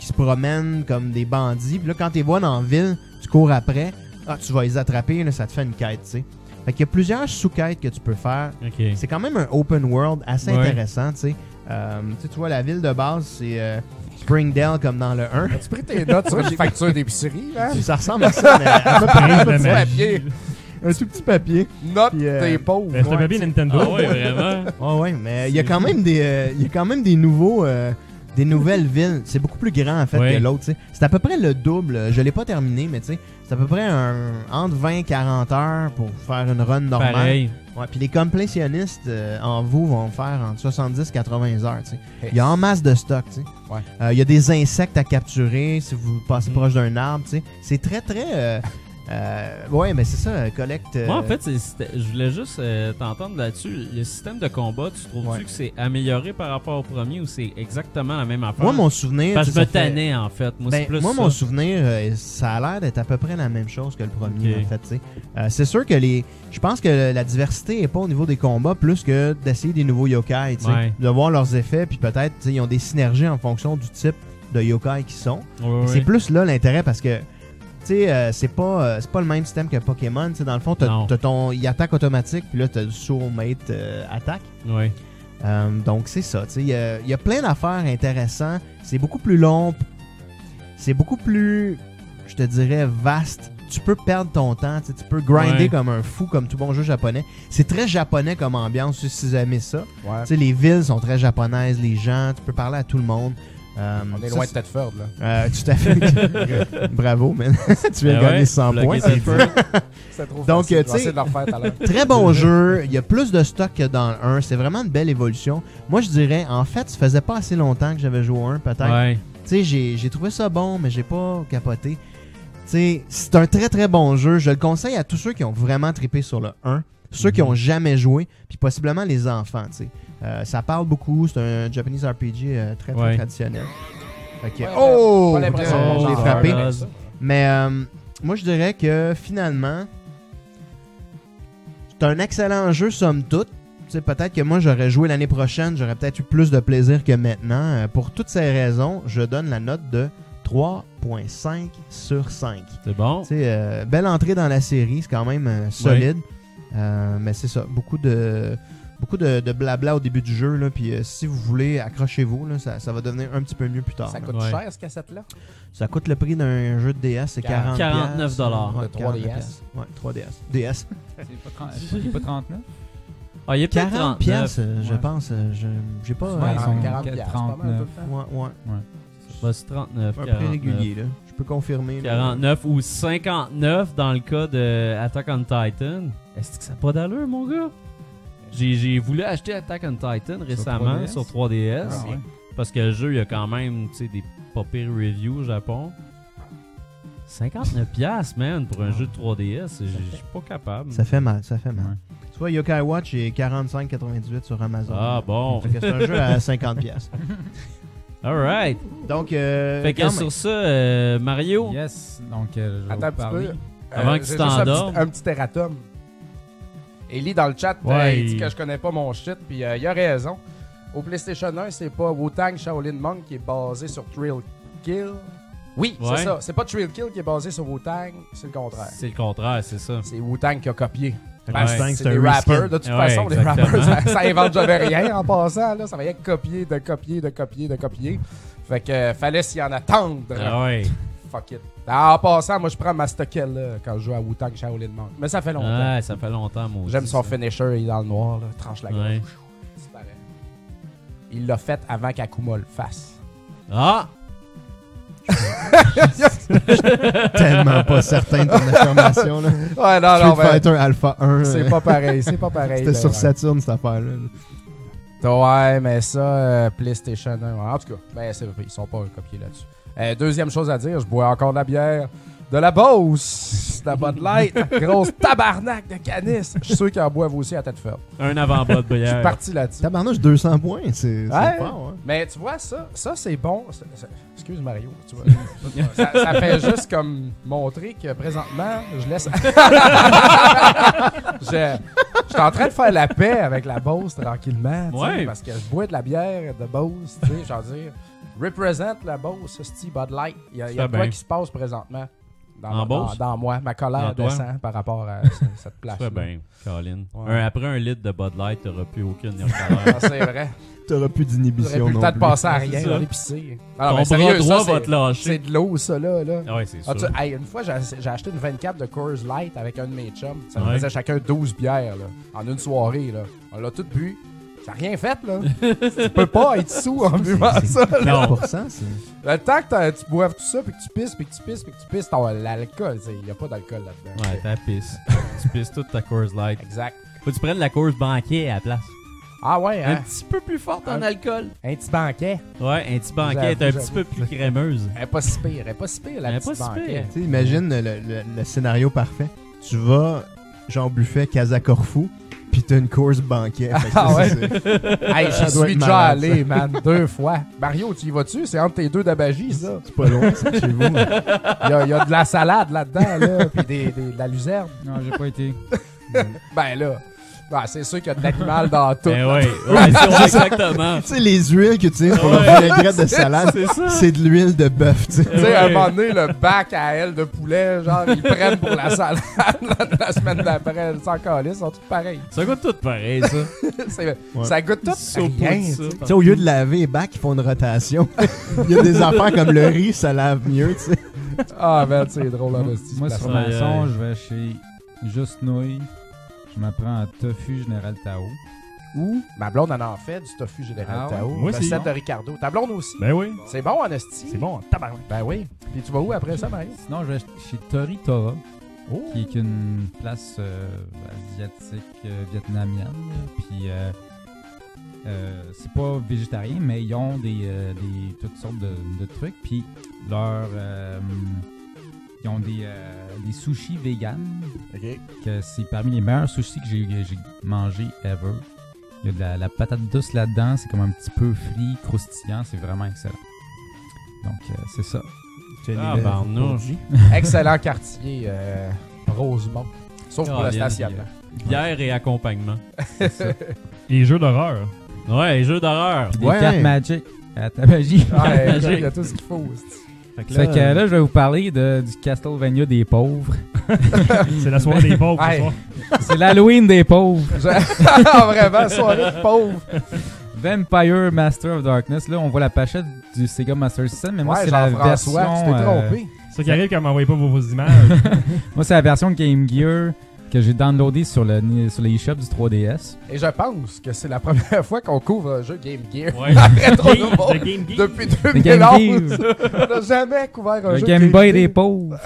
Speaker 4: qui se promènent comme des bandits. Puis là, quand t'es vois dans la ville, tu cours après. Ah, tu vas les attraper. Là, ça te fait une quête, tu sais. Fait qu'il y a plusieurs sous-quêtes que tu peux faire.
Speaker 3: Ok. Ben,
Speaker 4: C'est quand même un open world assez
Speaker 3: Ouais.
Speaker 4: intéressant, tu sais. Euh, tu sais, tu vois, la ville de base, c'est euh, Springdale comme dans le 1.
Speaker 2: As-tu pris tes notes sur une facture d'épicerie, là?
Speaker 4: ça ressemble à ça, mais à peu près.
Speaker 1: Rien de
Speaker 2: petit
Speaker 1: magie.
Speaker 2: papier.
Speaker 4: un tout petit papier.
Speaker 2: Note
Speaker 4: Puis, euh,
Speaker 2: tes pauvres.
Speaker 1: Ben, C'est un papier Nintendo.
Speaker 3: Ah ouais, vraiment?
Speaker 4: Ouais, ouais, mais il y a quand même des, euh, il y a quand même des nouveaux, euh, des nouvelles villes. C'est beaucoup plus grand en fait
Speaker 3: Ouais.
Speaker 4: que l'autre. tu sais. C'est à peu près le double. Je l'ai pas terminé, mais tu sais, c'est à peu près un, entre 20 et 40 heures pour faire une run normale.
Speaker 3: Pareil.
Speaker 4: Ouais, puis les complétionnistes euh, en vous vont faire entre 70 et 80 heures. tu sais. Il y a en masse de stock. tu sais. Euh,
Speaker 2: Ouais.
Speaker 4: Il y a des insectes à capturer si vous passez
Speaker 3: Mm.
Speaker 4: proche d'un arbre. tu sais. C'est très très. euh, euh, ouais, mais c'est ça, euh, collecte. euh,
Speaker 3: Moi, en fait, c'est- c'était- je voulais juste euh, t'entendre là-dessus. Le système de combat, tu trouves-tu
Speaker 4: Ouais.
Speaker 3: que c'est amélioré par rapport au premier ou c'est exactement la même affaire?
Speaker 4: moi, mon souvenir.
Speaker 3: Parce que
Speaker 4: tu
Speaker 3: je
Speaker 4: sais,
Speaker 3: me
Speaker 4: ça fait-
Speaker 3: tannais, en fait. Moi,
Speaker 4: Ben,
Speaker 3: c'est plus
Speaker 4: moi,
Speaker 3: ça.
Speaker 4: mon souvenir, euh, ça a l'air d'être à peu près la même chose que le premier,
Speaker 3: Ok.
Speaker 4: en fait. tu sais. Euh, c'est sûr que les. Je pense que la diversité est pas au niveau des combats plus que d'essayer des nouveaux yokai, tu sais.
Speaker 3: Ouais.
Speaker 4: de voir leurs effets, puis peut-être, tu sais, ils ont des synergies en fonction du type de yokai qu'ils sont.
Speaker 3: Ouais, ouais.
Speaker 4: C'est plus là l'intérêt parce que. Tu sais, euh, c'est pas, euh, c'est pas le même système que Pokémon. tu sais. Dans le fond, t'as-
Speaker 3: Non.
Speaker 4: t'as ton. Il attaque automatique, puis là, t'as le soulmate euh, attaque.
Speaker 3: Ouais.
Speaker 4: Euh, donc c'est ça, tu sais, il y a- il y, a plein d'affaires intéressantes, c'est beaucoup plus long, c'est beaucoup plus, je te dirais, vaste. Tu peux perdre ton temps, tu sais, tu peux grinder
Speaker 3: Ouais.
Speaker 4: comme un fou, comme tout bon jeu japonais. C'est très japonais comme ambiance, si vous aimez ça.
Speaker 2: Ouais.
Speaker 4: Tu sais, les villes sont très japonaises, les gens, tu peux parler à tout le monde. Euh,
Speaker 2: On est
Speaker 4: ça,
Speaker 2: loin de
Speaker 4: c'est-
Speaker 2: Tedford, là.
Speaker 4: Euh, tout à fait. Bravo, man. tu viens de
Speaker 3: Ben
Speaker 4: gagner
Speaker 3: ouais,
Speaker 4: 100
Speaker 3: bloquer
Speaker 4: points.
Speaker 3: tes feux.
Speaker 2: C'est trop
Speaker 4: Donc,
Speaker 2: facile.
Speaker 4: euh,
Speaker 2: Je vais
Speaker 4: tu sais-
Speaker 2: essayer de le refaire tout à l'heure.
Speaker 4: Très bon jeu. Il y a plus de stock que dans le 1. C'est vraiment une belle évolution. Moi, je dirais, en fait, ça faisait pas assez longtemps que j'avais joué au 1, peut-être.
Speaker 3: Ouais.
Speaker 4: Tu sais, j'ai j'ai trouvé ça bon, mais j'ai pas capoté. Tu sais, c'est un très très bon jeu. Je le conseille à tous ceux qui ont vraiment trippé sur le 1, ceux qui
Speaker 3: Mhm.
Speaker 4: ont jamais joué, puis possiblement les enfants, tu sais. Euh, ça parle beaucoup, c'est un Japanese RPG euh, très très
Speaker 3: Ouais.
Speaker 4: traditionnel. Fait que-
Speaker 2: Ouais,
Speaker 4: oh!
Speaker 2: pas l'impression
Speaker 4: Oh,
Speaker 2: que
Speaker 4: je
Speaker 2: j'en
Speaker 4: l'ai
Speaker 2: ai
Speaker 4: frappé.
Speaker 2: un, là.
Speaker 4: Mais euh, moi, je dirais que finalement, c'est un excellent jeu, somme toute. Tu sais, peut-être que moi, j'aurais joué l'année prochaine, j'aurais peut-être eu plus de plaisir que maintenant. Euh, Pour toutes ces raisons, je donne la note de 3.5 sur 5.
Speaker 3: C'est bon.
Speaker 4: Tu sais, euh, belle entrée dans la série, c'est quand même euh, solide. Euh, mais c'est ça, beaucoup de beaucoup de, de blabla au début du jeu. Là, puis euh, si vous voulez, accrochez-vous, là, ça, ça va devenir un petit peu mieux plus tard.
Speaker 2: Ça
Speaker 4: là.
Speaker 2: coûte
Speaker 3: Ouais.
Speaker 2: cher, ce cassette-là?
Speaker 4: Ça coûte le prix d'un jeu de DS, c'est 40
Speaker 3: 49 dollars.
Speaker 4: Ouais,
Speaker 2: De 3DS.
Speaker 4: 49. Ouais, 3DS. DS.
Speaker 6: C'est pas, 30 c'est pas 39?
Speaker 3: Ah, il est peut-être
Speaker 4: 40
Speaker 3: 39.
Speaker 4: pièces, euh, je
Speaker 6: ouais.
Speaker 4: pense. euh, je- J'ai pas...
Speaker 6: Ouais,
Speaker 4: euh,
Speaker 6: ils sont
Speaker 2: 40 piastres, c'est pas mal tout le
Speaker 6: 39.
Speaker 2: temps.
Speaker 4: ouais, ouais.
Speaker 3: Bah, c'est 39.
Speaker 4: Un
Speaker 3: 49.
Speaker 4: prix régulier, là. Je peux confirmer. là.
Speaker 3: 49 ou 59 dans le cas de Attack on Titan. Est-ce que ça n'a pas d'allure, mon gars? J'ai j'ai voulu acheter Attack on Titan récemment
Speaker 6: 3DS?
Speaker 3: sur 3DS,
Speaker 6: Ah, ouais.
Speaker 3: parce que le jeu, il y a quand même tu sais, des pas pires reviews au Japon. 59 piastres, man, pour un jeu de 3DS, je je suis pas capable.
Speaker 4: Ça fait mal, ça fait mal.
Speaker 6: Ouais.
Speaker 4: Tu vois, Yokai Watch est 45,98 sur Amazon.
Speaker 3: Ah bon.
Speaker 4: Fait que c'est un jeu à 50 pièces.
Speaker 3: Alright.
Speaker 4: Donc, euh,
Speaker 3: Fait que
Speaker 4: quand
Speaker 3: sur ça, euh, Mario,
Speaker 6: Yes, donc euh, je vais
Speaker 2: Attends un
Speaker 6: vous
Speaker 2: petit
Speaker 6: parler.
Speaker 2: peu.
Speaker 3: Avant
Speaker 2: Euh,
Speaker 3: que tu
Speaker 2: j'ai juste un
Speaker 3: t'endormes.
Speaker 2: petit- Un petit erratum. Ellie dans le chat, euh,
Speaker 1: Ouais.
Speaker 2: il dit que je connais pas mon shit, puis euh, il a raison. Au PlayStation 1, c'est pas Wu-Tang Shaolin Monk qui est basé sur Thrill Kill. Oui,
Speaker 3: Ouais.
Speaker 2: c'est ça. C'est pas Trill Kill qui est basé sur Wu-Tang, c'est le contraire.
Speaker 3: C'est le contraire, c'est ça.
Speaker 2: C'est Wu-Tang qui a copié. Ben,
Speaker 4: Fait que
Speaker 3: Ouais,
Speaker 4: Mustang,
Speaker 2: c'est
Speaker 4: un
Speaker 2: des
Speaker 4: reskin.
Speaker 2: rappers. De toute
Speaker 3: Ouais,
Speaker 2: façon, les
Speaker 3: exactement.
Speaker 2: rappers, ça, ça invente jamais rien en passant. Là. Ça va être copier, de copier, de copier, de copier. Fait que euh, fallait s'y en attendre.
Speaker 3: Ah ouais.
Speaker 2: Fuck it. Ben, En passant, moi, je prends ma stockelle là, quand je joue à Wu-Tang Shaolin Monk. Mais ça fait longtemps.
Speaker 3: Ah, ça fait longtemps, moi.
Speaker 2: J'aime son finisher, il est dans le noir, là, tranche la gorge.
Speaker 3: Ouais.
Speaker 2: Disparaît. Il l'a fait avant qu'Akuma le fasse.
Speaker 3: Ah!
Speaker 4: Tellement pas certain de ton affirmation. Là.
Speaker 2: Ouais, non,
Speaker 4: Street
Speaker 2: non, ben,
Speaker 4: Fighter Alpha 1.
Speaker 2: c'est
Speaker 4: euh,
Speaker 2: pas pareil, c'est pas pareil.
Speaker 4: C'était
Speaker 2: ben,
Speaker 4: sur
Speaker 2: ouais.
Speaker 4: Saturn, cette affaire-là.
Speaker 2: Ouais, mais ça, euh, PlayStation 1. ouais. En tout cas, ben, c'est- ils sont pas copiés là-dessus. Euh, deuxième chose à dire, je bois encore de la bière. De la Beauce, de la Bud Light, grosse tabarnak de canis. Je suis sûr qu'ils en boivent aussi à tête ferme.
Speaker 3: Un avant-bras de
Speaker 2: Je suis
Speaker 3: bière.
Speaker 2: parti là-dessus.
Speaker 4: Tabarnouche, 200 points, c'est hein. c'est
Speaker 2: Ouais.
Speaker 4: fort, ouais.
Speaker 2: Mais tu vois, ça, ça c'est bon. Ça- ça- excuse Mario, tu vois. ça, ça fait juste comme montrer que présentement, je laisse. je, je suis en train de faire la paix avec la Beauce tranquillement. tu sais,
Speaker 3: Ouais.
Speaker 2: Parce que je bois de la bière de Beauce. Tu sais, je veux dire, represent la Beauce, style Bud Light. Il y a, il y a
Speaker 3: Ça
Speaker 2: de quoi
Speaker 3: bien.
Speaker 2: qui se passe présentement. Dans,
Speaker 3: En
Speaker 2: ma- dans,
Speaker 3: Beauce?
Speaker 2: dans moi, ma
Speaker 3: Dans
Speaker 2: colère
Speaker 3: toi?
Speaker 2: descend par rapport à ce- cette place.
Speaker 3: Très bien, ben, Colin.
Speaker 2: Ouais.
Speaker 3: Un- après un litre de Bud Light, t'auras plus aucune irritabilité.
Speaker 2: Ah, C'est vrai.
Speaker 4: T'auras plus
Speaker 2: J'aurais
Speaker 4: d'inhibition.
Speaker 2: plus le
Speaker 4: non
Speaker 2: temps de
Speaker 4: plus.
Speaker 2: passer à rien
Speaker 3: C'est ça.
Speaker 2: dans l'épicerie.
Speaker 3: Ton
Speaker 2: Alors, mais
Speaker 3: bras
Speaker 2: Ah, ben, sérieux,
Speaker 3: droit
Speaker 2: ça,
Speaker 3: va
Speaker 2: c'est-
Speaker 3: te lâcher.
Speaker 2: C'est de l'eau, ça, là. là.
Speaker 3: Ah ouais, c'est
Speaker 2: Ah,
Speaker 3: sûr.
Speaker 2: tu- hey, une fois, j'ai j'ai acheté une 24 de Coors Light avec un de mes chums. Ça
Speaker 3: Ouais.
Speaker 2: me faisait chacun 12 bières, là, en une soirée, là. On l'a tout bu. Ça n'a rien fait, là. tu peux pas être sous en buvant
Speaker 4: c'est-
Speaker 2: ça, là.
Speaker 4: 4%, c'est...
Speaker 2: Le temps que t'as- tu boives tout ça, puis que tu pisses, puis que tu pisses, puis que tu pisses, t'as l'alcool, tu sais. Il n'y a pas d'alcool là-dedans.
Speaker 3: Ouais, t'as pisse. tu pisses toute ta course light.
Speaker 2: Exact.
Speaker 3: Faut que tu prennes la course banquet à la place.
Speaker 2: Ah ouais,
Speaker 3: Un
Speaker 2: hein?
Speaker 3: petit peu plus forte en
Speaker 2: Un-
Speaker 3: alcool.
Speaker 2: Un petit banquet.
Speaker 3: Ouais, un petit banquet est un
Speaker 2: J'avoue,
Speaker 3: petit
Speaker 2: j'avoue.
Speaker 3: peu plus crémeuse.
Speaker 2: Elle est pas si pire, elle est pas si pire, la
Speaker 3: Elle est
Speaker 2: petite
Speaker 3: pas si
Speaker 2: banquet.
Speaker 3: pire.
Speaker 4: Tu sais, imagine le, le- le scénario parfait. Tu vas, genre, buffet Casa Corfou, pis t'as une course banquet. Fait que
Speaker 2: Ah
Speaker 4: ça,
Speaker 2: ouais?
Speaker 4: c'est-
Speaker 2: Hey,
Speaker 4: Ça
Speaker 2: je
Speaker 4: doit
Speaker 2: suis
Speaker 4: être
Speaker 2: déjà
Speaker 4: malade,
Speaker 2: allé, man, deux fois. Mario, tu y vas-tu? C'est entre tes deux d'abagis, ça.
Speaker 4: C'est pas loin, c'est chez vous.
Speaker 2: Il y, a- il y a de la salade là-dedans, là, puis des, des- de la luzerne.
Speaker 6: Non, j'ai pas été.
Speaker 2: Ben là, ben, c'est sûr qu'il y a de l'animal dans tout.
Speaker 3: Ben ouais, ouais, c'est ouais, exactement.
Speaker 4: Tu sais, les huiles que tu utilises pour
Speaker 3: Ouais.
Speaker 4: la vinaigrette de salade,
Speaker 3: C'est ça.
Speaker 4: c'est de l'huile de bœuf, tu sais.
Speaker 2: Tu sais, à un
Speaker 3: Ouais.
Speaker 2: moment donné, le bac à elle de poulet, genre, ils prennent pour la salade la, la semaine d'après. Sans calice, ils sont tous pareils.
Speaker 3: Ça goûte tout pareil, ça.
Speaker 2: C'est- Ça goûte tout
Speaker 3: Saupoudre
Speaker 2: rien.
Speaker 3: ça.
Speaker 4: Tu sais, au lieu de laver les bacs, ils font une rotation. Il y a des affaires comme le riz, ça lave mieux, tu sais.
Speaker 2: Ah, ben, c'est drôle, là, c'est
Speaker 6: Moi,
Speaker 2: c'est
Speaker 6: sur
Speaker 3: place.
Speaker 6: ma
Speaker 3: Aïe,
Speaker 6: son,
Speaker 3: aïe.
Speaker 6: je vais chez Juste Nouilles. Je m'apprends à Tofu Général Tao.
Speaker 2: Ou, ma blonde en a fait du tofu général
Speaker 6: Ah ouais?
Speaker 2: Tao.
Speaker 1: Moi, c'est
Speaker 2: Recette
Speaker 1: bon.
Speaker 2: de Ricardo. Ta blonde aussi.
Speaker 1: Ben oui,
Speaker 2: C'est bon, en esti.
Speaker 1: c'est bon, en tabarnak.
Speaker 2: Ben oui. Puis tu vas où après ça, Mario?
Speaker 6: Sinon, je vais chez Tori Tora,
Speaker 2: Oh.
Speaker 6: qui est une place euh, asiatique euh, vietnamienne. Puis, euh, euh, c'est pas végétarien, mais ils ont des, euh, des- toutes sortes de, de trucs. Puis, leur. euh, ils ont des, euh, des sushis véganes.
Speaker 2: OK.
Speaker 6: que c'est parmi les meilleurs sushis que j'ai j'ai mangé ever. Il y a de la, la patate douce là-dedans, c'est comme un petit peu frit, croustillant, c'est vraiment excellent. Donc euh, c'est ça.
Speaker 3: Ah, barnouche.
Speaker 2: Excellent quartier, euh, Rosemont. Sauf pour
Speaker 3: Ah,
Speaker 2: le
Speaker 3: bien,
Speaker 2: stationnement.
Speaker 3: Bière et accompagnement.
Speaker 1: Les jeux d'horreur.
Speaker 3: Ouais, les jeux d'horreur.
Speaker 6: Puis Des
Speaker 4: Ouais.
Speaker 6: cartes Magic à Tabagie.
Speaker 2: Ouais,
Speaker 3: Magique.
Speaker 2: il y a tout ce qu'il faut.
Speaker 6: Fait que euh, là, je vais vous parler de, du Castlevania des pauvres.
Speaker 1: C'est la soirée des pauvres ce
Speaker 2: Hey.
Speaker 1: soir.
Speaker 6: C'est l'Halloween des pauvres.
Speaker 2: Je- Ah, Vraiment, soirée de pauvre.
Speaker 6: Vampire Master of Darkness. Là, on voit la pachette du Sega Master System, mais moi,
Speaker 2: ouais,
Speaker 6: c'est la version.
Speaker 2: Jean-François, tu t'es
Speaker 6: euh,
Speaker 2: trompé.
Speaker 1: Ce qui arrive quand vous m'envoyez pas vos, vos images.
Speaker 6: moi, c'est la version Game Gear que j'ai downloadée sur le sur les eShop du 3DS.
Speaker 2: Et je pense que c'est la première fois qu'on couvre un jeu Game Gear.
Speaker 3: Ouais.
Speaker 2: Après trop
Speaker 1: Game-
Speaker 2: nouveau.
Speaker 1: The Game Geek.
Speaker 2: Depuis
Speaker 6: Le Game
Speaker 2: 2011.
Speaker 6: Gear.
Speaker 2: On n'a jamais couvert un
Speaker 6: Le
Speaker 2: jeu
Speaker 6: Game Boy des
Speaker 2: Gear.
Speaker 6: pauvres.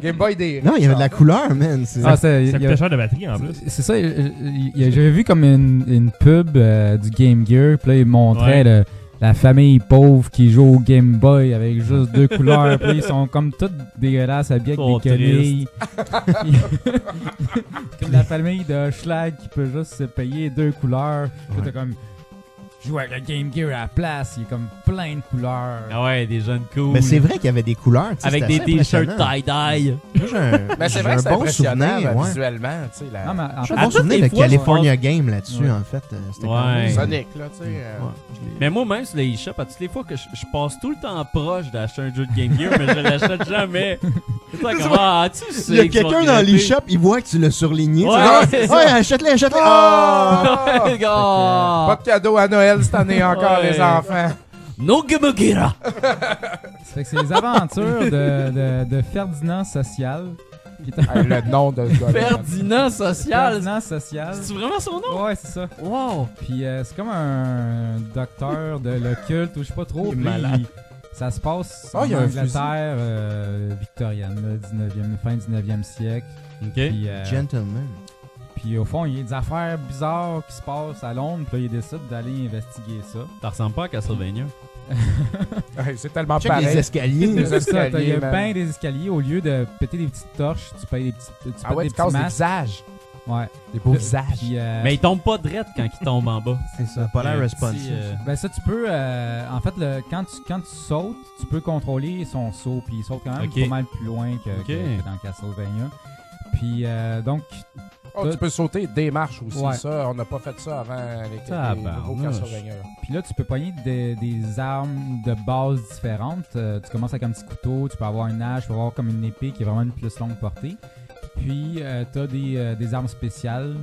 Speaker 2: Game Boy des
Speaker 4: Non, il y avait de la couleur, man. c'est-
Speaker 6: Ah, c'est,
Speaker 1: Ça
Speaker 6: il y a-
Speaker 1: coûtait cher de batterie en plus.
Speaker 6: c'est ça, il- il- il- j'avais vu comme une, une pub euh, du Game Gear, puis là, ils
Speaker 3: Ouais.
Speaker 6: montraient le- la famille pauvre qui joue au Game Boy avec juste deux couleurs, puis là, ils sont comme toutes dégueulasses, habillés
Speaker 3: Sont
Speaker 6: avec des quenilles. comme la famille de Schlag qui peut juste se payer deux couleurs. Puis là,
Speaker 1: Ouais.
Speaker 6: t'as comme... joue avec le Game Gear à la place. Il y a comme plein de couleurs.
Speaker 3: Ah ouais, des jeunes cool.
Speaker 4: Mais c'est vrai qu'il y avait des couleurs. tu sais,
Speaker 3: Avec
Speaker 4: c'était
Speaker 3: des
Speaker 4: assez
Speaker 3: t-shirts
Speaker 4: impressionnant.
Speaker 3: tie-dye.
Speaker 4: Moi, j'ai un,
Speaker 2: Mais c'est
Speaker 4: j'ai
Speaker 2: vrai
Speaker 4: un
Speaker 2: que c'est
Speaker 4: bon
Speaker 2: impressionnant
Speaker 4: souvenir.
Speaker 2: euh,
Speaker 4: ouais.
Speaker 2: visuellement. tu sais, la-
Speaker 6: Non, mais en-
Speaker 4: J'ai
Speaker 6: en-
Speaker 4: un bon
Speaker 3: toutes les
Speaker 4: souvenir de
Speaker 3: fois, je
Speaker 4: California Game là-dessus,
Speaker 6: Ouais.
Speaker 4: en fait. Euh, C'était quand
Speaker 3: Ouais.
Speaker 4: même-
Speaker 2: Sonic, là, tu sais. euh,
Speaker 4: Ouais, je l'ai-
Speaker 3: Mais moi, même sur les eShop, à toutes les fois que je, je passe tout le temps proche d'acheter un jeu de Game Gear, mais je l'achète jamais. C'est toi comment ah, tu sais
Speaker 4: Il y a
Speaker 3: que tu vas
Speaker 4: quelqu'un dans
Speaker 3: regretter.
Speaker 4: l'e-shop, il voit que tu l'as surligné.
Speaker 3: Ouais,
Speaker 4: tu vois,
Speaker 3: c'est ça.
Speaker 4: ouais, achète-le, achète-le. Ah!
Speaker 2: Ah!
Speaker 3: Ouais, gars.
Speaker 4: euh,
Speaker 2: Pas de cadeau à Noël cette année encore,
Speaker 3: Ouais.
Speaker 2: les enfants.
Speaker 3: No Game Gear.
Speaker 6: Ça fait que c'est les aventures de, de, de Ferdinand Social. Qui est un
Speaker 2: Hey, le nom de ce gars-là.
Speaker 3: Ferdinand Social.
Speaker 6: Ferdinand Social.
Speaker 3: C'est vraiment son nom?
Speaker 2: Oh!
Speaker 6: Ouais, c'est ça.
Speaker 3: Wow.
Speaker 6: Puis euh, c'est comme un docteur de l'occulte ou je sais pas trop.
Speaker 3: Il est
Speaker 6: puis
Speaker 3: malade.
Speaker 6: il- ça se passe
Speaker 2: Ah,
Speaker 6: en
Speaker 2: il y a un
Speaker 6: Angleterre
Speaker 2: fusil.
Speaker 6: euh, victorienne, là, 19e, fin 19e siècle.
Speaker 3: Ok.
Speaker 6: Puis, euh,
Speaker 4: Gentleman.
Speaker 6: puis au fond, il y a des affaires bizarres qui se passent à Londres. Puis là, il décide d'aller investiguer ça.
Speaker 3: T'as ressemble pas à Castlevania.
Speaker 2: Hey, C'est tellement
Speaker 4: Check les
Speaker 2: pareil.
Speaker 4: escaliers.
Speaker 2: Les
Speaker 6: C'est ça, t'as- il y a
Speaker 2: escaliers, man.
Speaker 6: bien des escaliers. Au lieu de péter des petites torches, tu payes des petits, tu pètes
Speaker 2: Ah ouais,
Speaker 6: des
Speaker 2: tu casses
Speaker 6: petits
Speaker 2: des
Speaker 6: masques.
Speaker 2: visages.
Speaker 6: Ouais.
Speaker 2: Des beaux visages.
Speaker 6: Puis, euh,
Speaker 3: Mais il tombe pas drette quand il tombe en bas.
Speaker 6: c'est ça.
Speaker 4: Pas l'air
Speaker 3: Euh,
Speaker 4: responsive.
Speaker 3: petit, euh,
Speaker 6: Ben ça, tu peux... euh, en fait, le, quand, tu, quand tu sautes, tu peux contrôler son saut. Puis il saute quand même
Speaker 3: Ok.
Speaker 6: pas mal plus loin que,
Speaker 3: Ok.
Speaker 6: que- que dans Castlevania. Puis euh, donc,
Speaker 2: Oh, tu peux sauter des marches aussi,
Speaker 6: Ouais.
Speaker 2: ça. On n'a pas fait ça avant les, les nouveaux
Speaker 3: Tabarnouche.
Speaker 2: Castlevania.
Speaker 6: puis là, tu peux pogner des, des armes de base différentes. Euh, tu commences avec un petit couteau, tu peux avoir une hache, tu peux avoir comme une épée qui est vraiment une plus longue portée. Puis euh, t'as des, euh, des armes spéciales,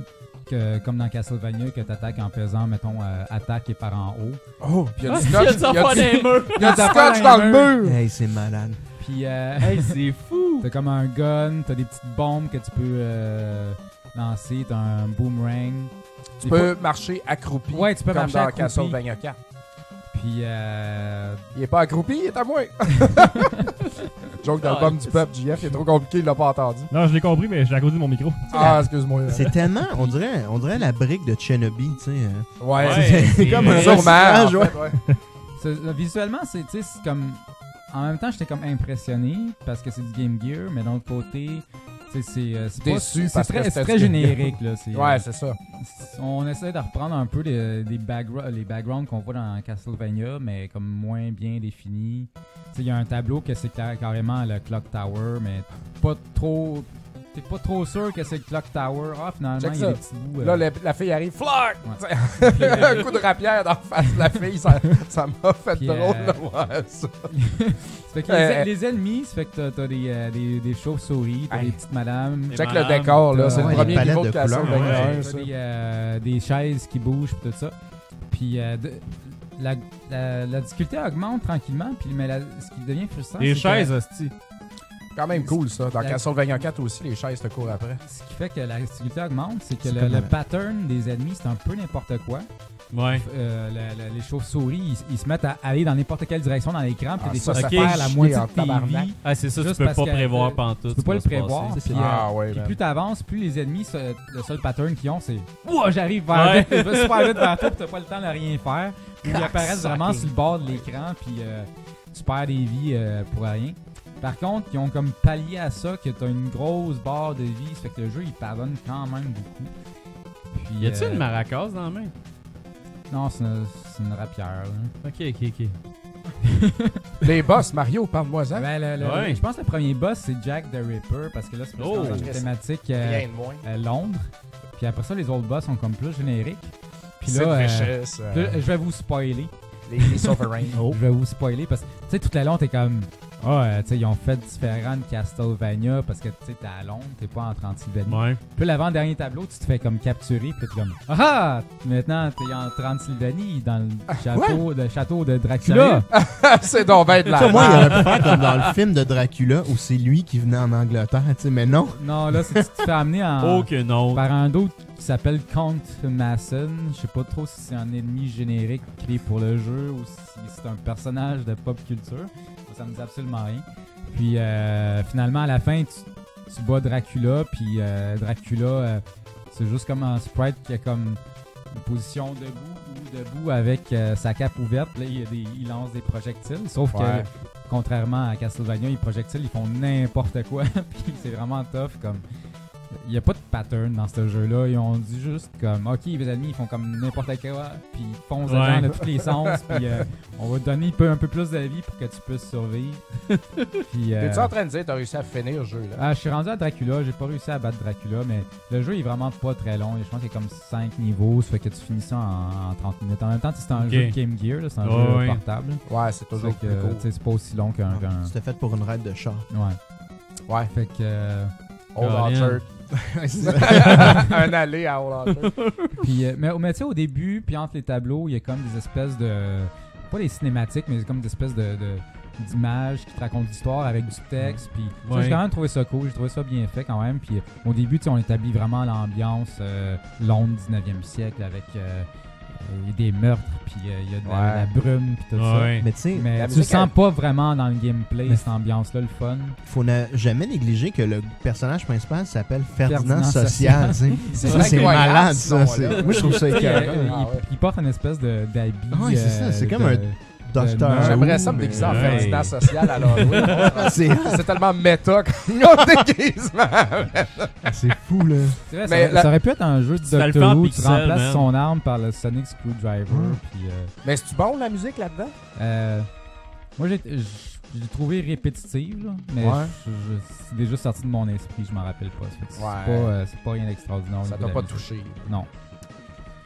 Speaker 6: que, comme dans Castlevania, que t'attaques en faisant, mettons, euh, attaque et par en haut.
Speaker 2: Oh, puis il y a
Speaker 3: Ah,
Speaker 2: du
Speaker 3: il y a
Speaker 2: scotch,
Speaker 3: du
Speaker 2: il y a
Speaker 3: enfant
Speaker 2: du-
Speaker 3: des murs.
Speaker 2: il y a du scotch dans le mur.
Speaker 4: Hey, c'est malade.
Speaker 6: Puis... euh,
Speaker 3: Hey, c'est fou.
Speaker 6: T'as comme un gun, t'as des petites bombes que tu peux euh, lancer, t'as un boomerang.
Speaker 2: Tu peux marcher accroupi.
Speaker 6: Ouais, tu peux
Speaker 2: comme
Speaker 6: marcher
Speaker 2: dans
Speaker 6: accroupi.
Speaker 2: Castlevania 4.
Speaker 6: Puis euh,
Speaker 2: Il est pas accroupi, il est à moi. Joke d'album du peuple, JF, il est trop compliqué, il l'a pas entendu.
Speaker 1: Non, je l'ai compris, mais je l'ai à côté de mon micro.
Speaker 2: Ah, excuse-moi.
Speaker 4: C'est tellement, on dirait, on dirait la brique de Chernobyl, tu sais. euh.
Speaker 2: Ouais,
Speaker 3: Ouais, c'est
Speaker 4: comme
Speaker 3: vrai.
Speaker 4: un
Speaker 2: sûrement. en
Speaker 4: recyclage,
Speaker 2: fait,
Speaker 4: ouais.
Speaker 2: ouais.
Speaker 6: c'est- euh, visuellement, c'est tu sais, c'est comme. En même temps, j'étais comme impressionné parce que c'est du Game Gear, mais d'un autre côté, tu sais, c'est euh, c'est pas-
Speaker 2: Déçu
Speaker 6: c'est
Speaker 2: parce que
Speaker 6: très, c'est
Speaker 2: c'était
Speaker 6: très
Speaker 2: du Game Gear.
Speaker 6: générique. Là, c'est, euh,
Speaker 2: Ouais, c'est ça.
Speaker 6: c'est- on essaie de reprendre un peu les, les, backgra- les backgrounds qu'on voit dans Castlevania, mais comme moins bien définis. Tu sais, Il y a un tableau que c'est car- carrément le Clock Tower, mais pas trop. T'es pas trop sûr que c'est le Clock Tower. Ah, finalement,
Speaker 2: Check
Speaker 6: il y a
Speaker 2: ça.
Speaker 6: des petits bouts. euh,
Speaker 2: Là, la, la fille arrive, Fleur!
Speaker 6: Ouais.
Speaker 2: un coup de rapière dans la face de la fille, ça ça m'a fait
Speaker 6: Puis,
Speaker 2: drôle
Speaker 6: euh,
Speaker 2: de voir ça.
Speaker 6: Ça fait que les,
Speaker 2: Euh,
Speaker 6: les ennemis, ça fait que t'as- t'as des, euh, des, des chauves-souris, t'as
Speaker 2: Hey.
Speaker 6: des petites madames,
Speaker 3: C'est
Speaker 2: Check le
Speaker 3: malade.
Speaker 2: décor, là. C'est
Speaker 6: Ouais,
Speaker 2: le
Speaker 6: les
Speaker 2: premier
Speaker 4: palettes
Speaker 2: niveau
Speaker 4: de
Speaker 2: de
Speaker 4: couleurs,
Speaker 2: Castlevania
Speaker 6: t'as
Speaker 2: 1, ça.
Speaker 6: des, euh, des chaises qui bougent, pis tout ça. Puis euh, de- la, la, la difficulté augmente tranquillement, puis mais la- ce qui devient frustrant,
Speaker 3: Les
Speaker 6: c'est
Speaker 3: chaises, hostie.
Speaker 2: Quand même cool, ça. Dans
Speaker 6: La-
Speaker 2: Castlevania 4 aussi, les chaises te courent après.
Speaker 6: que ce qui fait que la difficulté augmente, c'est que
Speaker 4: C'est
Speaker 6: le,
Speaker 4: comme
Speaker 6: le
Speaker 4: la-
Speaker 6: pattern des ennemis, c'est un peu n'importe quoi.
Speaker 3: Ouais.
Speaker 6: Euh, la- la- les chauves-souris, ils, ils se mettent à aller dans n'importe quelle direction dans l'écran, puis
Speaker 2: Ah,
Speaker 6: des
Speaker 2: ça,
Speaker 6: fois,
Speaker 3: ça
Speaker 6: tu
Speaker 3: fait
Speaker 6: perds la
Speaker 2: chier
Speaker 6: moitié
Speaker 2: en
Speaker 6: de tes
Speaker 2: tabarnak.
Speaker 6: vies.
Speaker 3: Ah, c'est ça,
Speaker 6: Juste
Speaker 3: tu peux
Speaker 6: parce
Speaker 3: pas
Speaker 6: que,
Speaker 3: prévoir
Speaker 6: euh,
Speaker 3: pantoute.
Speaker 6: tu peux pas le
Speaker 3: ce qui va se
Speaker 6: prévoir,
Speaker 3: passer.
Speaker 6: puis, euh,
Speaker 2: Ah ouais,
Speaker 6: Puis
Speaker 2: man.
Speaker 6: plus t'avances, plus les ennemis, se- le seul pattern qu'ils ont, c'est Ouah, j'arrive vers
Speaker 3: Ouais.
Speaker 6: vite, je vais super vite vers toi, puis t'as pas le temps de rien faire. Puis ils
Speaker 4: Cock
Speaker 6: apparaissent vraiment
Speaker 4: sucking.
Speaker 6: sur le bord de l'écran, puis euh, tu perds des vies euh, pour rien. Par contre, ils ont comme pallié à ça que t'as une grosse barre de vie, ça fait que le jeu il pardonne quand même beaucoup. Puis,
Speaker 3: Y a-tu
Speaker 6: euh,
Speaker 3: une maracas dans la main?
Speaker 6: Non, c'est une, c'est une rapière. là.
Speaker 3: Ok, ok, ok.
Speaker 2: Les boss, Mario, parle-moi-en.
Speaker 6: Ben, le- le-
Speaker 3: Ouais.
Speaker 6: Je pense que le premier boss c'est Jack the Ripper parce que là c'est plus
Speaker 3: Oh.
Speaker 6: dans une thématique euh,
Speaker 2: de moins.
Speaker 6: à Londres. Puis après ça les autres boss sont comme plus génériques. Puis
Speaker 2: C'est de
Speaker 6: là, euh, Oh.
Speaker 2: richesse. euh,
Speaker 6: Là, je vais vous spoiler.
Speaker 2: les, les souverains.
Speaker 6: Je vais vous spoiler parce que, tu sais, toute la long, t'es comme. Ah, euh, tu sais, ils ont fait différentes Castlevania parce que, tu sais, t'es à Londres, t'es pas en Transylvanie.
Speaker 3: Ouais.
Speaker 6: Puis l'avant-dernier tableau, tu te fais comme capturer, puis t'es comme. Ah ah! Maintenant, t'es en Transylvanie, dans le château, le château de Dracula.
Speaker 2: c'est donc ben de
Speaker 4: Tu sais,
Speaker 2: la
Speaker 4: moi, il aurait pu faire comme dans le film de Dracula où c'est lui qui venait en Angleterre, tu sais, mais non.
Speaker 6: Non, là, c'est que tu te fais amener en.
Speaker 3: Oh que non.
Speaker 6: Par un d'autre qui s'appelle Count Masson. Je sais pas trop si c'est un ennemi générique créé pour le jeu ou si c'est un personnage de pop culture. Moi, Ça me dit absolument rien. Puis euh, finalement, à la fin, tu, tu bats Dracula. Puis euh, Dracula, euh, c'est juste comme un sprite qui a comme une position debout ou debout avec euh, sa cape ouverte. Là, il, y a des- il lance des projectiles. Sauf
Speaker 2: Ouais.
Speaker 6: que, contrairement à Castlevania, les projectiles, ils font n'importe quoi. puis c'est vraiment tough comme Il n'y a pas de pattern dans ce jeu-là. Ils ont dit juste comme, OK, les amis, ils font comme n'importe quoi, puis ils font
Speaker 3: Ouais.
Speaker 6: dans de tous les sens, puis euh, on va te donner un peu, un peu plus de vie pour que tu puisses survivre. puis, euh,
Speaker 2: T'es-tu en train de dire que t'as réussi à finir le jeu, là?
Speaker 6: ah, je suis rendu à Dracula, j'ai pas réussi à battre Dracula, mais le jeu est vraiment pas très long. Je pense qu'il y a comme 5 niveaux, ça fait que tu finis ça en, en 30 minutes. En même temps, tu sais, c'est un
Speaker 3: Ok.
Speaker 6: jeu de Game Gear, là, c'est un
Speaker 3: Ouais,
Speaker 6: jeu
Speaker 3: ouais.
Speaker 6: portable.
Speaker 2: Ouais, c'est toujours
Speaker 6: Fait que,
Speaker 2: plus cool.
Speaker 6: tu sais, c'est pas aussi long qu'un. qu'un-
Speaker 4: C'était fait pour une raid de char.
Speaker 6: Ouais.
Speaker 2: Ouais.
Speaker 6: Fait que. euh,
Speaker 2: Old
Speaker 3: Colin.
Speaker 2: Orchard. un aller à Old Orchard.
Speaker 6: puis, euh, mais mais tu sais, au début, puis entre les tableaux, il y a comme des espèces de. Pas des cinématiques, mais c'est comme des espèces de. de- d'images qui te racontent l'histoire avec du texte puis tu sais,
Speaker 3: Ouais.
Speaker 6: j'ai quand même trouvé ça cool j'ai trouvé ça bien fait quand même puis euh, au début tu sais, on établit vraiment l'ambiance euh, Londres 19e siècle avec euh, euh, des meurtres puis euh, il y a de la,
Speaker 2: Ouais.
Speaker 6: la brume puis tout
Speaker 3: Ouais.
Speaker 4: Mais tu sais,
Speaker 6: ça mais
Speaker 2: La
Speaker 6: tu le
Speaker 2: musique,
Speaker 6: sens
Speaker 2: elle-
Speaker 6: pas vraiment dans le gameplay
Speaker 4: Mais-
Speaker 6: cette ambiance là le fun
Speaker 4: faut ne jamais négliger que le personnage principal s'appelle Ferdinand
Speaker 6: Ferdinand
Speaker 4: Social. tu sais.
Speaker 2: C'est
Speaker 4: Ça, c'est
Speaker 2: incroyable,
Speaker 4: malade,
Speaker 2: ce
Speaker 4: ça.
Speaker 2: nom-là.
Speaker 4: c'est- Moi, je trouve ça
Speaker 6: il,
Speaker 4: écœurant.
Speaker 2: euh, Ah ouais.
Speaker 6: il porte une espèce de- d'habit
Speaker 4: Ah
Speaker 6: euh,
Speaker 4: Ouais, c'est ça, c'est comme un Docteur.
Speaker 2: J'aimerais
Speaker 4: Who,
Speaker 2: ça me
Speaker 4: mais-
Speaker 2: déguiser en
Speaker 3: Ouais.
Speaker 2: Ferdinand social à l'Halloween.
Speaker 4: C'est
Speaker 2: C'est tellement méta quand on déguisement.
Speaker 4: c'est fou, là.
Speaker 6: C'est vrai, ça,
Speaker 2: Mais
Speaker 6: aurait-
Speaker 2: la-
Speaker 6: ça aurait pu être un jeu de
Speaker 3: Tu fais le
Speaker 6: Doctor
Speaker 3: faire
Speaker 6: Who, tu
Speaker 3: pixel,
Speaker 6: remplaces
Speaker 3: man.
Speaker 6: son arme par le Sonic Screwdriver.
Speaker 2: Hmm.
Speaker 4: Mm.
Speaker 6: Puis, euh,
Speaker 2: Mais c'est-tu bon la musique là-dedans?
Speaker 6: euh, moi, j'ai- je je l'ai trouvé répétitive, là, mais
Speaker 2: Ouais.
Speaker 6: je- je- c'est déjà sorti de mon esprit, je m'en rappelle pas. Ça fait que C'est
Speaker 2: Ouais.
Speaker 6: pas, euh, c'est pas rien d'extraordinaire. au
Speaker 2: Ça
Speaker 6: niveau
Speaker 2: t'a
Speaker 6: de la
Speaker 2: pas
Speaker 6: musique.
Speaker 2: touché.
Speaker 6: Non.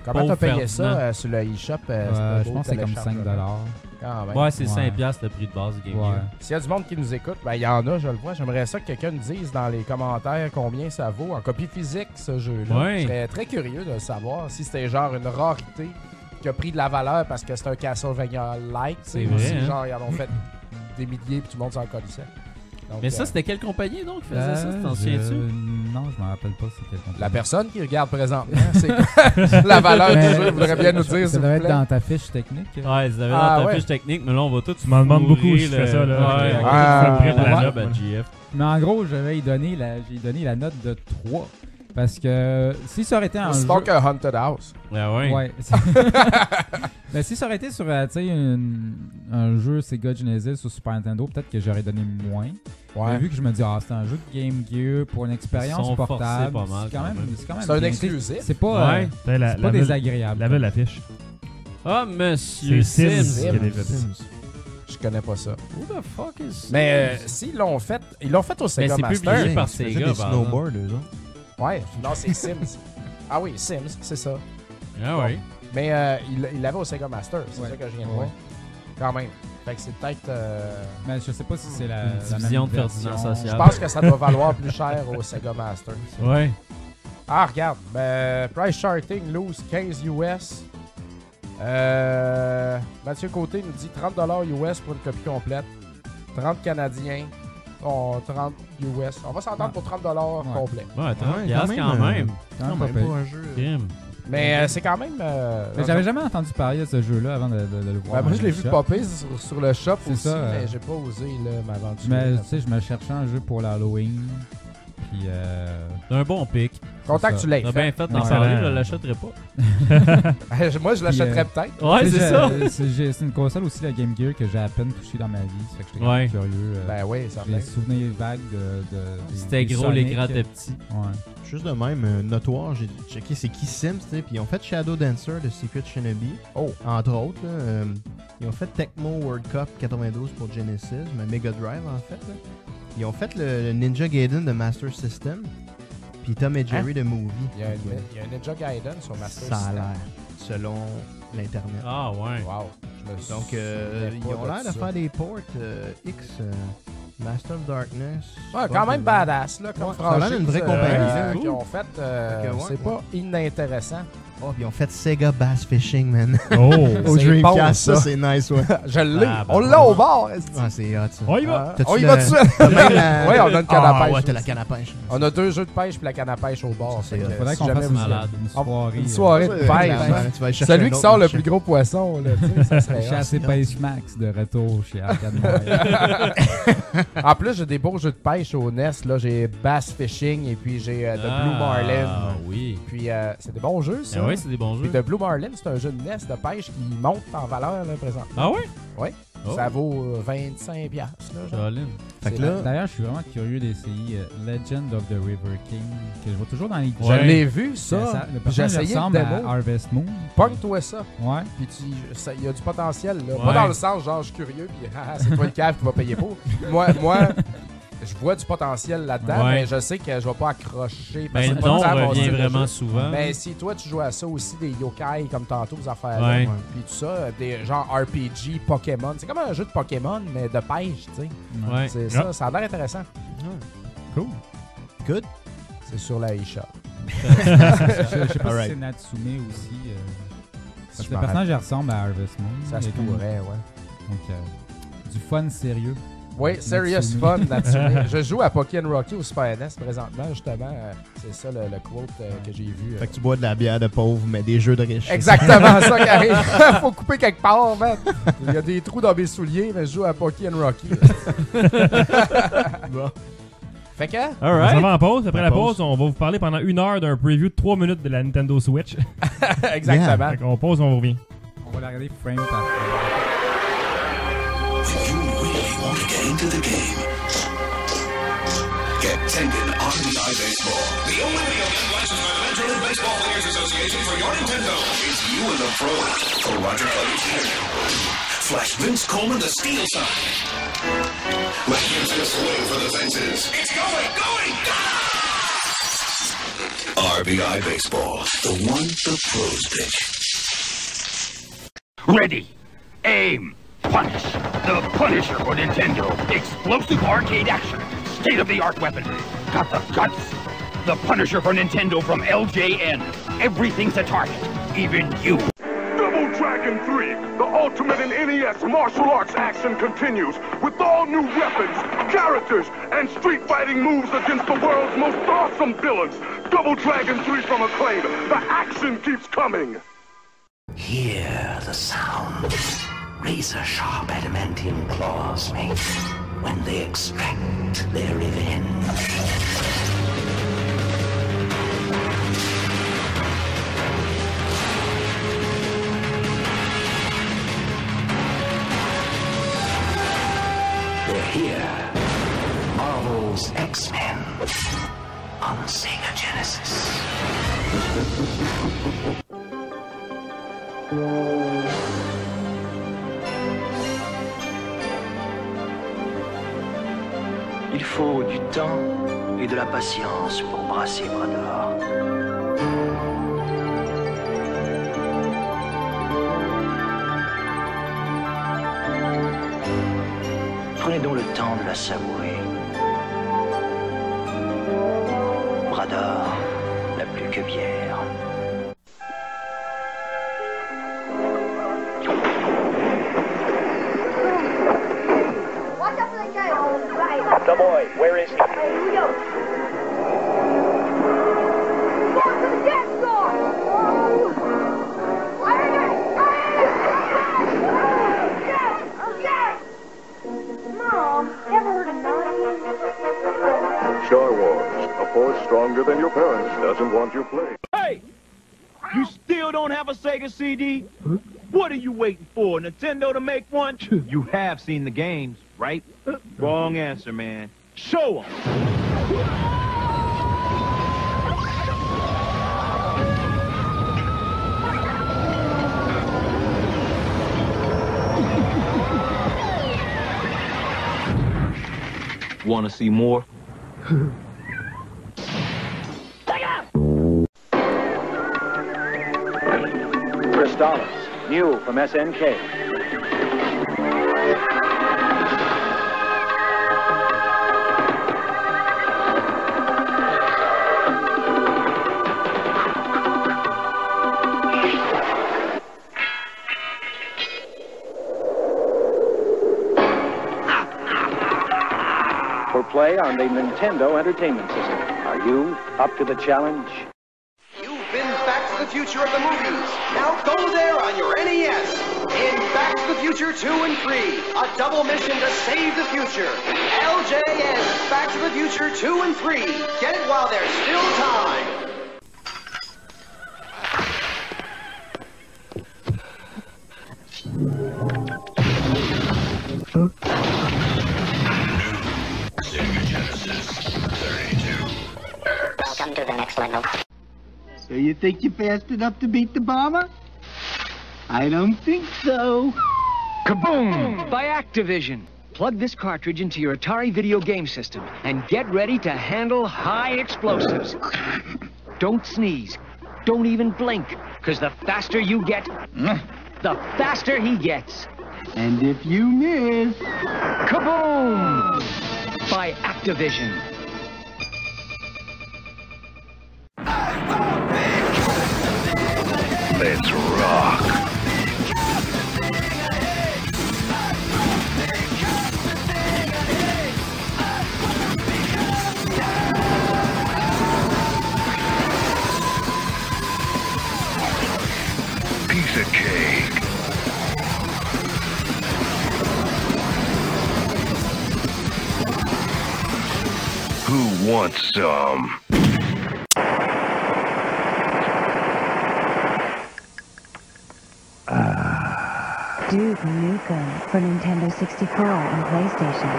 Speaker 2: Comment t'as
Speaker 3: Pauvre
Speaker 2: payé ça
Speaker 3: Ferdinand.
Speaker 2: euh, sur le eShop? euh,
Speaker 6: Euh,
Speaker 2: ce
Speaker 6: je
Speaker 2: beau
Speaker 6: pense que c'est comme 5
Speaker 2: téléchargement? Ah, ben, Quand même.
Speaker 3: Ouais, c'est
Speaker 6: Ouais.
Speaker 3: 5 piastres le prix de base du Game
Speaker 6: Ouais.
Speaker 3: Gear.
Speaker 2: S'il y a du monde qui nous écoute, ben il y en a, je le vois. J'aimerais ça que quelqu'un nous dise dans les commentaires combien ça vaut en copie physique ce jeu-là.
Speaker 3: Ouais.
Speaker 2: Je serais très curieux de savoir si c'était genre une rarité qui a pris de la valeur parce que c'est un Castlevania-like. tu sais,
Speaker 3: C'est
Speaker 2: ou
Speaker 3: vrai,
Speaker 2: si,
Speaker 3: hein.
Speaker 2: genre ils en ont fait des milliers puis tout le monde s'en colissait. Donc,
Speaker 3: Mais
Speaker 2: euh,
Speaker 3: ça, c'était quelle compagnie donc qui faisait
Speaker 6: Euh,
Speaker 3: ça? T'en
Speaker 6: je-
Speaker 3: souviens-tu?
Speaker 6: Non, je m'en rappelle pas. C'est quel
Speaker 2: la
Speaker 6: compagnie.
Speaker 2: personne qui regarde présentement, c'est quoi la valeur
Speaker 6: Mais-
Speaker 2: du jeu? Voudrait bien nous dire,
Speaker 6: Ça
Speaker 2: s'il
Speaker 6: devait
Speaker 2: vous
Speaker 6: être
Speaker 2: plaît.
Speaker 6: dans ta fiche technique.
Speaker 3: Ouais, ils avaient
Speaker 2: Ah,
Speaker 3: dans ta
Speaker 2: ouais.
Speaker 3: fiche technique, mais là, on va tout.
Speaker 1: euh, Tu m'en demandes
Speaker 3: fourrer
Speaker 1: beaucoup si je
Speaker 3: le-
Speaker 1: fais ça, là. Ah.
Speaker 3: Ouais,
Speaker 1: Ok,
Speaker 3: on
Speaker 1: ok,
Speaker 3: va
Speaker 2: tu
Speaker 3: tout
Speaker 2: fais le prix
Speaker 3: fourrer
Speaker 2: pour
Speaker 3: la
Speaker 1: la
Speaker 3: job
Speaker 1: note,
Speaker 3: à GF.
Speaker 6: Mais en gros, j'avais donné la, j'ai donné la note de 3. Parce que euh, si ça aurait été un
Speaker 2: C'est
Speaker 6: jeu...
Speaker 2: donc un Haunted House.
Speaker 3: Ah ouais.
Speaker 6: Ouais. ben, si ça aurait été sur euh, tu sais, une- un jeu Sega Genesis ou Super Nintendo, peut-être que j'aurais donné moins. Mais vu que je me dis, ah, c'est un jeu de Game Gear pour une expérience
Speaker 3: Ils sont forcés
Speaker 6: portable.
Speaker 3: pas mal,
Speaker 6: c'est quand
Speaker 3: quand
Speaker 6: même,
Speaker 3: même.
Speaker 6: c'est quand même
Speaker 2: C'est un
Speaker 6: bien.
Speaker 2: exclusif.
Speaker 6: C'est pas, euh,
Speaker 3: Ouais.
Speaker 1: T'as La,
Speaker 6: c'est pas
Speaker 1: la-
Speaker 6: désagréable.
Speaker 1: la belle affiche.
Speaker 3: Ah,
Speaker 1: C'est
Speaker 3: monsieur
Speaker 1: Sims,
Speaker 3: Sims.
Speaker 1: qui a développé ça.
Speaker 4: Sims.
Speaker 2: Je connais pas ça.
Speaker 3: Who the fuck is Sims?
Speaker 2: Mais euh, s'ils l'ont fait, ils l'ont fait au
Speaker 3: Mais
Speaker 2: Sega
Speaker 3: c'est
Speaker 2: Master.
Speaker 3: publié.
Speaker 4: Ouais,
Speaker 3: par
Speaker 4: c'est
Speaker 3: Sega,
Speaker 4: des
Speaker 3: par
Speaker 4: snowboards, eux autres.
Speaker 2: Ouais, non, c'est Sims. ah oui, Sims, c'est ça.
Speaker 3: Ah ouais.
Speaker 2: Mais euh, il il l'avait au Sega Master, c'est
Speaker 6: Ouais.
Speaker 2: ça que je viens de
Speaker 6: Ouais.
Speaker 2: voir. Quand même. Fait que c'est peut-être. euh,
Speaker 6: Mais je sais pas si c'est la,
Speaker 3: Une
Speaker 6: la même
Speaker 3: division de
Speaker 6: version.
Speaker 3: Ferdinand Social.
Speaker 2: Je pense que ça doit valoir plus cher au Sega Master.
Speaker 3: Ouais.
Speaker 2: Ah, regarde. ben, price Charting lose 15 US. Euh, Mathieu Côté nous dit 30 US pour une copie complète. 30 Canadiens. oh, Bon, 30 US. On va s'entendre pour 30
Speaker 6: Ah. Ouais.
Speaker 2: complet.
Speaker 3: Ouais, attends,
Speaker 4: Ouais,
Speaker 3: piastres
Speaker 2: euh,
Speaker 3: quand même.
Speaker 6: Quand
Speaker 4: Non,
Speaker 6: même
Speaker 4: mais
Speaker 6: pas pire.
Speaker 4: pas un jeu.
Speaker 3: Kim.
Speaker 2: Mais euh, c'est quand même. euh,
Speaker 6: Mais J'avais jamais entendu parler de ce jeu-là avant de, de- de le voir.
Speaker 2: Ben, moi,
Speaker 6: dans
Speaker 2: je l'ai
Speaker 6: le
Speaker 2: vu
Speaker 6: shop.
Speaker 2: popper sur, sur le shop
Speaker 6: C'est
Speaker 2: aussi,
Speaker 6: ça, euh.
Speaker 2: mais j'ai pas osé là, m'aventurer.
Speaker 6: Mais
Speaker 2: là.
Speaker 6: tu sais, je me cherchais un jeu pour l'Halloween. Puis. Euh,
Speaker 3: Un bon pic.
Speaker 2: Content
Speaker 6: c'est
Speaker 2: que
Speaker 6: ça.
Speaker 2: tu l'aies
Speaker 3: T'as
Speaker 2: fait.
Speaker 3: bien fait d'en
Speaker 1: Excellent.
Speaker 3: parler, je l'achèterai pas.
Speaker 2: Moi, je l'achèterais peut-être.
Speaker 3: Ouais, Ah, c'est
Speaker 6: tu sais, j'ai- euh,
Speaker 3: ça.
Speaker 2: Euh,
Speaker 6: c'est- j'ai- C'est une console aussi, la Game Gear, que j'ai à peine touchée dans ma vie. Ça fait que j'étais quand même
Speaker 3: Ouais.
Speaker 6: curieux. euh,
Speaker 2: Ben oui, ça
Speaker 6: J'ai des
Speaker 2: revient.
Speaker 6: souvenirs vagues de. de- des-
Speaker 3: C'était
Speaker 6: des
Speaker 3: gros, les
Speaker 6: Sonic.
Speaker 3: grands étaient petits.
Speaker 6: Ouais.
Speaker 4: Juste de même, euh, notoire, j'ai checké c'est qui Sims, tu sais, puis ils ont fait Shadow Dancer de Secret Shinobi,
Speaker 2: Oh,
Speaker 4: entre autres. là, euh, ils ont fait Tecmo World Cup 92 pour Genesis, mais Mega Drive en fait. là. Ils ont fait le, le Ninja Gaiden de Master System, puis Tom et Jerry de Movie.
Speaker 2: Hein? il y, a un, il y a un Ninja Gaiden sur Master
Speaker 4: Ça a
Speaker 2: System.
Speaker 4: l'air, selon l'Internet.
Speaker 3: Ah ouais.
Speaker 2: Wow. Je me
Speaker 4: Donc, euh,
Speaker 2: souvenais
Speaker 4: ils
Speaker 2: pas
Speaker 4: ont l'air de
Speaker 2: ça.
Speaker 4: faire des ports euh, X, euh, Master of Darkness.
Speaker 2: Ouais, quand même
Speaker 4: bad.
Speaker 2: badass, là, comme
Speaker 4: Ouais, ça a
Speaker 2: franchise.
Speaker 4: l'air d'une vraie
Speaker 2: euh,
Speaker 4: compagnie. hein.
Speaker 2: qu'ils ont fait, euh,
Speaker 4: Fait que ouais,
Speaker 2: c'est pas inintéressant.
Speaker 4: Oh, puis ils ont fait Sega Bass Fishing, man.
Speaker 1: Oh!
Speaker 4: Au
Speaker 2: C'est
Speaker 4: Dreamcast,
Speaker 2: bon,
Speaker 4: ça,
Speaker 2: ça.
Speaker 4: c'est nice, ouais.
Speaker 2: Je l'ai.
Speaker 3: Ah, bah,
Speaker 2: on l'a au bord. est-ce que-
Speaker 4: Ah, c'est hot, ça.
Speaker 1: On y va!
Speaker 2: Ah,
Speaker 4: T'as-tu
Speaker 2: on y
Speaker 4: le-
Speaker 2: va dessus.
Speaker 4: T'as même la-
Speaker 2: Ouais, on a une canne à
Speaker 4: Ah,
Speaker 2: pêche
Speaker 4: ouais, t'as la
Speaker 2: aussi.
Speaker 4: canne à pêche.
Speaker 2: On a deux jeux de pêche puis la canne à pêche au bord.
Speaker 4: Ça, c'est-
Speaker 2: fait que
Speaker 6: Faudrait
Speaker 2: si
Speaker 6: qu'on
Speaker 2: jamais
Speaker 6: fasse
Speaker 2: vous-
Speaker 6: une,
Speaker 3: malade.
Speaker 6: une soirée. euh,
Speaker 2: Une soirée de
Speaker 4: euh, Ouais,
Speaker 2: pêche. hein.
Speaker 4: clairement, tu vas aller chercher
Speaker 2: Celui
Speaker 4: un
Speaker 2: qui
Speaker 4: autre
Speaker 2: sort le
Speaker 4: marché.
Speaker 2: plus gros poisson, là, tu sais, ça
Speaker 6: euh,
Speaker 2: serait
Speaker 6: Chasse et pêche max de retour chez Arcade Montréal.
Speaker 2: En plus, j'ai des beaux jeux de pêche au NES. Là, j'ai Bass Fishing et puis j'ai euh, The Blue
Speaker 3: Ah
Speaker 2: Marlin.
Speaker 3: oui.
Speaker 2: Puis euh, c'est des bons jeux, ça.
Speaker 3: Ah ouais, c'est des bons
Speaker 2: puis
Speaker 3: jeux.
Speaker 2: The Blue Marlin, c'est un jeu de NES de pêche qui monte en valeur là, présent.
Speaker 3: Ah ouais?
Speaker 2: Ouais.
Speaker 3: Oh.
Speaker 2: Ça vaut euh, 25$. piastres, Là, genre.
Speaker 3: Colin.
Speaker 4: Fait que
Speaker 2: C'est-
Speaker 4: là,
Speaker 6: D'ailleurs, je suis vraiment curieux d'essayer euh, Legend of the River King, que je vois toujours dans les
Speaker 2: Je l'ai vu, ça.
Speaker 6: le
Speaker 2: J'ai
Speaker 6: personnage
Speaker 2: essayé le
Speaker 6: ressemble à
Speaker 2: démo.
Speaker 6: Harvest Moon.
Speaker 2: Pogne-toi ça.
Speaker 6: Ouais.
Speaker 2: Puis tu- ça- il y a du potentiel. Là.
Speaker 3: Ouais.
Speaker 2: Pas dans le sens, genre, je suis curieux, puis Ah, c'est toi le cave qui va payer pour. moi, moi, je vois du potentiel là-dedans,
Speaker 3: Ouais.
Speaker 2: mais je sais que je vais pas accrocher. parce
Speaker 3: Ben,
Speaker 2: que
Speaker 3: le
Speaker 2: c'est pas
Speaker 3: nom
Speaker 2: nécessaire mon Ben,
Speaker 3: revient
Speaker 2: style de
Speaker 3: vraiment
Speaker 2: jeu.
Speaker 3: souvent.
Speaker 2: Mais si toi, tu joues à ça aussi, des yokai comme tantôt, vous affaires
Speaker 3: Ouais.
Speaker 2: là, puis tout ça, des genre RPG, Pokémon. C'est comme un jeu de Pokémon, mais de pêche, tu sais.
Speaker 3: Ouais.
Speaker 2: C'est
Speaker 1: Ah.
Speaker 2: ça, ça a l'air intéressant.
Speaker 6: Cool.
Speaker 4: good.
Speaker 2: C'est sur la eShop.
Speaker 6: je, je sais pas
Speaker 4: Alright.
Speaker 6: si c'est Natsume aussi. euh,
Speaker 2: Si
Speaker 6: parce que
Speaker 2: je
Speaker 6: le
Speaker 2: m'en
Speaker 6: personnage il ressemble à Harvest Moon.
Speaker 2: rappelle. Ça se
Speaker 6: Il y a comme-
Speaker 2: pourrait, ouais.
Speaker 6: Donc, euh, du fun sérieux.
Speaker 2: Oui, Serious
Speaker 6: Natsume.
Speaker 2: Fun, Natsume. je joue à Pokémon Rocky au Super NES présentement, justement. Euh, C'est ça le, le quote euh, que j'ai vu. euh.
Speaker 4: Fait que tu bois de la bière de pauvre, mais des jeux de riches.
Speaker 2: Exactement ça qui arrive. Faut couper quelque part, man. Il y a des trous dans mes souliers, mais je joue à Pokémon Rocky.
Speaker 4: Bon.
Speaker 2: Fait que, hein?
Speaker 3: All
Speaker 1: On s'en
Speaker 3: right.
Speaker 1: va en pause. Après
Speaker 4: La
Speaker 1: la, pause. on va vous parler pendant une heure d'un preview de 3 minutes de la Nintendo Switch.
Speaker 2: exactement.
Speaker 1: Fait qu'on pause, on vous revient.
Speaker 6: On va la regarder frame par frame.
Speaker 7: If you really want to get into the game, get Tengen RBI Baseball. The only BLM licensed by the Major League Baseball Players Association for your Nintendo. It's you and the pros for Roger Clemens Jr. Flash Vince Coleman the steel sign. Let him just swing for the fences. It's going, going, go! RBI Baseball, the one the pros pitch.
Speaker 8: Ready. Aim. Punish. The Punisher for Nintendo. Explosive arcade action. State of the art weaponry. Got the guts. The Punisher for Nintendo from LJN. Everything's a target. Even you.
Speaker 5: Double Dragon 3, the ultimate in NES martial arts action continues with all new weapons, characters, and street fighting moves against the world's most awesome villains. Double Dragon 3 from Acclaim, the action keeps coming.
Speaker 7: Hear the sound. Razor sharp adamantium claws make when they extract their revenge. They're here. Marvel's X-Men on Sega Genesis. Il faut du temps et de la patience pour brasser Brador. Prenez donc le temps de la savourer. Brador n'a plus que bière.
Speaker 9: Watch out for the guy. All right.
Speaker 8: The boy, where is he?
Speaker 9: Here we go. Go to the dance floor. Iron Man. Iron Man. Yes. Yes. Mom, ever heard of Nazi?
Speaker 5: Star Wars, a force stronger than your parents doesn't want you playing.
Speaker 8: Hey! You still don't have a Sega CD? What are you waiting for? Nintendo to make one? you have seen the games, right? Wrong answer, man. Show 'em. Want to see more? Crystallis, new from SNK. For play on the Nintendo Entertainment System. Are you up to the challenge?
Speaker 7: You've been Back to the Future of the movies. Now go there on your NES. In Back to the Future 2 and 3, a double mission to save the future. LJN, Back to the Future 2 and 3. Get it while there's still time.
Speaker 10: So you think you're fast enough to beat the bomber? I don't think so.
Speaker 11: Kaboom! By Activision. Plug this cartridge into your Atari video game system and get ready to handle high explosives. Don't sneeze. Don't even blink, because the faster you get, the faster he gets.
Speaker 10: And if you miss,
Speaker 11: Kaboom! By Activision.
Speaker 12: Let's rock. Piece of cake. Who wants some?
Speaker 13: Duke Nukem for Nintendo 64 and PlayStation.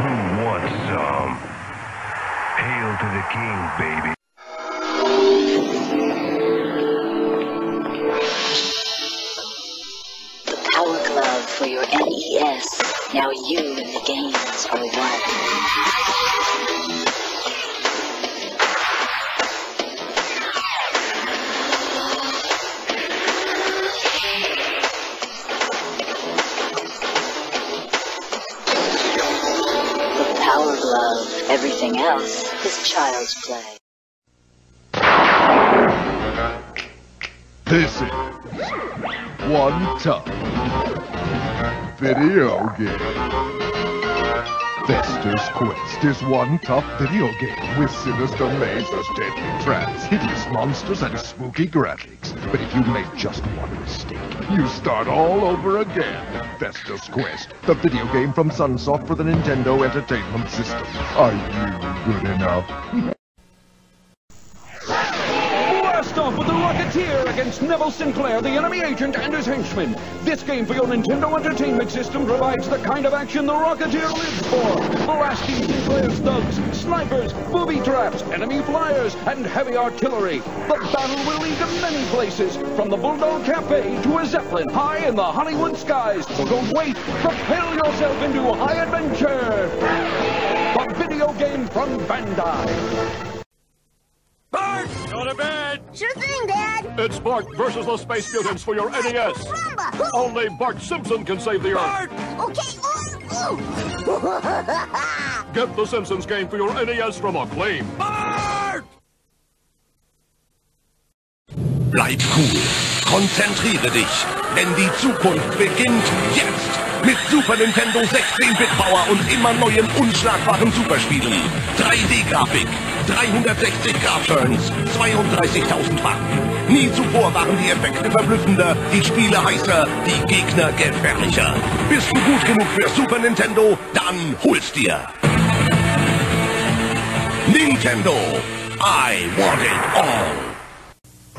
Speaker 12: Who wants some? Hail to the king, baby.
Speaker 14: Power Glove for your NES. Now you and the games are one. The Power Glove. Everything else is child's play.
Speaker 12: This is One Tough Video Game. Fester's Quest is one tough video game with sinister mazes, deadly traps, hideous monsters, and spooky graphics. But if you make just one mistake, you start all over again. Fester's Quest, the video game from Sunsoft for the Nintendo Entertainment System. Are you good enough?
Speaker 6: Blast off with the Rocketeer against Neville Sinclair, the enemy agent, and his henchmen. This game for your Nintendo Entertainment System provides the kind of action the Rocketeer lives for. Blasting Sinclair's thugs, snipers, booby traps, enemy flyers, and heavy artillery. The battle will lead to many places, from the Bulldog Cafe to a Zeppelin high in the Hollywood skies. So don't wait, propel yourself into high adventure. The video game from Bandai.
Speaker 15: Bart! Go to bed! Sure thing, Dad! It's Bart versus the Space Mutants for your NES! Only Bart Simpson can save the Earth!
Speaker 16: Okay, ooh, ooh.
Speaker 15: Get the Simpsons game for your NES from Acclaim! Bart!
Speaker 7: Bleib cool. Konzentriere dich, denn die Zukunft beginnt jetzt. Mit Super Nintendo 16-Bit Power und immer neuen unschlagbaren Superspielen. 3D-Grafik, 360 Grad-Turns, 32.000 Farben. Nie zuvor waren die Effekte verblüffender, die Spiele heißer, die Gegner gefährlicher. Bist du gut genug für Super Nintendo? Dann hol's dir. Nintendo, I want it all.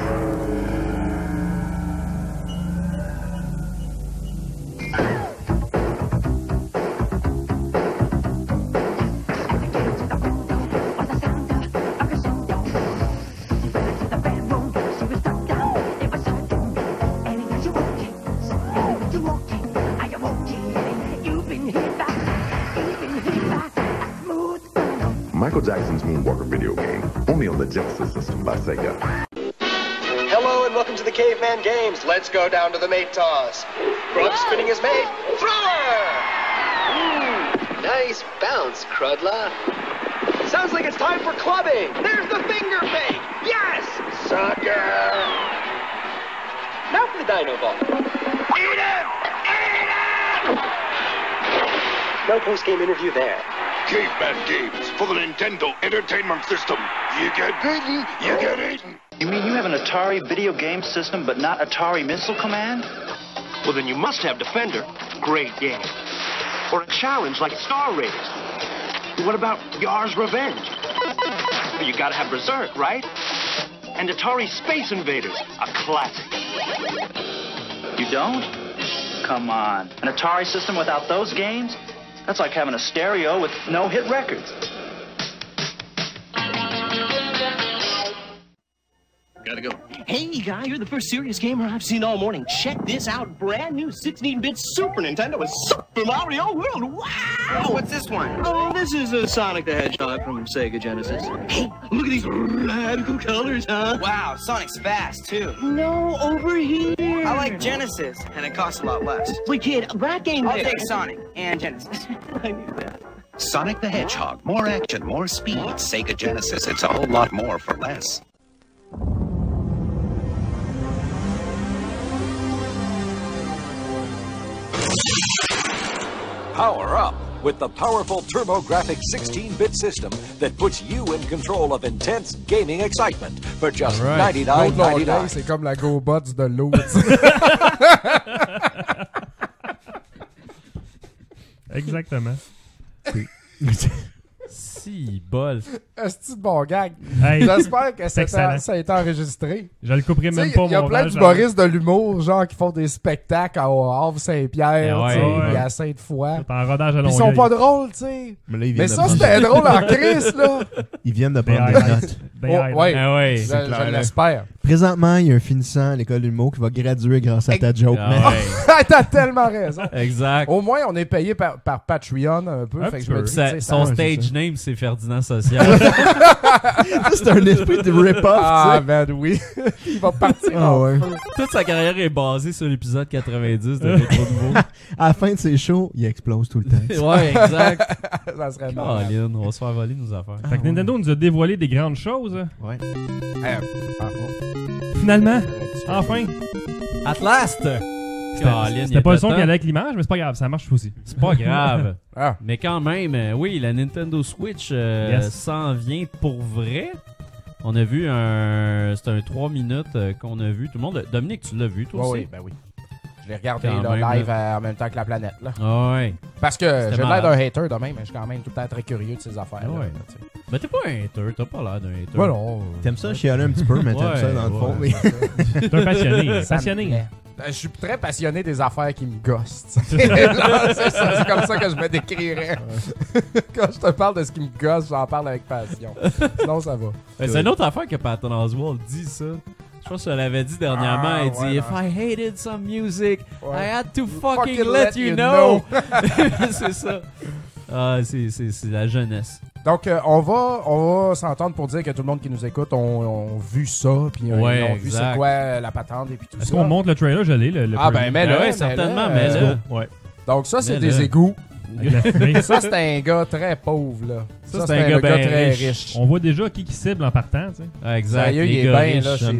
Speaker 5: Michael Jackson's Moonwalker video game, only on the Genesis system by Sega.
Speaker 17: Hello and welcome to the Caveman Games. Let's go down to the mate toss. Grub spinning his mate. Thrower! nice bounce, Crudla. Sounds like it's time for clubbing. There's the finger fake. Yes! Sucker! Now for the dino ball. Eat it! No post-game interview there.
Speaker 12: Caveman Games for the Nintendo Entertainment System. You get beaten, you get eaten.
Speaker 8: You mean you have an Atari video game system but not Atari Missile Command? Well, then you must have Defender. Great game. Or a challenge like Star Raiders. What about Yar's Revenge? You gotta have Berserk, right? And Atari Space Invaders, a classic. You don't? Come on. An Atari system without those games? That's like having a stereo with no hit records.
Speaker 18: Gotta go.
Speaker 19: Hey, guy, you're the first serious gamer I've seen all morning. Check this out. Brand new 16-bit Super Nintendo with Super Mario World. Wow! what's this one?
Speaker 20: Oh, this is a Sonic the Hedgehog from Sega Genesis.
Speaker 19: Hey, look at these radical colors, huh?
Speaker 20: Wow, Sonic's fast, too.
Speaker 19: No, over here.
Speaker 20: I like Genesis, and it costs a lot less.
Speaker 19: Wait, kid, that game
Speaker 20: I'll
Speaker 19: there.
Speaker 20: take Sonic and Genesis. I knew that.
Speaker 21: Sonic the Hedgehog. More action, more speed. Sega Genesis, it's a whole lot more for less.
Speaker 22: Power up with the powerful TurboGrafx 16 bit system that puts you in control of intense gaming excitement for just
Speaker 2: Right. L'autre longueuil,
Speaker 22: 99.99.
Speaker 2: c'est comme la GoBots de l'eau.
Speaker 1: Exactement.
Speaker 3: si, bol.
Speaker 2: Asti de bon gag.
Speaker 1: Hey,
Speaker 2: J'espère que
Speaker 1: c'est
Speaker 2: ça
Speaker 1: excellent.
Speaker 2: a, ça a été enregistré.
Speaker 1: Je le couperai même
Speaker 2: Tu sais,
Speaker 1: pas,
Speaker 2: Il y a
Speaker 1: mon
Speaker 2: plein
Speaker 1: rage,
Speaker 2: d'humoristes de l'humour, genre qui font des spectacles à Havre-Saint-Pierre,
Speaker 1: Eh
Speaker 2: tu sais,
Speaker 1: ouais,
Speaker 2: puis
Speaker 1: ouais.
Speaker 2: à Sainte-Foy.
Speaker 1: C'est en rodage à
Speaker 2: Puis Ils sont
Speaker 1: Longueuil.
Speaker 2: pas drôles, tu sais.
Speaker 4: Mais là,
Speaker 2: Mais
Speaker 4: ils viennent de
Speaker 2: ça,
Speaker 4: prendre
Speaker 2: c'était
Speaker 4: des
Speaker 2: drôle en
Speaker 4: notes.
Speaker 2: crise, là.
Speaker 4: Ils viennent de
Speaker 2: Des
Speaker 4: prendre des
Speaker 2: highlights.
Speaker 4: notes.
Speaker 2: Des Oh, highlights. ouais.
Speaker 4: Ah
Speaker 2: Je-
Speaker 4: C'est
Speaker 2: je
Speaker 4: clair, là.
Speaker 2: l'espère.
Speaker 4: Présentement, il y a un finissant à l'école d'humour qui va graduer grâce à ta joke,
Speaker 3: Ah,
Speaker 4: man.
Speaker 2: T'as tellement raison.
Speaker 3: Exact.
Speaker 2: Au moins, on est payé par, par Patreon un peu.
Speaker 3: Un
Speaker 2: Oh, fait que
Speaker 3: petit
Speaker 2: je me
Speaker 3: peu.
Speaker 2: dis,
Speaker 3: Sa-
Speaker 2: tu sais, ça-
Speaker 3: son
Speaker 2: ouais, c'est
Speaker 3: stage
Speaker 2: ça.
Speaker 3: name, c'est Ferdinand Social.
Speaker 4: Ça, c'est un esprit de rip-off, tu sais.
Speaker 2: Ah, ben oui. Il va partir.
Speaker 4: Ah,
Speaker 2: en
Speaker 4: ouais.
Speaker 2: feu.
Speaker 3: Toute sa carrière est basée sur l'épisode 90 de Retro Nouveau.
Speaker 4: à la fin de ses shows, il explose tout le temps.
Speaker 3: ouais, exact.
Speaker 2: Ça serait marrant.
Speaker 3: Caroline, on va se faire voler nos affaires.
Speaker 1: Fait que Nintendo nous a dévoilé des grandes choses.
Speaker 4: Ouais.
Speaker 1: Finalement, enfin.
Speaker 3: At last! Caroline, il y
Speaker 1: C'était
Speaker 3: a
Speaker 1: pas le son
Speaker 3: temps.
Speaker 1: qui allait avec l'image, mais c'est pas grave, ça marche aussi.
Speaker 3: C'est pas grave. Mais quand même, euh, oui, la Nintendo Switch euh,
Speaker 1: Yes.
Speaker 3: s'en vient pour vrai. On a vu un. C'est un 3 minutes euh, qu'on a vu. Tout le monde. Dominique, tu l'as vu, toi
Speaker 2: Ouais,
Speaker 3: aussi?
Speaker 2: oui, ben oui. Je l'ai regardé
Speaker 3: Quand
Speaker 2: là,
Speaker 3: même,
Speaker 2: live
Speaker 3: là.
Speaker 2: euh, en même temps que la planète. Là.
Speaker 3: Ah ouais.
Speaker 2: Parce que
Speaker 3: C'était
Speaker 2: j'ai l'air
Speaker 3: malade.
Speaker 2: d'un hater demain, mais je suis quand même tout le temps très curieux de ces affaires.
Speaker 3: Ah ouais. Mais t'es pas un hater, t'as pas l'air d'un hater.
Speaker 2: Ouais, non.
Speaker 4: T'aimes ça chialer un petit peu, mais t'aimes ça dans le fond.
Speaker 3: ouais, c'est
Speaker 4: mais-
Speaker 2: Ben, Je suis très passionné des affaires qui me gossent. tu sais. Genre, c'est ça, c'est comme ça que je me décrirais. Quand je te parle de ce qui me gosse, j'en parle avec passion. Sinon, ça va.
Speaker 3: Mais Ben, c'est une autre affaire que Patton Oswald dit ça. Je pense que je l'avais dit dernièrement.
Speaker 2: Ah,
Speaker 3: il dit
Speaker 2: ouais,
Speaker 3: If I hated some music, I had to fucking,
Speaker 2: Fucking
Speaker 3: let,
Speaker 2: let
Speaker 3: you
Speaker 2: you
Speaker 3: know.
Speaker 2: know.
Speaker 3: c'est ça. Ah, c'est- c'est c'est la jeunesse.
Speaker 2: Donc, euh, on va, on va s'entendre pour dire que tout le monde qui nous écoute ont ont vu ça, puis euh,
Speaker 3: Ouais,
Speaker 2: ils ont vu
Speaker 3: exact.
Speaker 2: c'est quoi euh, la patente et puis tout ça.
Speaker 1: Est-ce qu'on monte le trailer Je l'ai, le, le
Speaker 2: Ah,
Speaker 1: preview.
Speaker 2: ben, mets-le. mets-le,
Speaker 1: Let's
Speaker 2: euh,
Speaker 1: go. Ouais.
Speaker 2: Donc, ça, c'est
Speaker 1: Mets-le.
Speaker 2: des égouts.
Speaker 1: Avec la fumée.
Speaker 2: ça, c'est un gars très pauvre, là. Ça,
Speaker 1: c'est un gars, ben On voit déjà qui qui cible en partant, tu sais.
Speaker 3: exact.
Speaker 2: Sérieux, il
Speaker 3: les
Speaker 2: est
Speaker 3: gars
Speaker 2: bien,
Speaker 3: riches,
Speaker 2: là, chez
Speaker 3: jeunes
Speaker 2: eux,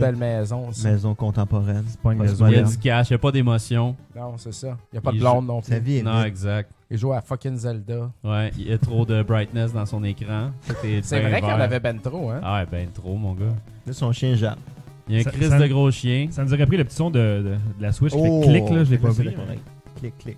Speaker 2: cette belle maison. ça.
Speaker 4: Maison contemporaine. C'est
Speaker 1: pas
Speaker 4: une
Speaker 3: Il y a du cash, il n'y a pas d'émotion.
Speaker 2: Non, c'est ça. Il n'y a pas
Speaker 3: Il
Speaker 2: de
Speaker 3: joue-
Speaker 2: blonde non plus.
Speaker 3: Sa vie est Non, vide. exact.
Speaker 2: Il joue à fucking Zelda.
Speaker 3: Ouais, il y a trop de brightness dans son écran. Tout est
Speaker 2: C'est
Speaker 3: bien
Speaker 2: vrai qu'il y en
Speaker 3: vert.
Speaker 2: avait ben trop, hein?
Speaker 3: Ah, ouais, ben trop, mon gars.
Speaker 4: Là, son chien jappe.
Speaker 3: Il y a un
Speaker 1: Ça-
Speaker 3: Chris
Speaker 1: ça-
Speaker 3: de gros chien.
Speaker 1: Ça nous aurait pris le petit son de, de, de la Switch qui
Speaker 4: Oh,
Speaker 1: fait clic, là, je l'ai pas
Speaker 4: c'est
Speaker 1: vu.
Speaker 4: le Clic, clic.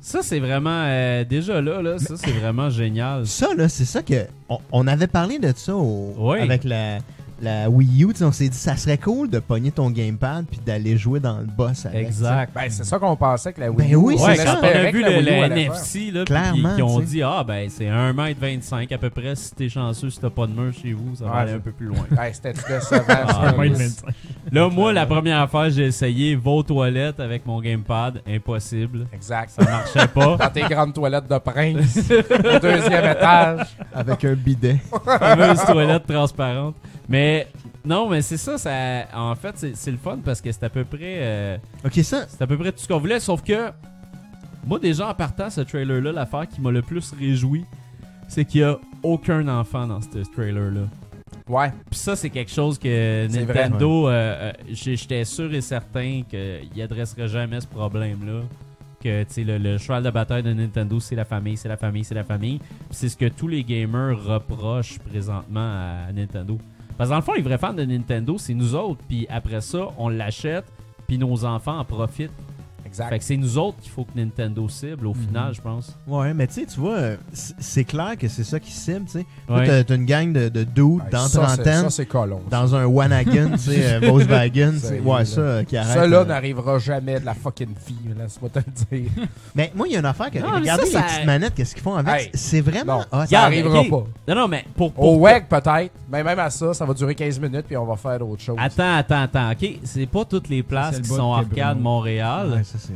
Speaker 3: Ça, c'est vraiment. euh, déjà là, là, ça, c'est vraiment génial.
Speaker 4: Ça, là, c'est ça que. On, on avait parlé de ça au-
Speaker 3: Oui.
Speaker 4: avec la, la Wii U. tu sais, On s'est dit, ça serait cool de pogner ton gamepad puis d'aller jouer dans le boss avec.
Speaker 3: Exact.
Speaker 2: Ben, c'est ça qu'on pensait que la
Speaker 4: Ben
Speaker 2: Wii U.
Speaker 4: oui,
Speaker 2: on
Speaker 4: c'est
Speaker 3: Ouais, quand on
Speaker 2: espérait
Speaker 3: a vu
Speaker 2: que la
Speaker 3: le,
Speaker 2: Wii U
Speaker 3: le
Speaker 2: allait
Speaker 3: NFC, là,
Speaker 4: Clairement,
Speaker 3: puis qui ont
Speaker 4: tu sais.
Speaker 3: dit, ah, ben, c'est 1m25 à peu près, si t'es chanceux, si t'as pas de mur chez vous, ça va
Speaker 2: Ouais.
Speaker 3: aller un peu plus loin.
Speaker 2: Ouais, c'était décevant,
Speaker 3: Ah,
Speaker 2: ça.
Speaker 3: oui.
Speaker 2: 1m25.
Speaker 3: Là, moi, la première affaire, j'ai essayé vos toilettes avec mon gamepad, impossible.
Speaker 2: Exact.
Speaker 3: Ça marchait pas.
Speaker 2: Dans tes grandes toilettes de prince, au deuxième étage.
Speaker 4: Avec un bidet.
Speaker 3: fameuse toilette transparente. Mais non, mais c'est ça, ça. En fait, c'est c'est le fun parce que c'est à peu près. euh,
Speaker 4: Ok, ça.
Speaker 3: C'est à peu près tout ce qu'on voulait, sauf que. Moi, déjà en partant, ce trailer-là, l'affaire qui m'a le plus réjoui, c'est qu'il y a aucun enfant dans ce trailer-là.
Speaker 2: Ouais.
Speaker 3: Puis ça, c'est quelque chose que
Speaker 2: C'est vrai.
Speaker 3: Nintendo, euh, euh, j'ai- j'étais sûr et certain qu'il adresserait jamais ce problème-là. Que tu sais, le, le cheval de bataille de Nintendo, c'est la famille, c'est la famille, c'est la famille. Puis c'est ce que tous les gamers reprochent présentement à, à Nintendo. Parce que dans le fond, les vrais fans de Nintendo, c'est nous autres. Puis après ça, on l'achète, puis nos enfants en profitent.
Speaker 2: Exact.
Speaker 3: Fait que c'est nous autres qu'il faut que Nintendo cible
Speaker 2: Mhm.
Speaker 3: au final, je pense.
Speaker 4: Ouais, mais tu sais, tu vois, euh, c- c'est clair que c'est ça qui cible, tu sais. Toi,
Speaker 3: Ouais.
Speaker 4: t'as- T'as une gang de, de dudes
Speaker 2: Ouais,
Speaker 4: dans
Speaker 2: Ah, ça,
Speaker 4: 30
Speaker 2: c'est-
Speaker 4: ans.
Speaker 2: ça, c'est colon, ça.
Speaker 4: Dans un Wanagon, tu sais, euh, Volkswagen. tu sais.
Speaker 2: Sérieux,
Speaker 4: ouais,
Speaker 2: là.
Speaker 4: ça, euh, qui arrête.
Speaker 2: Ça, là,
Speaker 4: euh,
Speaker 2: n'arrivera jamais de la fucking vie, là, laisse-moi te le dire.
Speaker 4: Mais moi, il y a une affaire que.
Speaker 2: Non, mais ça,
Speaker 4: regardez les
Speaker 2: ça-
Speaker 4: petites manettes, qu'est-ce qu'ils font avec.
Speaker 2: Hey,
Speaker 4: c'est vraiment.
Speaker 2: non,
Speaker 4: Ah,
Speaker 2: ça arrivera
Speaker 4: ok.
Speaker 2: pas. Oh,
Speaker 3: Non, non, mais pour.
Speaker 2: Au
Speaker 3: pour-
Speaker 2: WEG, peut-être, mais même à ça, ça va durer 15 minutes, puis on va faire autre chose.
Speaker 3: Attends, attends, attends. OK, c'est pas toutes les places
Speaker 2: le
Speaker 3: qui
Speaker 2: bas
Speaker 3: sont
Speaker 2: de Québec,
Speaker 3: arcade
Speaker 2: non.
Speaker 3: Montréal.
Speaker 4: Ouais, ça, c'est-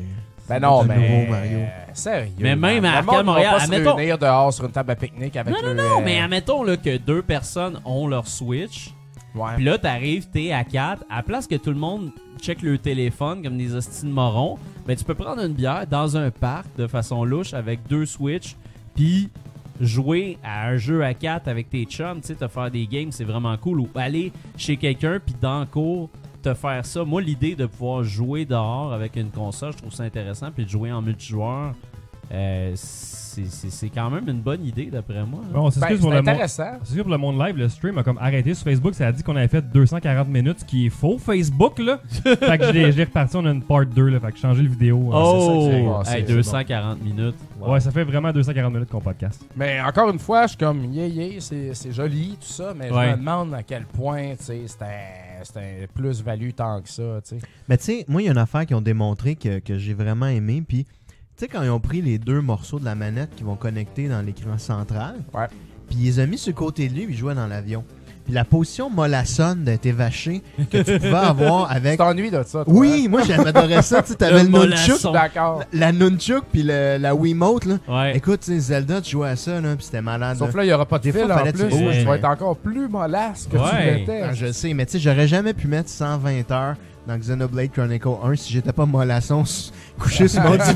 Speaker 2: Ben non,
Speaker 4: C'est le
Speaker 2: mais. euh,
Speaker 4: nouveau Mario.
Speaker 2: Sérieux.
Speaker 3: Mais même à
Speaker 2: Le monde
Speaker 3: Arcade
Speaker 2: va
Speaker 3: Montréal,
Speaker 2: pas se
Speaker 3: admettons-
Speaker 2: réunir dehors sur une table à pique-nique avec
Speaker 3: Non, non,
Speaker 2: le,
Speaker 3: non,
Speaker 2: euh,
Speaker 3: mais admettons là, que deux personnes ont leur Switch.
Speaker 2: Ouais.
Speaker 3: Puis là, t'arrives, t'es à 4. À place que tout le monde check le téléphone comme des hosties de morons, ben, tu peux prendre une bière dans un parc de façon louche avec deux Switch, puis jouer à un jeu à 4 avec tes chums, tu sais, te faire des games, c'est vraiment cool. Ou aller chez quelqu'un, puis dans le cours, te faire ça. Moi, l'idée de pouvoir jouer dehors avec une console, je trouve ça intéressant, puis de jouer en multijoueur. euh, c'est- c'est c'est quand même une bonne idée d'après moi.
Speaker 1: Bon, on s'excuse pour, le monde-
Speaker 2: Ben, intéressant.
Speaker 1: on s'excuse pour le monde live. Le stream a comme arrêté sur Facebook. Ça a dit qu'on avait fait 240 minutes, ce qui est faux. Facebook, là. fait que je l'ai- je l'ai reparti. On a une part 2, là. Fait que changer le vidéo. hein.
Speaker 3: Oh,
Speaker 1: C'est ça qui s'est passé,
Speaker 3: Hey,
Speaker 1: c'est bon.
Speaker 3: 240 minutes.
Speaker 1: Ouais, ça fait vraiment 240 minutes qu'on podcast.
Speaker 2: Mais encore une fois, je suis comme, yeah, yeah, c'est c'est joli, tout ça, mais
Speaker 1: Ouais.
Speaker 2: je me demande à quel point, tu sais, c'est un, c'est un plus-value tant que ça, tu sais.
Speaker 4: Mais tu sais, moi, il y a une affaire qu'ils ont démontré que, que j'ai vraiment aimé. Puis, tu sais, quand ils ont pris les deux morceaux de la manette qui vont connecter dans l'écran central, puis ils les ont mis sur le côté de lui, puis ils jouaient dans l'avion. Puis la position mollassonne d'être vaché que tu pouvais avoir
Speaker 2: Tu
Speaker 4: avec.
Speaker 2: t'ennuies de ça, toi,
Speaker 4: Oui,
Speaker 2: hein?
Speaker 4: moi, j'adorais ça. Tu sais,
Speaker 2: Le
Speaker 4: t'avais le,
Speaker 2: mollasson.
Speaker 4: nunchuk.
Speaker 2: Je suis d'accord.
Speaker 4: La, la nunchuk, puis le- la Wiimote, là. Écoute, tu sais, Zelda, tu jouais à ça, là, puis c'était malade.
Speaker 2: Sauf là, il n'y aura pas de
Speaker 4: Des fois,
Speaker 2: fil en
Speaker 4: fallait
Speaker 2: plus,
Speaker 4: que tu bouges,
Speaker 2: tu vas
Speaker 4: mais-
Speaker 2: être encore plus mollasse que tu l'étais.
Speaker 4: Ah, je le sais, mais tu sais, j'aurais jamais pu mettre 120 heures dans Xenoblade Chronicle 1 si j'étais pas mollasson s- couché sur mon divan, tu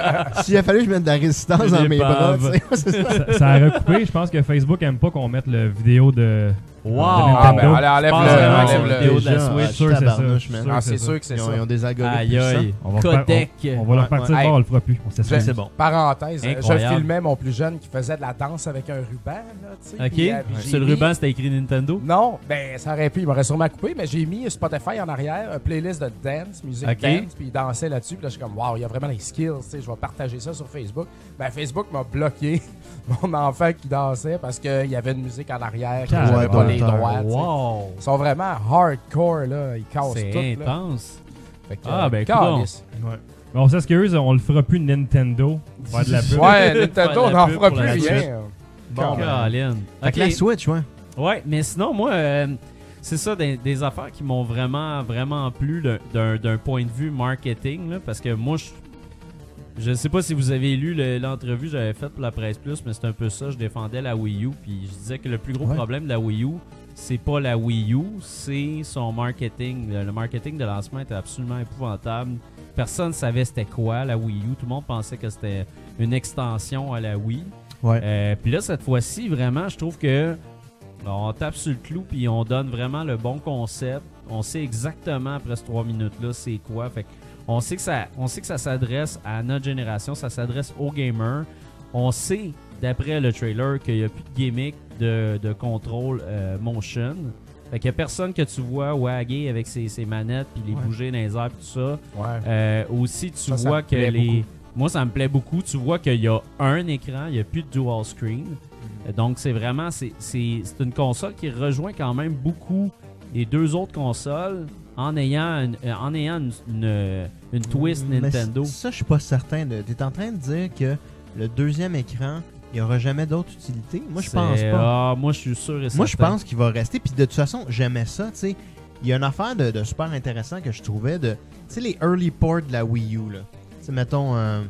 Speaker 4: sais. S'il a fallu que je mette de la résistance dans mes bras, tu sais. C'est
Speaker 1: ça, ça a recoupé. Je pense que Facebook aime pas qu'on mette le vidéo de.
Speaker 3: Wow!
Speaker 1: de Nintendo.
Speaker 2: Ah, ben, allez, enlève-le,
Speaker 1: Je pense vraiment
Speaker 2: enlève-le.
Speaker 1: sur vidéo de la
Speaker 2: Déjà,
Speaker 1: Switch.
Speaker 2: ah,
Speaker 1: Sûr, c'est ça.
Speaker 4: tabarnouche, man.
Speaker 1: Sûr,
Speaker 2: Ah, c'est sûr que c'est
Speaker 4: Ils ont-
Speaker 2: ça.
Speaker 4: ils ont des algorithmes
Speaker 3: Aïe, aïe.
Speaker 1: On va refaire-
Speaker 3: Codec.
Speaker 1: on- on va leur partir de
Speaker 2: Hey.
Speaker 1: bord, on le fera plus. On s'excuse.
Speaker 2: Je-
Speaker 1: C'est bon.
Speaker 2: Parenthèse, euh, je
Speaker 1: Incroyable.
Speaker 2: filmais mon plus jeune qui faisait de la danse avec un ruban. Là, tu sais,
Speaker 3: Ok.
Speaker 2: puis, euh, puis j'ai
Speaker 3: Sur le
Speaker 2: mis-
Speaker 3: ruban, c'était écrit Nintendo.
Speaker 2: Non, ben ça aurait pu, il m'aurait sûrement coupé, mais j'ai mis Spotify en arrière, une playlist de dance, musique
Speaker 3: Ok.
Speaker 2: dance, puis il dansait là-dessus. Puis là, je suis comme, waouh, il y a vraiment les skills, tu sais, je vais partager ça sur Facebook. Ben, Facebook m'a bloqué mon enfant qui dansait parce qu'il y avait une musique en arrière, que
Speaker 4: Quel
Speaker 2: j'avais pas les droits.
Speaker 4: adultère.
Speaker 2: tu sais.
Speaker 3: Ah, Wow.
Speaker 2: Ils sont vraiment hardcore, là, ils cassent tout.
Speaker 3: C'est
Speaker 2: là.
Speaker 3: intense.
Speaker 2: Fait que,
Speaker 3: Ah,
Speaker 2: euh,
Speaker 3: ben,
Speaker 2: calisse.
Speaker 1: Ouais. Mais on s'excuse, on le fera plus Nintendo. Faire de la pub.
Speaker 2: Ouais, Nintendo, on
Speaker 3: Faire de la
Speaker 2: n'en
Speaker 3: pub
Speaker 2: fera
Speaker 3: pour
Speaker 2: plus
Speaker 3: la suite.
Speaker 2: rien.
Speaker 3: Bon, Colin.
Speaker 4: Fait que la Switch, ouais.
Speaker 3: Ouais, mais sinon, moi, euh, c'est ça, des, des affaires qui m'ont vraiment, vraiment plu d'un- d'un d'un point de vue marketing, là, parce que moi, je. Je sais pas si vous avez lu le- l'entrevue que j'avais faite pour la presse plus, mais c'est un peu ça. Je défendais la Wii U, puis je disais que le plus gros
Speaker 4: Ouais.
Speaker 3: problème de la Wii U, c'est pas la Wii U, c'est son marketing. Le, le marketing de lancement était absolument épouvantable. Personne ne savait c'était quoi la Wii U. Tout le monde pensait que c'était une extension à la Wii.
Speaker 4: Ouais.
Speaker 3: Euh, puis là, cette fois-ci, vraiment, je trouve que on tape sur le clou puis on donne vraiment le bon concept. On sait exactement après ces trois minutes-là c'est quoi. Fait que on sait que ça, on sait que ça s'adresse à notre génération, ça s'adresse aux gamers. On sait d'après le trailer qu'il n'y a plus de gimmick de, de contrôle euh, motion. Fait qu'il n'y a personne que tu vois waguer avec ses, ses manettes puis les
Speaker 4: Ouais.
Speaker 3: bouger dans les airs puis tout ça.
Speaker 2: Ouais.
Speaker 3: Euh, aussi, tu
Speaker 4: Ça, ça
Speaker 3: vois
Speaker 4: me
Speaker 3: que
Speaker 4: plaît
Speaker 3: les.
Speaker 4: beaucoup.
Speaker 3: Moi, ça me plaît beaucoup. Tu vois qu'il y a un écran, il n'y a plus de dual screen.
Speaker 4: Mhm.
Speaker 3: Euh, Donc, c'est vraiment. c'est- C'est c'est une console qui rejoint quand même beaucoup les deux autres consoles en ayant une, euh, en ayant une, une- une twist
Speaker 4: Mais
Speaker 3: Nintendo.
Speaker 4: c- Ça, je suis pas certain. De... T'es en train de dire que le deuxième écran, il y aura jamais d'autre utilité? Moi, je pense
Speaker 3: C'est-
Speaker 4: pas.
Speaker 3: ah, moi, je suis sûr et
Speaker 4: Moi, je
Speaker 3: certain.
Speaker 4: pense qu'il va rester. Puis de toute façon, j'aimais ça, tu sais. Il y a une affaire de, de super intéressant que je trouvais de. Tu sais, les early ports de la Wii U, là. Tu sais, mettons. euh,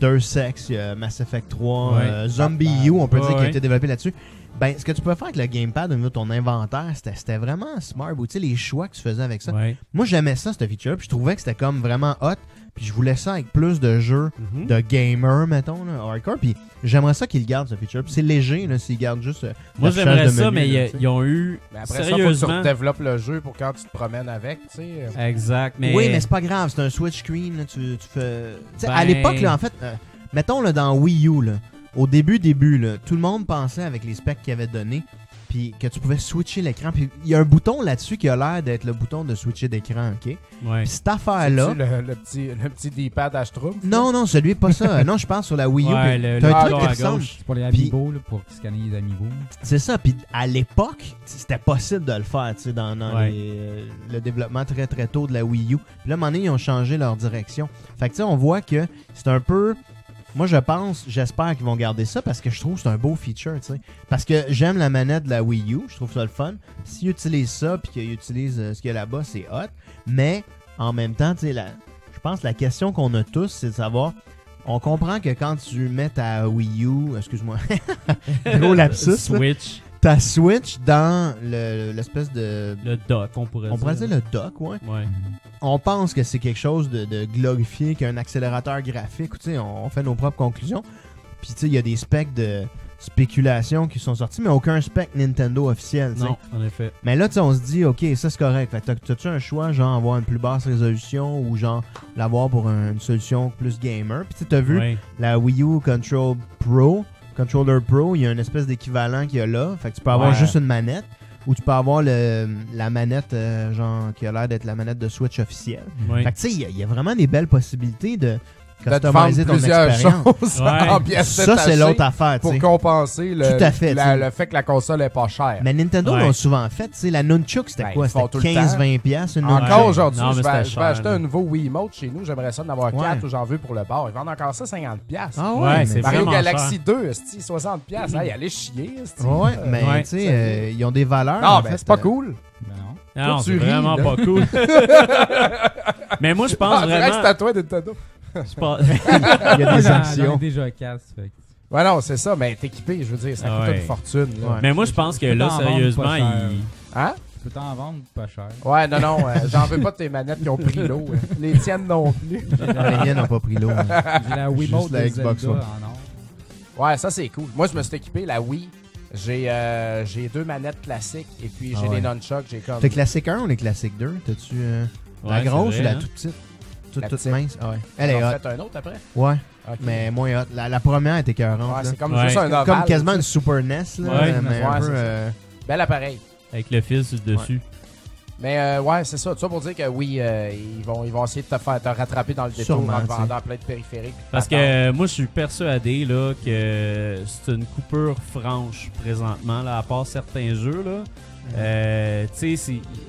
Speaker 4: Deus Ex, il y a Mass Effect 3,
Speaker 1: Ouais.
Speaker 4: euh, Zombie
Speaker 1: Batman.
Speaker 4: U, on peut
Speaker 1: Ouais,
Speaker 4: dire qu'il a
Speaker 1: ouais.
Speaker 4: été développé là-dessus. Ben, ce que tu peux faire avec le gamepad au niveau de ton inventaire, c'était c'était vraiment smart. ou Tu sais, les choix que tu faisais avec ça.
Speaker 3: Ouais.
Speaker 4: Moi, j'aimais ça, cette feature. Puis je trouvais que c'était comme vraiment hot. Puis je voulais ça avec plus de jeux
Speaker 3: Mhm.
Speaker 4: de gamer, mettons, là, hardcore. Puis j'aimerais ça qu'ils gardent, cette feature. Puis c'est léger, là, s'ils gardent juste. euh,
Speaker 3: Moi,
Speaker 4: l'affichage
Speaker 3: j'aimerais
Speaker 4: de
Speaker 3: ça,
Speaker 4: menu,
Speaker 3: mais
Speaker 4: là,
Speaker 3: il y a-
Speaker 4: tu sais.
Speaker 3: ils ont eu.
Speaker 2: Mais après ça, faut que
Speaker 3: sérieusement.
Speaker 2: tu développes le jeu pour quand tu te promènes avec, tu sais.
Speaker 3: exact. Mais...
Speaker 4: Oui, mais c'est pas grave, c'est un switch screen. là, tu, tu fais... Tu sais, À
Speaker 3: Ben-
Speaker 4: l'époque, là, en fait, euh, mettons là, dans Wii U, là, au début, début, là, tout le monde pensait avec les specs qu'il avait donné. puis que tu pouvais switcher l'écran. Puis il y a un bouton là-dessus qui a l'air d'être le bouton de switcher d'écran, OK? Puis cette affaire-là...
Speaker 2: C'est-tu Le, le petit, le petit D-pad à Schtroumpf?
Speaker 4: Non, non, celui est pas ça. non, je pense sur la Wii U.
Speaker 6: Ouais,
Speaker 4: puis
Speaker 6: le,
Speaker 4: t'as
Speaker 6: le
Speaker 4: un truc
Speaker 6: bouton
Speaker 4: qui
Speaker 6: à
Speaker 4: ressemble.
Speaker 6: gauche pour les amiibo, là, pour scanner les amiibo.
Speaker 4: C'est ça. Puis à l'époque, c'était possible de le faire, tu sais, dans, dans
Speaker 6: Ouais.
Speaker 4: les, euh, le développement très très tôt de la Wii U. Puis là, à un moment donné, ils ont changé leur direction. Fait que tu sais, on voit que c'est un peu. Moi, je pense, j'espère qu'ils vont garder ça parce que je trouve que c'est un beau feature, tu sais. Parce que j'aime la manette de la Wii U, je trouve ça le fun. S'ils utilisent ça, puis qu'ils utilisent euh, ce qu'il y a là-bas, c'est hot. Mais en même temps, tu sais, la- je pense que la question qu'on a tous, c'est de savoir. On comprend que quand tu mets ta Wii U, excuse-moi, gros lapsus, là.
Speaker 3: Switch.
Speaker 4: Ta Switch dans le- l'espèce de.
Speaker 3: Le dock, on pourrait
Speaker 4: On pourrait
Speaker 3: dire.
Speaker 4: dire le dock, ouais.
Speaker 3: Ouais.
Speaker 4: On pense que c'est quelque chose de, de glorifié, qu'un accélérateur graphique. ou tu sais, on, on fait nos propres conclusions. Puis, tu sais, il y a des specs de spéculation qui sont sortis, mais aucun spec Nintendo officiel. tu sais.
Speaker 3: Non, en effet.
Speaker 4: Mais là, tu sais, on se dit, OK, ça c'est correct. Fait que t'as- t'as-tu un choix, genre avoir une plus basse résolution ou genre l'avoir pour un- une solution plus gamer? Puis tu sais, t'as vu
Speaker 3: Ouais.
Speaker 4: la Wii U Control Pro, Controller Pro, il y a une espèce d'équivalent qu'il y a là. Fait que tu peux avoir
Speaker 3: Ouais.
Speaker 4: juste une manette ou tu peux avoir le, la manette, euh, genre, qui a l'air d'être la manette de Switch officielle.
Speaker 3: Ouais.
Speaker 4: Fait que tu sais, il y a- il y, a vraiment des belles possibilités de.
Speaker 2: De te
Speaker 4: Customiser
Speaker 2: vendre
Speaker 4: ton
Speaker 2: plusieurs
Speaker 4: expérience.
Speaker 2: choses en pièces
Speaker 4: Ça, c'est
Speaker 2: détachées
Speaker 4: l'autre affaire. tu
Speaker 2: Pour
Speaker 4: sais.
Speaker 2: compenser le,
Speaker 4: Tout à fait,
Speaker 2: la-
Speaker 4: tu sais.
Speaker 2: le fait que la console est pas chère.
Speaker 4: Mais Nintendo
Speaker 2: Ouais.
Speaker 4: l'ont souvent fait. tu sais, La Nunchuk, c'était
Speaker 2: Ben,
Speaker 4: quoi?
Speaker 2: ils font
Speaker 4: C'était
Speaker 2: tout le temps.
Speaker 4: 15-20$ piastres, une Nunchuk.
Speaker 2: Encore aujourd'hui, je vais, je vais acheter un nouveau Wiimote chez nous. J'aimerais ça en avoir
Speaker 4: Ouais.
Speaker 2: 4 ou j'en veux pour le bar. Ils vendent encore ça 50$. piastres.
Speaker 4: Ah ouais, Ouais, mais c'est
Speaker 2: Mario
Speaker 4: vraiment
Speaker 2: Galaxy
Speaker 4: cher.
Speaker 2: 2, esti, 60$. piastres. Hey, allez chier. esti.
Speaker 4: Ouais,
Speaker 2: Euh,
Speaker 4: mais tu sais, euh, ils ont des valeurs.
Speaker 2: Ah,
Speaker 4: en
Speaker 2: ben,
Speaker 4: fait,
Speaker 2: c'est pas
Speaker 4: euh,
Speaker 2: cool.
Speaker 3: Non,
Speaker 2: Toi,
Speaker 3: non,
Speaker 2: tu
Speaker 3: c'est
Speaker 2: ris,
Speaker 3: vraiment
Speaker 2: là.
Speaker 3: pas cool. Mais moi, je pense
Speaker 2: Ah, on dirait
Speaker 3: vraiment-
Speaker 2: que c'est à toi, Nintendo.
Speaker 3: Je pense- Il
Speaker 6: Ah,
Speaker 3: y a des sanctions.
Speaker 6: J'en ai déjà casse, fait que-
Speaker 2: Ouais, non, c'est ça, mais t'es équipé, je veux dire, ça coûte
Speaker 3: Ah Ouais.
Speaker 2: une fortune. là.
Speaker 3: Mais moi, je pense que
Speaker 6: peux
Speaker 3: là,
Speaker 6: t'en vendre
Speaker 3: sérieusement,
Speaker 6: pas cher.
Speaker 3: il.
Speaker 2: Hein?
Speaker 6: Je peux t'en vendre pas cher.
Speaker 2: Ouais, non, non, euh, j'en veux pas de tes manettes qui ont pris l'eau. hein. Les tiennes non plus.
Speaker 4: Les miennes n'ont pas pris l'eau, hein.
Speaker 6: J'ai la Wiimote Juste la de Xbox Zelda One. en
Speaker 2: Ouais, ça c'est cool. Moi, je me suis équipé la Wii. J'ai euh, j'ai deux manettes classiques et puis
Speaker 4: Ah
Speaker 2: j'ai
Speaker 4: ouais.
Speaker 2: des nunchucks. J'ai comme.
Speaker 4: T'es classique 1 ou les classiques 2 T'as-tu euh, la
Speaker 2: Ouais,
Speaker 4: grosse
Speaker 2: c'est
Speaker 4: ou
Speaker 2: vrai,
Speaker 4: la
Speaker 2: hein.
Speaker 4: toute petite Toute,
Speaker 2: La
Speaker 4: toute
Speaker 2: petite.
Speaker 4: mince. Ah ouais.
Speaker 2: On
Speaker 4: Elle est
Speaker 2: en
Speaker 4: hot.
Speaker 2: fait un autre après?
Speaker 4: Ouais.
Speaker 2: Ok.
Speaker 4: Mais moins hot. La, la première était écœurante.
Speaker 2: Ouais,
Speaker 4: là.
Speaker 2: c'est comme juste un ovale,
Speaker 4: Comme quasiment
Speaker 2: tu
Speaker 4: une
Speaker 2: sais.
Speaker 4: Super NES, là,
Speaker 2: Ouais.
Speaker 4: mais
Speaker 2: Ouais,
Speaker 4: un
Speaker 2: c'est
Speaker 4: peu.
Speaker 2: ça.
Speaker 4: euh,
Speaker 2: Bel appareil.
Speaker 3: Avec le fil sur le dessus.
Speaker 2: Mais euh, ouais, c'est ça. Tout ça pour dire que oui, euh, ils, vont, ils vont essayer de te faire te rattraper dans le détour
Speaker 3: Sûrement,
Speaker 2: en te
Speaker 3: tu sais.
Speaker 2: vendant plein de périphériques. puis de
Speaker 3: Parce que
Speaker 2: patentes.
Speaker 3: euh, moi, je suis persuadé là, que c'est une coupure franche présentement, là, à part certains jeux. Là. Euh, tu sais, c'est-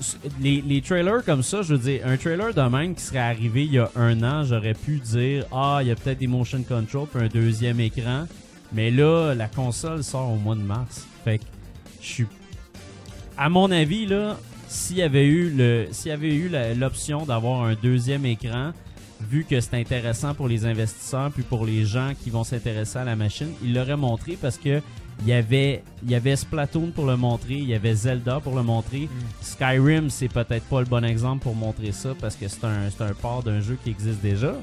Speaker 3: c'est- les, les trailers comme ça, je veux dire, un trailer de même qui serait arrivé il y a un an, j'aurais pu dire Ah, il y a peut-être des motion control puis un deuxième écran. Mais là, la console sort au mois de mars. Fait que je suis. À mon avis, là, s'il y avait eu le, s'il y avait eu la- l'option d'avoir un deuxième écran, vu que c'est intéressant pour les investisseurs puis pour les gens qui vont s'intéresser à la machine, il l'aurait montré parce que il y avait il y avait Splatoon pour le montrer, il y avait Zelda pour le
Speaker 4: Mm.
Speaker 3: montrer. Skyrim, c'est peut-être pas le bon exemple pour montrer ça parce que c'est un c'est un port d'un jeu qui existe déjà.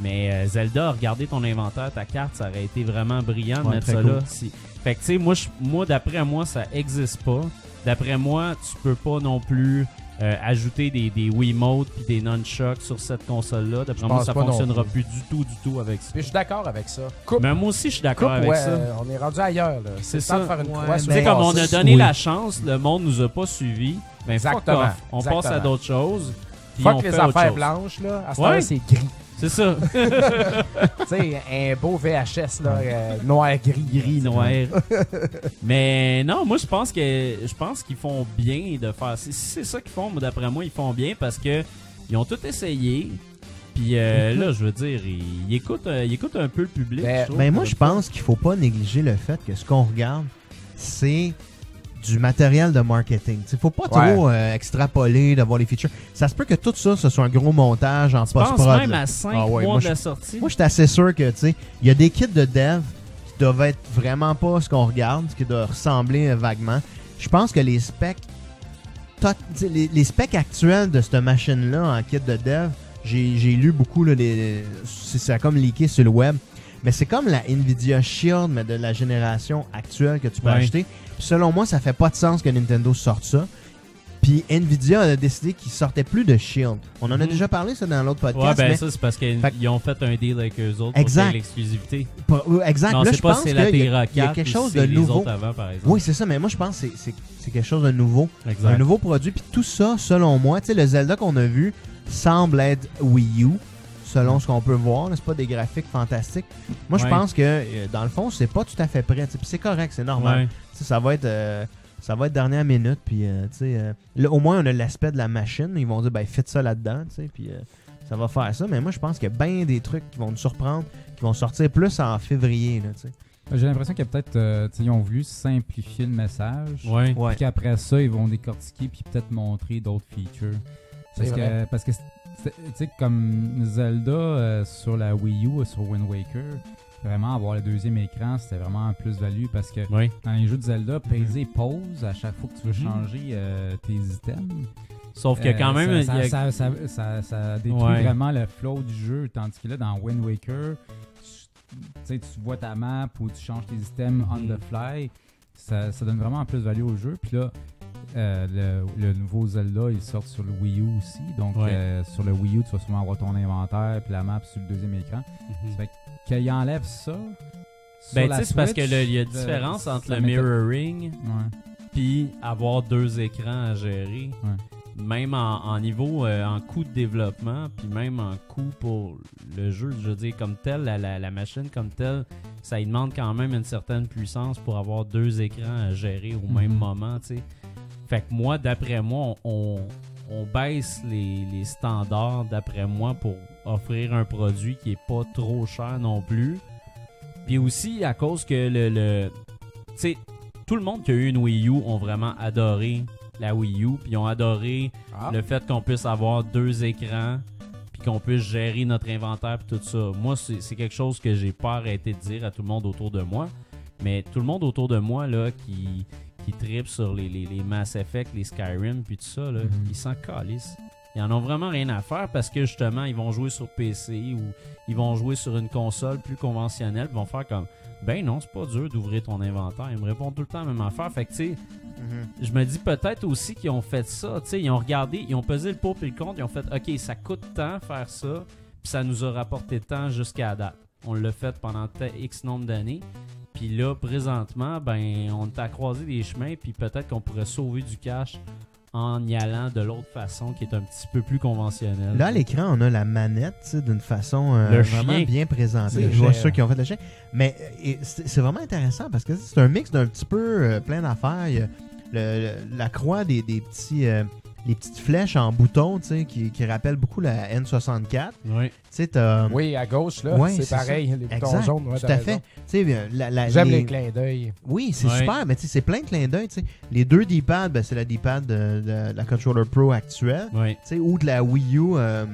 Speaker 3: Mais euh, Zelda, regardez ton inventaire, ta carte, ça aurait été vraiment brillant de
Speaker 4: Ouais,
Speaker 3: mettre
Speaker 4: très
Speaker 3: ça
Speaker 4: cool.
Speaker 3: là. Si- Fait que tu sais, moi, je- moi d'après moi, ça existe pas. D'après moi, tu peux pas non plus euh, ajouter des, des Wiimote puis des nunchucks sur cette console-là. D'après
Speaker 2: Je
Speaker 3: moi,
Speaker 2: pense
Speaker 3: ça
Speaker 2: pas non
Speaker 3: fonctionnera plus du tout, du tout avec ça.
Speaker 2: Puis je suis d'accord avec ça. Coupe.
Speaker 3: Mais moi aussi, je suis d'accord
Speaker 2: Coupe,
Speaker 3: avec
Speaker 2: ouais,
Speaker 3: ça.
Speaker 2: euh, on est rendu ailleurs. là. C'est ça. de faire une croix sur
Speaker 3: Tu sais,
Speaker 2: le
Speaker 3: comme on a
Speaker 2: passé.
Speaker 3: donné
Speaker 2: Oui.
Speaker 3: la chance, le monde nous a pas suivis. Ben, fuck
Speaker 2: Exactement.
Speaker 3: off. On passe à
Speaker 2: Exactement.
Speaker 3: d'autres choses. puis on
Speaker 2: Fuck les
Speaker 3: fait autre
Speaker 2: affaires
Speaker 3: chose.
Speaker 2: blanches, là. À ce
Speaker 3: Ouais.
Speaker 2: temps-là, c'est gris.
Speaker 3: C'est ça.
Speaker 2: tu sais, un beau VHS, là, euh, noir, gris, gris,
Speaker 3: noir. Mais non, moi je pense que je pense qu'ils font bien de faire. Si si c'est ça qu'ils font, moi, d'après moi, ils font bien parce que ils ont tout essayé. Puis euh, là, je veux dire, ils, ils écoutent, euh, ils écoutent un peu le public. je trouve.
Speaker 4: Mhm. Ben moi, je pense qu'il faut pas négliger le fait que ce qu'on regarde, c'est du matériel de marketing. Il faut pas
Speaker 3: Ouais.
Speaker 4: trop euh, extrapoler, d'avoir les features. Ça se peut que tout ça, ce soit un gros montage en
Speaker 3: pense
Speaker 4: post-prod.
Speaker 3: même
Speaker 4: là.
Speaker 3: à cinq
Speaker 4: Ah ouais,
Speaker 3: mois
Speaker 4: moi,
Speaker 3: de la
Speaker 4: je-
Speaker 3: sortie.
Speaker 4: Moi, j'étais assez sûr que, tu sais, il y a des kits de dev qui doivent être vraiment pas ce qu'on regarde, ce qui doit ressembler euh, vaguement. Je pense que les specs tot- tu sais, les, les specs actuels de cette machine-là en kit de dev, j'ai j'ai lu beaucoup, là, les, c'est- ça a comme leaké sur le web. Mais c'est comme la Nvidia Shield, mais de la génération actuelle que tu peux
Speaker 3: Ouais.
Speaker 4: acheter. Puis selon moi, ça fait pas de sens que Nintendo sorte ça. Puis Nvidia a décidé qu'ils sortaient plus de Shield. On en a déjà parlé ça dans l'autre podcast.
Speaker 3: Mhm. Ouais, ben
Speaker 4: mais-
Speaker 3: ça, c'est parce qu'ils
Speaker 4: Fait-
Speaker 3: ils ont fait un deal avec eux autres
Speaker 4: Exact.
Speaker 3: pour faire l'exclusivité.
Speaker 4: Pas- euh, exact.
Speaker 3: Non,
Speaker 4: là,
Speaker 3: c'est
Speaker 4: je
Speaker 3: pas
Speaker 4: pense
Speaker 3: si
Speaker 4: qu'il
Speaker 3: c'est
Speaker 4: y, a-
Speaker 3: la
Speaker 4: il y a
Speaker 3: Terra 4
Speaker 4: quelque
Speaker 3: ou
Speaker 4: chose
Speaker 3: si
Speaker 4: de
Speaker 3: c'est les
Speaker 4: nouveau.
Speaker 3: autres avant, par exemple.
Speaker 4: oui, c'est ça, mais moi, je pense que c'est- c'est c'est quelque chose de nouveau.
Speaker 3: Exact.
Speaker 4: Un nouveau produit. Puis tout ça, selon moi, tu sais, le Zelda qu'on a vu semble être Wii U, selon ce qu'on peut voir. là. C'est pas des graphiques fantastiques. Moi, je
Speaker 3: Ouais.
Speaker 4: pense que, euh, dans le fond, c'est pas tout à fait prêt. tu sais, Puis c'est correct, c'est normal.
Speaker 3: Ouais.
Speaker 4: Tu sais, Ça va être. euh, ça va être dernière minute, puis euh, tu sais, euh, là, au moins on a l'aspect de la machine. Ils vont dire, ben, faites ça là-dedans, tu sais, puis euh, ça va faire ça. Mais moi, je pense qu'il y a bien des trucs qui vont nous surprendre, qui vont sortir plus en février, là, tu sais.
Speaker 6: J'ai l'impression qu'il y a peut-être. euh, tu sais, ils ont voulu simplifier le message.
Speaker 3: Ouais.
Speaker 6: Puis qu'après ça, ils vont décortiquer puis peut-être montrer d'autres features.
Speaker 2: C'est
Speaker 6: Parce
Speaker 2: vrai.
Speaker 6: que, parce que c'est- tu sais, comme Zelda euh, sur la Wii U, euh, sur Wind Waker, vraiment avoir le deuxième écran, c'était vraiment un plus-value parce que
Speaker 3: Oui.
Speaker 6: dans les jeux de Zelda, peser pause à chaque fois que tu veux changer euh, tes items.
Speaker 3: Sauf
Speaker 4: Euh,
Speaker 3: que quand
Speaker 6: ça-
Speaker 3: même,
Speaker 6: Euh, ça,
Speaker 3: il y a-
Speaker 6: ça- ça- ça- ça détruit
Speaker 3: Ouais.
Speaker 6: vraiment le flow du jeu. Tandis que là, dans Wind Waker, tu, tu sais, tu vois ta map ou tu changes tes items on the fly. Ça, ça donne vraiment plus de value au jeu. Puis là, euh, le, le nouveau Zelda, il sort sur le Wii U aussi. Donc,
Speaker 3: Ouais.
Speaker 6: euh, sur le Wii U, tu vas souvent avoir ton inventaire puis la map sur le deuxième écran.
Speaker 3: Mhm.
Speaker 6: Ça fait qu'il enlève ça. sur
Speaker 3: Ben,
Speaker 6: la
Speaker 3: tu sais, c'est parce que
Speaker 6: Switch,
Speaker 3: le- il y a
Speaker 6: de-
Speaker 3: différence entre
Speaker 6: ça
Speaker 3: le
Speaker 6: m'étonne.
Speaker 3: mirroring
Speaker 6: Ouais.
Speaker 3: puis avoir deux écrans à gérer. Même en, en niveau, euh, en coût de développement, puis même en coût pour le jeu, je veux dire, comme tel, la, la- la machine comme telle, ça lui demande quand même une certaine puissance pour avoir deux écrans à gérer au même
Speaker 6: Mhm.
Speaker 3: moment, tu sais. Fait que moi, d'après moi, on, on baisse les, les standards, d'après moi, pour offrir un produit qui est pas trop cher non plus. Puis aussi, à cause que le. le tu sais, tout le monde qui a eu une Wii U ont vraiment adoré la Wii U, puis ils ont adoré
Speaker 2: Ah.
Speaker 3: le fait qu'on puisse avoir deux écrans, puis qu'on puisse gérer notre inventaire, puis tout ça. Moi, c'est c'est quelque chose que j'ai pas arrêté de dire à tout le monde autour de moi. Mais tout le monde autour de moi, là, qui, qui tripe sur les, les, les Mass Effect, les Skyrim, puis tout ça, là, ils s'en calissent. Ils en ont vraiment rien à faire parce que justement, ils vont jouer sur PC ou ils vont jouer sur une console plus conventionnelle. Ils vont faire comme Ben non, c'est pas dur d'ouvrir ton inventaire. Ils me répondent tout le temps la même affaire. Fait que tu sais, je me dis peut-être aussi qu'ils ont fait ça. Tu sais, ils ont regardé, ils ont pesé le pour et le contre. Ils ont fait OK, ça coûte tant faire ça, puis ça nous a rapporté tant jusqu'à la date. On l'a fait pendant t- X nombre d'années. Puis là, présentement, ben, on est à croiser des chemins, puis peut-être qu'on pourrait sauver du cash en y allant de l'autre façon qui est un petit peu plus conventionnelle.
Speaker 4: Là, à l'écran, on a la manette tu sais, d'une façon euh,
Speaker 3: Le
Speaker 4: vraiment
Speaker 3: chien.
Speaker 4: bien
Speaker 3: C'est
Speaker 4: présentée.
Speaker 3: le
Speaker 4: Je vois
Speaker 3: chien.
Speaker 4: ceux qui ont fait le chien. Mais euh, et c'est c'est vraiment intéressant parce que c'est un mix d'un petit peu euh, plein d'affaires. Il y a le- le- la croix des, des petits, euh, les petites flèches en bouton tu sais, qui, qui rappellent beaucoup la N64.
Speaker 3: Oui.
Speaker 4: Tu sais, t'as-
Speaker 2: Oui, à gauche, là,
Speaker 4: Ouais,
Speaker 2: c'est pareil,
Speaker 4: ça.
Speaker 2: les boutons
Speaker 4: Exact.
Speaker 2: jaunes, ouais,
Speaker 4: Tout
Speaker 2: t'as
Speaker 4: à
Speaker 2: raison.
Speaker 4: fait. Tu sais, euh, la- la-
Speaker 2: J'aime les clins d'œil.
Speaker 4: Oui, c'est
Speaker 2: Ouais.
Speaker 4: super, mais tu sais, c'est plein de clins d'œil. tu sais. Les deux D-pads, ben, c'est la D-pad de, de la Controller Pro actuelle,
Speaker 3: Ouais.
Speaker 4: tu sais, ou de la Wii U, euh,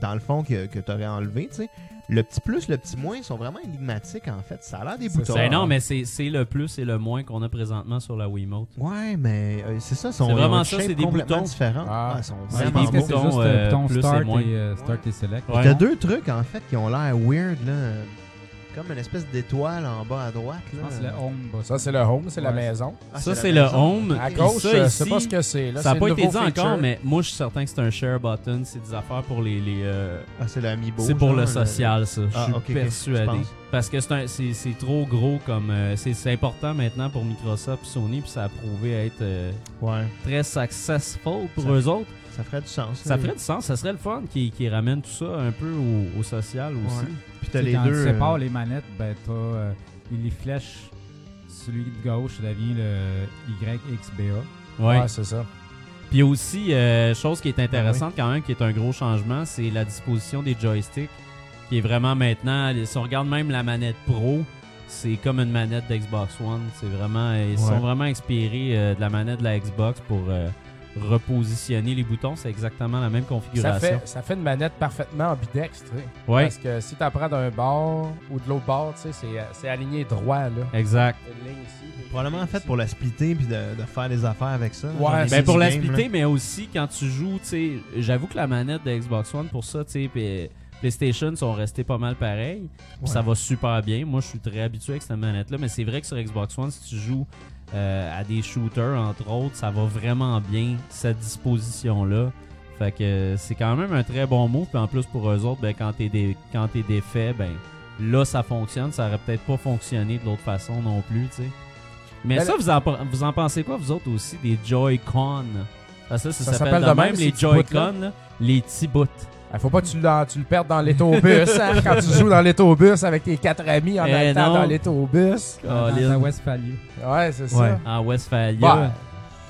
Speaker 4: dans le fond, que, que tu aurais enlevé. tu sais. Le petit plus, le petit moins, ils sont vraiment énigmatiques, en fait. Ça a l'air des boutons.
Speaker 3: Ben non, mais c'est c'est le plus et le moins qu'on a présentement sur la Wiimote.
Speaker 4: Ouais, mais euh, c'est ça, ils sont
Speaker 3: C'est
Speaker 4: ils ont
Speaker 3: vraiment
Speaker 4: une
Speaker 3: ça,
Speaker 4: shape
Speaker 3: c'est des
Speaker 4: complètement
Speaker 3: boutons
Speaker 4: différents. Ah, ils sont
Speaker 3: C'est
Speaker 4: vraiment
Speaker 3: des
Speaker 4: beaux.
Speaker 6: Est-ce que c'est
Speaker 3: boutons,
Speaker 6: juste
Speaker 3: euh,
Speaker 6: le bouton
Speaker 3: plus et
Speaker 6: start
Speaker 3: moins.
Speaker 6: et, euh, start et select?
Speaker 4: T'as deux trucs, en fait, qui ont l'air weird, là. euh, Comme une espèce d'étoile en bas à droite. Là.
Speaker 6: pense que c'est le home, bah,
Speaker 2: Ça, c'est le home, c'est la maison.
Speaker 4: Ah,
Speaker 3: Ça,
Speaker 4: la
Speaker 3: c'est le
Speaker 4: maison.
Speaker 3: home.
Speaker 2: À
Speaker 3: Puis
Speaker 2: gauche,
Speaker 3: ça,
Speaker 2: je sais
Speaker 3: ici,
Speaker 2: pas ce que c'est, là,
Speaker 3: Ça n'a
Speaker 2: c'est
Speaker 3: pas
Speaker 2: le
Speaker 3: été dit
Speaker 2: nouveau feature.
Speaker 3: encore, mais moi, je suis certain que c'est un share button. C'est des affaires pour les. les, euh,
Speaker 4: Ah, c'est l'amiibo,
Speaker 3: C'est pour
Speaker 4: genre,
Speaker 3: le
Speaker 4: le-
Speaker 3: social, ça.
Speaker 4: Ah,
Speaker 3: je suis
Speaker 4: ok, ok,
Speaker 3: persuadé.
Speaker 4: tu penses.
Speaker 3: Parce que c'est un- c'est c'est trop gros comme. euh, c'est c'est important maintenant pour Microsoft et Sony, puis ça a prouvé être euh,
Speaker 4: Ouais.
Speaker 3: très successful pour
Speaker 4: Ça-
Speaker 3: eux autres.
Speaker 4: Ça ferait du sens.
Speaker 3: Ça
Speaker 4: là.
Speaker 3: ferait du sens, ça serait le fun qu'ils qu'ils ramènent tout ça un peu au, au social aussi.
Speaker 4: Ouais. Puis t'as
Speaker 6: Tu sais,
Speaker 4: les
Speaker 6: quand
Speaker 4: deux,
Speaker 6: tu sépares
Speaker 4: euh,
Speaker 6: les manettes, ben t'as euh, les flèches, celui de gauche ça devient le YXBA.
Speaker 3: Ouais.
Speaker 2: c'est ça.
Speaker 3: Puis aussi, euh, chose qui est
Speaker 2: Ben
Speaker 3: intéressante quand même, qui est un gros changement, c'est la disposition des joysticks, qui est vraiment maintenant, si on regarde même la manette Pro, c'est comme une manette d'Xbox One. C'est vraiment, euh, ils
Speaker 4: Ouais.
Speaker 3: sont vraiment inspirés euh, de la manette de la Xbox pour euh, repositionner les boutons. C'est exactement la même
Speaker 2: Ça
Speaker 3: configuration.
Speaker 2: fait, ça fait une manette parfaitement ambidextre. tu sais.
Speaker 3: Ouais.
Speaker 2: Parce que si tu apprends d'un bord ou de l'autre bord, tu sais, c'est, euh, c'est aligné droit. Là.
Speaker 3: Exact.
Speaker 2: Une ligne ici, puis-
Speaker 4: Probablement fait pour la splitter puis de, de faire des affaires avec ça. Genre
Speaker 3: Ouais,
Speaker 4: des
Speaker 3: ben pour la
Speaker 4: games,
Speaker 3: splitter,
Speaker 4: là.
Speaker 3: mais aussi quand tu joues, tu sais, j'avoue que la manette de Xbox One pour ça, tu sais, puis euh, PlayStation sont restés pas mal pareils. Puis
Speaker 4: Ouais.
Speaker 3: Ça va super bien. Moi, je suis très habitué avec cette manette-là, mais c'est vrai que sur Xbox One, si tu joues euh, à des shooters, entre autres, ça va vraiment bien, cette disposition-là. Fait que c'est quand même un très bon move. Puis en plus, pour eux autres, ben, quand t'es dé- quand t'es défait, ben, là, ça fonctionne. Ça aurait peut-être pas fonctionné de l'autre façon non plus, tu sais. Mais
Speaker 2: Ben,
Speaker 3: ça,
Speaker 2: le-
Speaker 3: vous en, pen- vous en pensez quoi, vous autres aussi, des Joy-Con? Parce que ça, ça,
Speaker 2: Ça
Speaker 3: s'appelle de même, les
Speaker 2: ces petits bouts-là.
Speaker 3: Joy-Con, là, les petits bouts.
Speaker 2: Il Ah, faut pas que tu, l'en- tu le perdes dans l'autobus hein, quand tu joues dans l'autobus avec tes quatre amis en
Speaker 3: Eh
Speaker 2: allant
Speaker 3: non.
Speaker 2: dans l'autobus.
Speaker 3: Colin. Dans
Speaker 6: Westphalie.
Speaker 2: Ouais, c'est
Speaker 3: Ouais,
Speaker 2: ça.
Speaker 3: En Westphalia.
Speaker 2: Bah,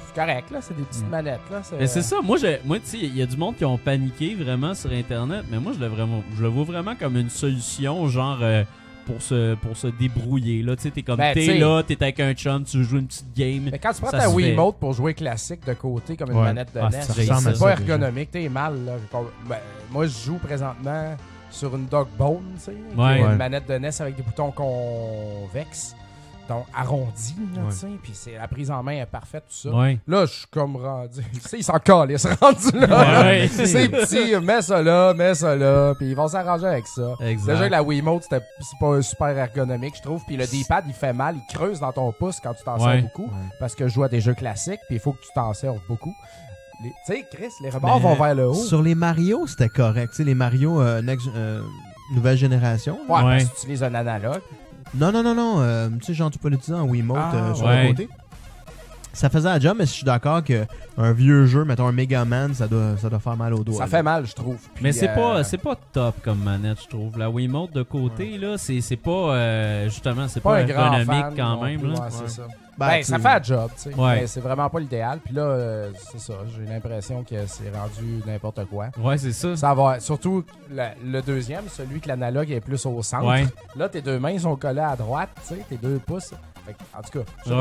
Speaker 2: c'est correct, là, c'est des petites mallettes. Là,
Speaker 3: Mm. Mais c'est ça, moi, j'ai- moi tu sais, il y a du monde qui ont paniqué vraiment sur Internet, mais moi, je le, vraiment, je le vois vraiment comme une solution, genre, euh, pour, se, pour se débrouiller. Là, tu sais, t'es comme,
Speaker 2: Ben,
Speaker 3: t'es
Speaker 2: t'sais-
Speaker 3: là, t'es avec un chum, tu joues une petite game.
Speaker 2: Mais quand tu prends
Speaker 3: ça
Speaker 2: ta
Speaker 3: se fait.
Speaker 2: Wiimote pour jouer classique de côté comme une
Speaker 3: Ouais.
Speaker 2: manette de
Speaker 3: Ah,
Speaker 2: NES,
Speaker 3: ça
Speaker 2: c'est
Speaker 3: ressemble à
Speaker 2: pas
Speaker 3: ça,
Speaker 2: ergonomique, t'es mal. Là. J'ai pas- ben, moi, je joue présentement sur une Dogbone, tu sais, qui
Speaker 3: Ouais.
Speaker 2: est
Speaker 3: Ouais.
Speaker 2: une manette de NES avec des boutons convexes, donc arrondis, là,
Speaker 3: Ouais.
Speaker 2: tu sais, puis c'est- la prise en main est parfaite, tout ça.
Speaker 3: Ouais.
Speaker 2: Là, je suis comme rendu. Tu sais, ils s'en calissent, rendu là.
Speaker 3: Ouais, ouais.
Speaker 2: c'est petit, mets ça là, mets ça là, puis ils vont s'arranger avec ça.
Speaker 3: Exact.
Speaker 2: Déjà que la Wiimote, c'était- c'est pas super ergonomique, je trouve, puis le D-pad, il fait mal, il creuse dans ton pouce quand tu t'en
Speaker 3: Ouais.
Speaker 2: sers beaucoup, parce que je joue à des jeux classiques, puis il faut que tu t'en sers beaucoup. Les- Tu sais, Chris, les rebords
Speaker 4: Mais
Speaker 2: vont vers le haut.
Speaker 4: Sur les Mario, c'était correct. Tu sais, les Mario euh, next- euh, nouvelle génération.
Speaker 2: Ouais, parce que tu utilises un analogue.
Speaker 4: Non, non, non, non. euh, tu sais, genre, tu peux l'utiliser en Wiimote
Speaker 2: Ah,
Speaker 4: euh, sur
Speaker 2: ouais.
Speaker 4: le côté. Ça faisait la job, mais je suis d'accord que un vieux jeu, mettons un Mega Man, ça doit, ça doit faire mal aux doigts.
Speaker 2: Ça
Speaker 4: là.
Speaker 2: fait mal, je trouve. Puis,
Speaker 3: Mais c'est
Speaker 2: euh,
Speaker 3: pas c'est pas top comme manette, je trouve. La Wiimote de côté, là, c'est c'est pas, euh, justement, c'est pas,
Speaker 2: un grand
Speaker 3: ergonomique
Speaker 2: fan
Speaker 3: quand
Speaker 2: non
Speaker 3: même.
Speaker 2: plus,
Speaker 3: Là.
Speaker 2: ouais, c'est ça.
Speaker 4: Ben,
Speaker 2: Ben,
Speaker 4: tu-
Speaker 2: ça fait un job, tu sais.
Speaker 3: Ouais.
Speaker 2: Mais c'est vraiment pas l'idéal. Puis là, euh, c'est ça. J'ai l'impression que c'est rendu n'importe quoi.
Speaker 3: Ouais, c'est ça.
Speaker 2: Ça va. Surtout la- le deuxième, celui que l'analogue est plus au centre.
Speaker 3: Ouais.
Speaker 2: Là, tes deux mains sont collées à droite, tu sais, tes deux pouces. Fait que, en tout cas, je sais
Speaker 3: Ouais,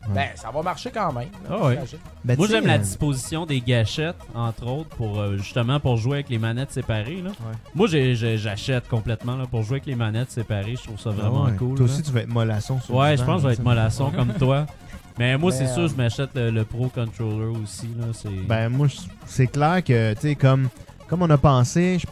Speaker 2: pas.
Speaker 3: ouais.
Speaker 2: Ben, ça va marcher quand même. là,
Speaker 3: Ah ouais.
Speaker 2: j'imagine.
Speaker 3: Moi,
Speaker 4: tu sais,
Speaker 3: j'aime la
Speaker 4: euh,
Speaker 3: disposition des gâchettes, entre autres, pour euh, justement pour jouer avec les manettes séparées. Là. Moi, j'ai- j'ai- j'achète complètement là, pour jouer avec les manettes séparées. Je trouve ça vraiment
Speaker 4: ah ouais.
Speaker 3: cool.
Speaker 4: Toi aussi,
Speaker 3: là.
Speaker 4: tu vas être mollasson sur le
Speaker 3: Ouais, je
Speaker 4: divan,
Speaker 3: pense que je vais
Speaker 4: là,
Speaker 3: être
Speaker 4: tu sais.
Speaker 3: mollasson comme toi. Mais moi,
Speaker 4: Mais,
Speaker 3: c'est sûr,
Speaker 4: euh,
Speaker 3: je m'achète le, le Pro Controller aussi. Là, c'est-
Speaker 4: Ben, moi, je- c'est clair que, tu sais, comme, comme on a pensé, je-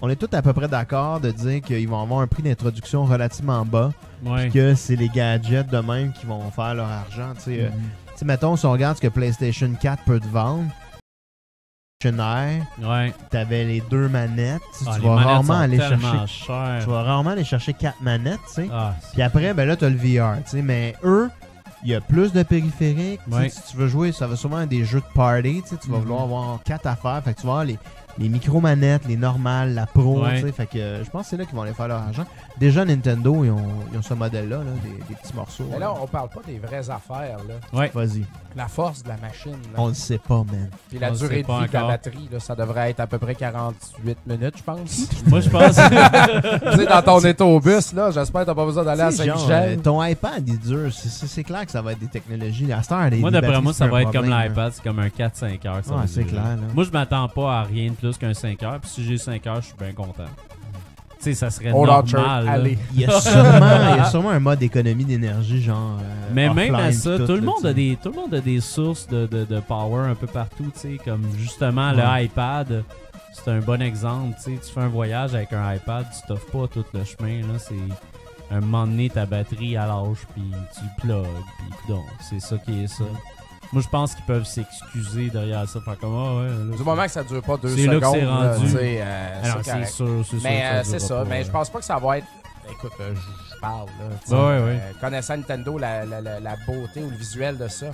Speaker 4: on est tous à peu près d'accord de dire qu'ils vont avoir un prix d'introduction relativement bas.
Speaker 3: Ouais.
Speaker 4: puis que c'est les gadgets de même qui vont faire leur argent. Tu sais, euh,
Speaker 3: Mhm.
Speaker 4: tu sais, mettons, si on regarde ce que PlayStation 4 peut te vendre, PlayStation Air,
Speaker 3: Ouais.
Speaker 4: t'avais les deux manettes. Tu, sais,
Speaker 3: Ah,
Speaker 4: tu
Speaker 3: les
Speaker 4: vas
Speaker 3: manettes
Speaker 4: rarement
Speaker 3: sont
Speaker 4: aller
Speaker 3: tellement
Speaker 4: chercher.
Speaker 3: chères.
Speaker 4: Tu vas rarement aller chercher quatre manettes, tu sais.
Speaker 3: Ah,
Speaker 4: Puis après, ben là, t'as le VR, tu sais. Mais eux, il y a plus de périphériques. tu sais,
Speaker 3: Ouais.
Speaker 4: Si tu veux jouer, ça va sûrement être des jeux de party, tu sais. Tu vas
Speaker 3: Mhm.
Speaker 4: vouloir avoir quatre affaires. Fait que tu vas avoir les, les micro-manettes, les normales, la pro,
Speaker 3: Ouais.
Speaker 4: tu sais. Fait que euh, je pense que c'est là qu'ils vont aller faire leur argent. Déjà, Nintendo, ils ont, ils ont ce modèle-là, là, des, des petits morceaux.
Speaker 2: Mais là, on parle pas des vraies affaires, là.
Speaker 3: Ouais.
Speaker 4: Vas-y.
Speaker 2: La force de la machine. là.
Speaker 4: On le sait pas, man.
Speaker 2: Puis la
Speaker 4: On le sait
Speaker 2: durée de
Speaker 4: pas
Speaker 2: vie de la
Speaker 4: encore.
Speaker 2: batterie, là, ça devrait être à peu près 48 minutes, je pense.
Speaker 4: Moi, je pense.
Speaker 2: tu sais, dans ton autobus, là, j'espère que t'as pas besoin d'aller à
Speaker 4: Tu sais, genre, euh,
Speaker 2: Saint-Michel.
Speaker 4: ton iPad, il dure. C'est- C'est c'est clair que ça va être des technologies. La star, elle est
Speaker 3: Moi,
Speaker 4: des
Speaker 3: d'après
Speaker 4: batteries,
Speaker 3: moi,
Speaker 4: c'est
Speaker 3: ça
Speaker 4: un
Speaker 3: va être comme
Speaker 4: problème,
Speaker 3: l'iPad, c'est comme un 4-5 heures. ça
Speaker 4: Ouais,
Speaker 3: va
Speaker 4: c'est
Speaker 3: durer.
Speaker 4: clair, là.
Speaker 3: Moi, je m'attends pas à rien de plus qu'un 5 heures. Puis si j'ai 5 heures, je suis bien content. Tu sais, ça serait
Speaker 4: Old
Speaker 3: normal.
Speaker 4: Orchard,
Speaker 3: là.
Speaker 4: allez. Il y, a sûrement, il y a sûrement un mode d'économie d'énergie, genre. euh,
Speaker 3: Mais même
Speaker 4: offline
Speaker 3: à
Speaker 4: pis
Speaker 3: ça, tout,
Speaker 4: là,
Speaker 3: le monde
Speaker 4: tu
Speaker 3: a
Speaker 4: sais.
Speaker 3: des, tout le monde a des sources de, de- de power un peu partout, tu sais, comme justement le
Speaker 4: Ouais.
Speaker 3: iPad. C'est un bon exemple, tu sais, tu fais un voyage avec un iPad, tu t'offres pas tout le chemin, là, c'est un moment donné, ta batterie à l'âge, puis tu le plugues, puis coudonc, c'est ça qui est ça. Moi, je pense qu'ils peuvent s'excuser derrière ça, faire comme, ah ouais, là,
Speaker 2: Du
Speaker 3: c'est-
Speaker 2: moment que ça dure pas deux
Speaker 3: c'est
Speaker 2: secondes,
Speaker 3: là que c'est
Speaker 2: là,
Speaker 3: rendu.
Speaker 2: tu sais, euh,
Speaker 3: Alors,
Speaker 2: c'est
Speaker 3: c'est
Speaker 2: correct.
Speaker 3: sûr, c'est sûr.
Speaker 2: Mais
Speaker 3: que
Speaker 2: euh,
Speaker 3: durera
Speaker 2: c'est ça,
Speaker 3: pas,
Speaker 2: mais
Speaker 3: euh,
Speaker 2: je pense pas que ça va être. Écoute, euh, je je parle, là. tu sais,
Speaker 3: Ouais, ouais,
Speaker 2: euh,
Speaker 3: ouais.
Speaker 2: connaissant Nintendo, la, la- la- la beauté ou le visuel de ça,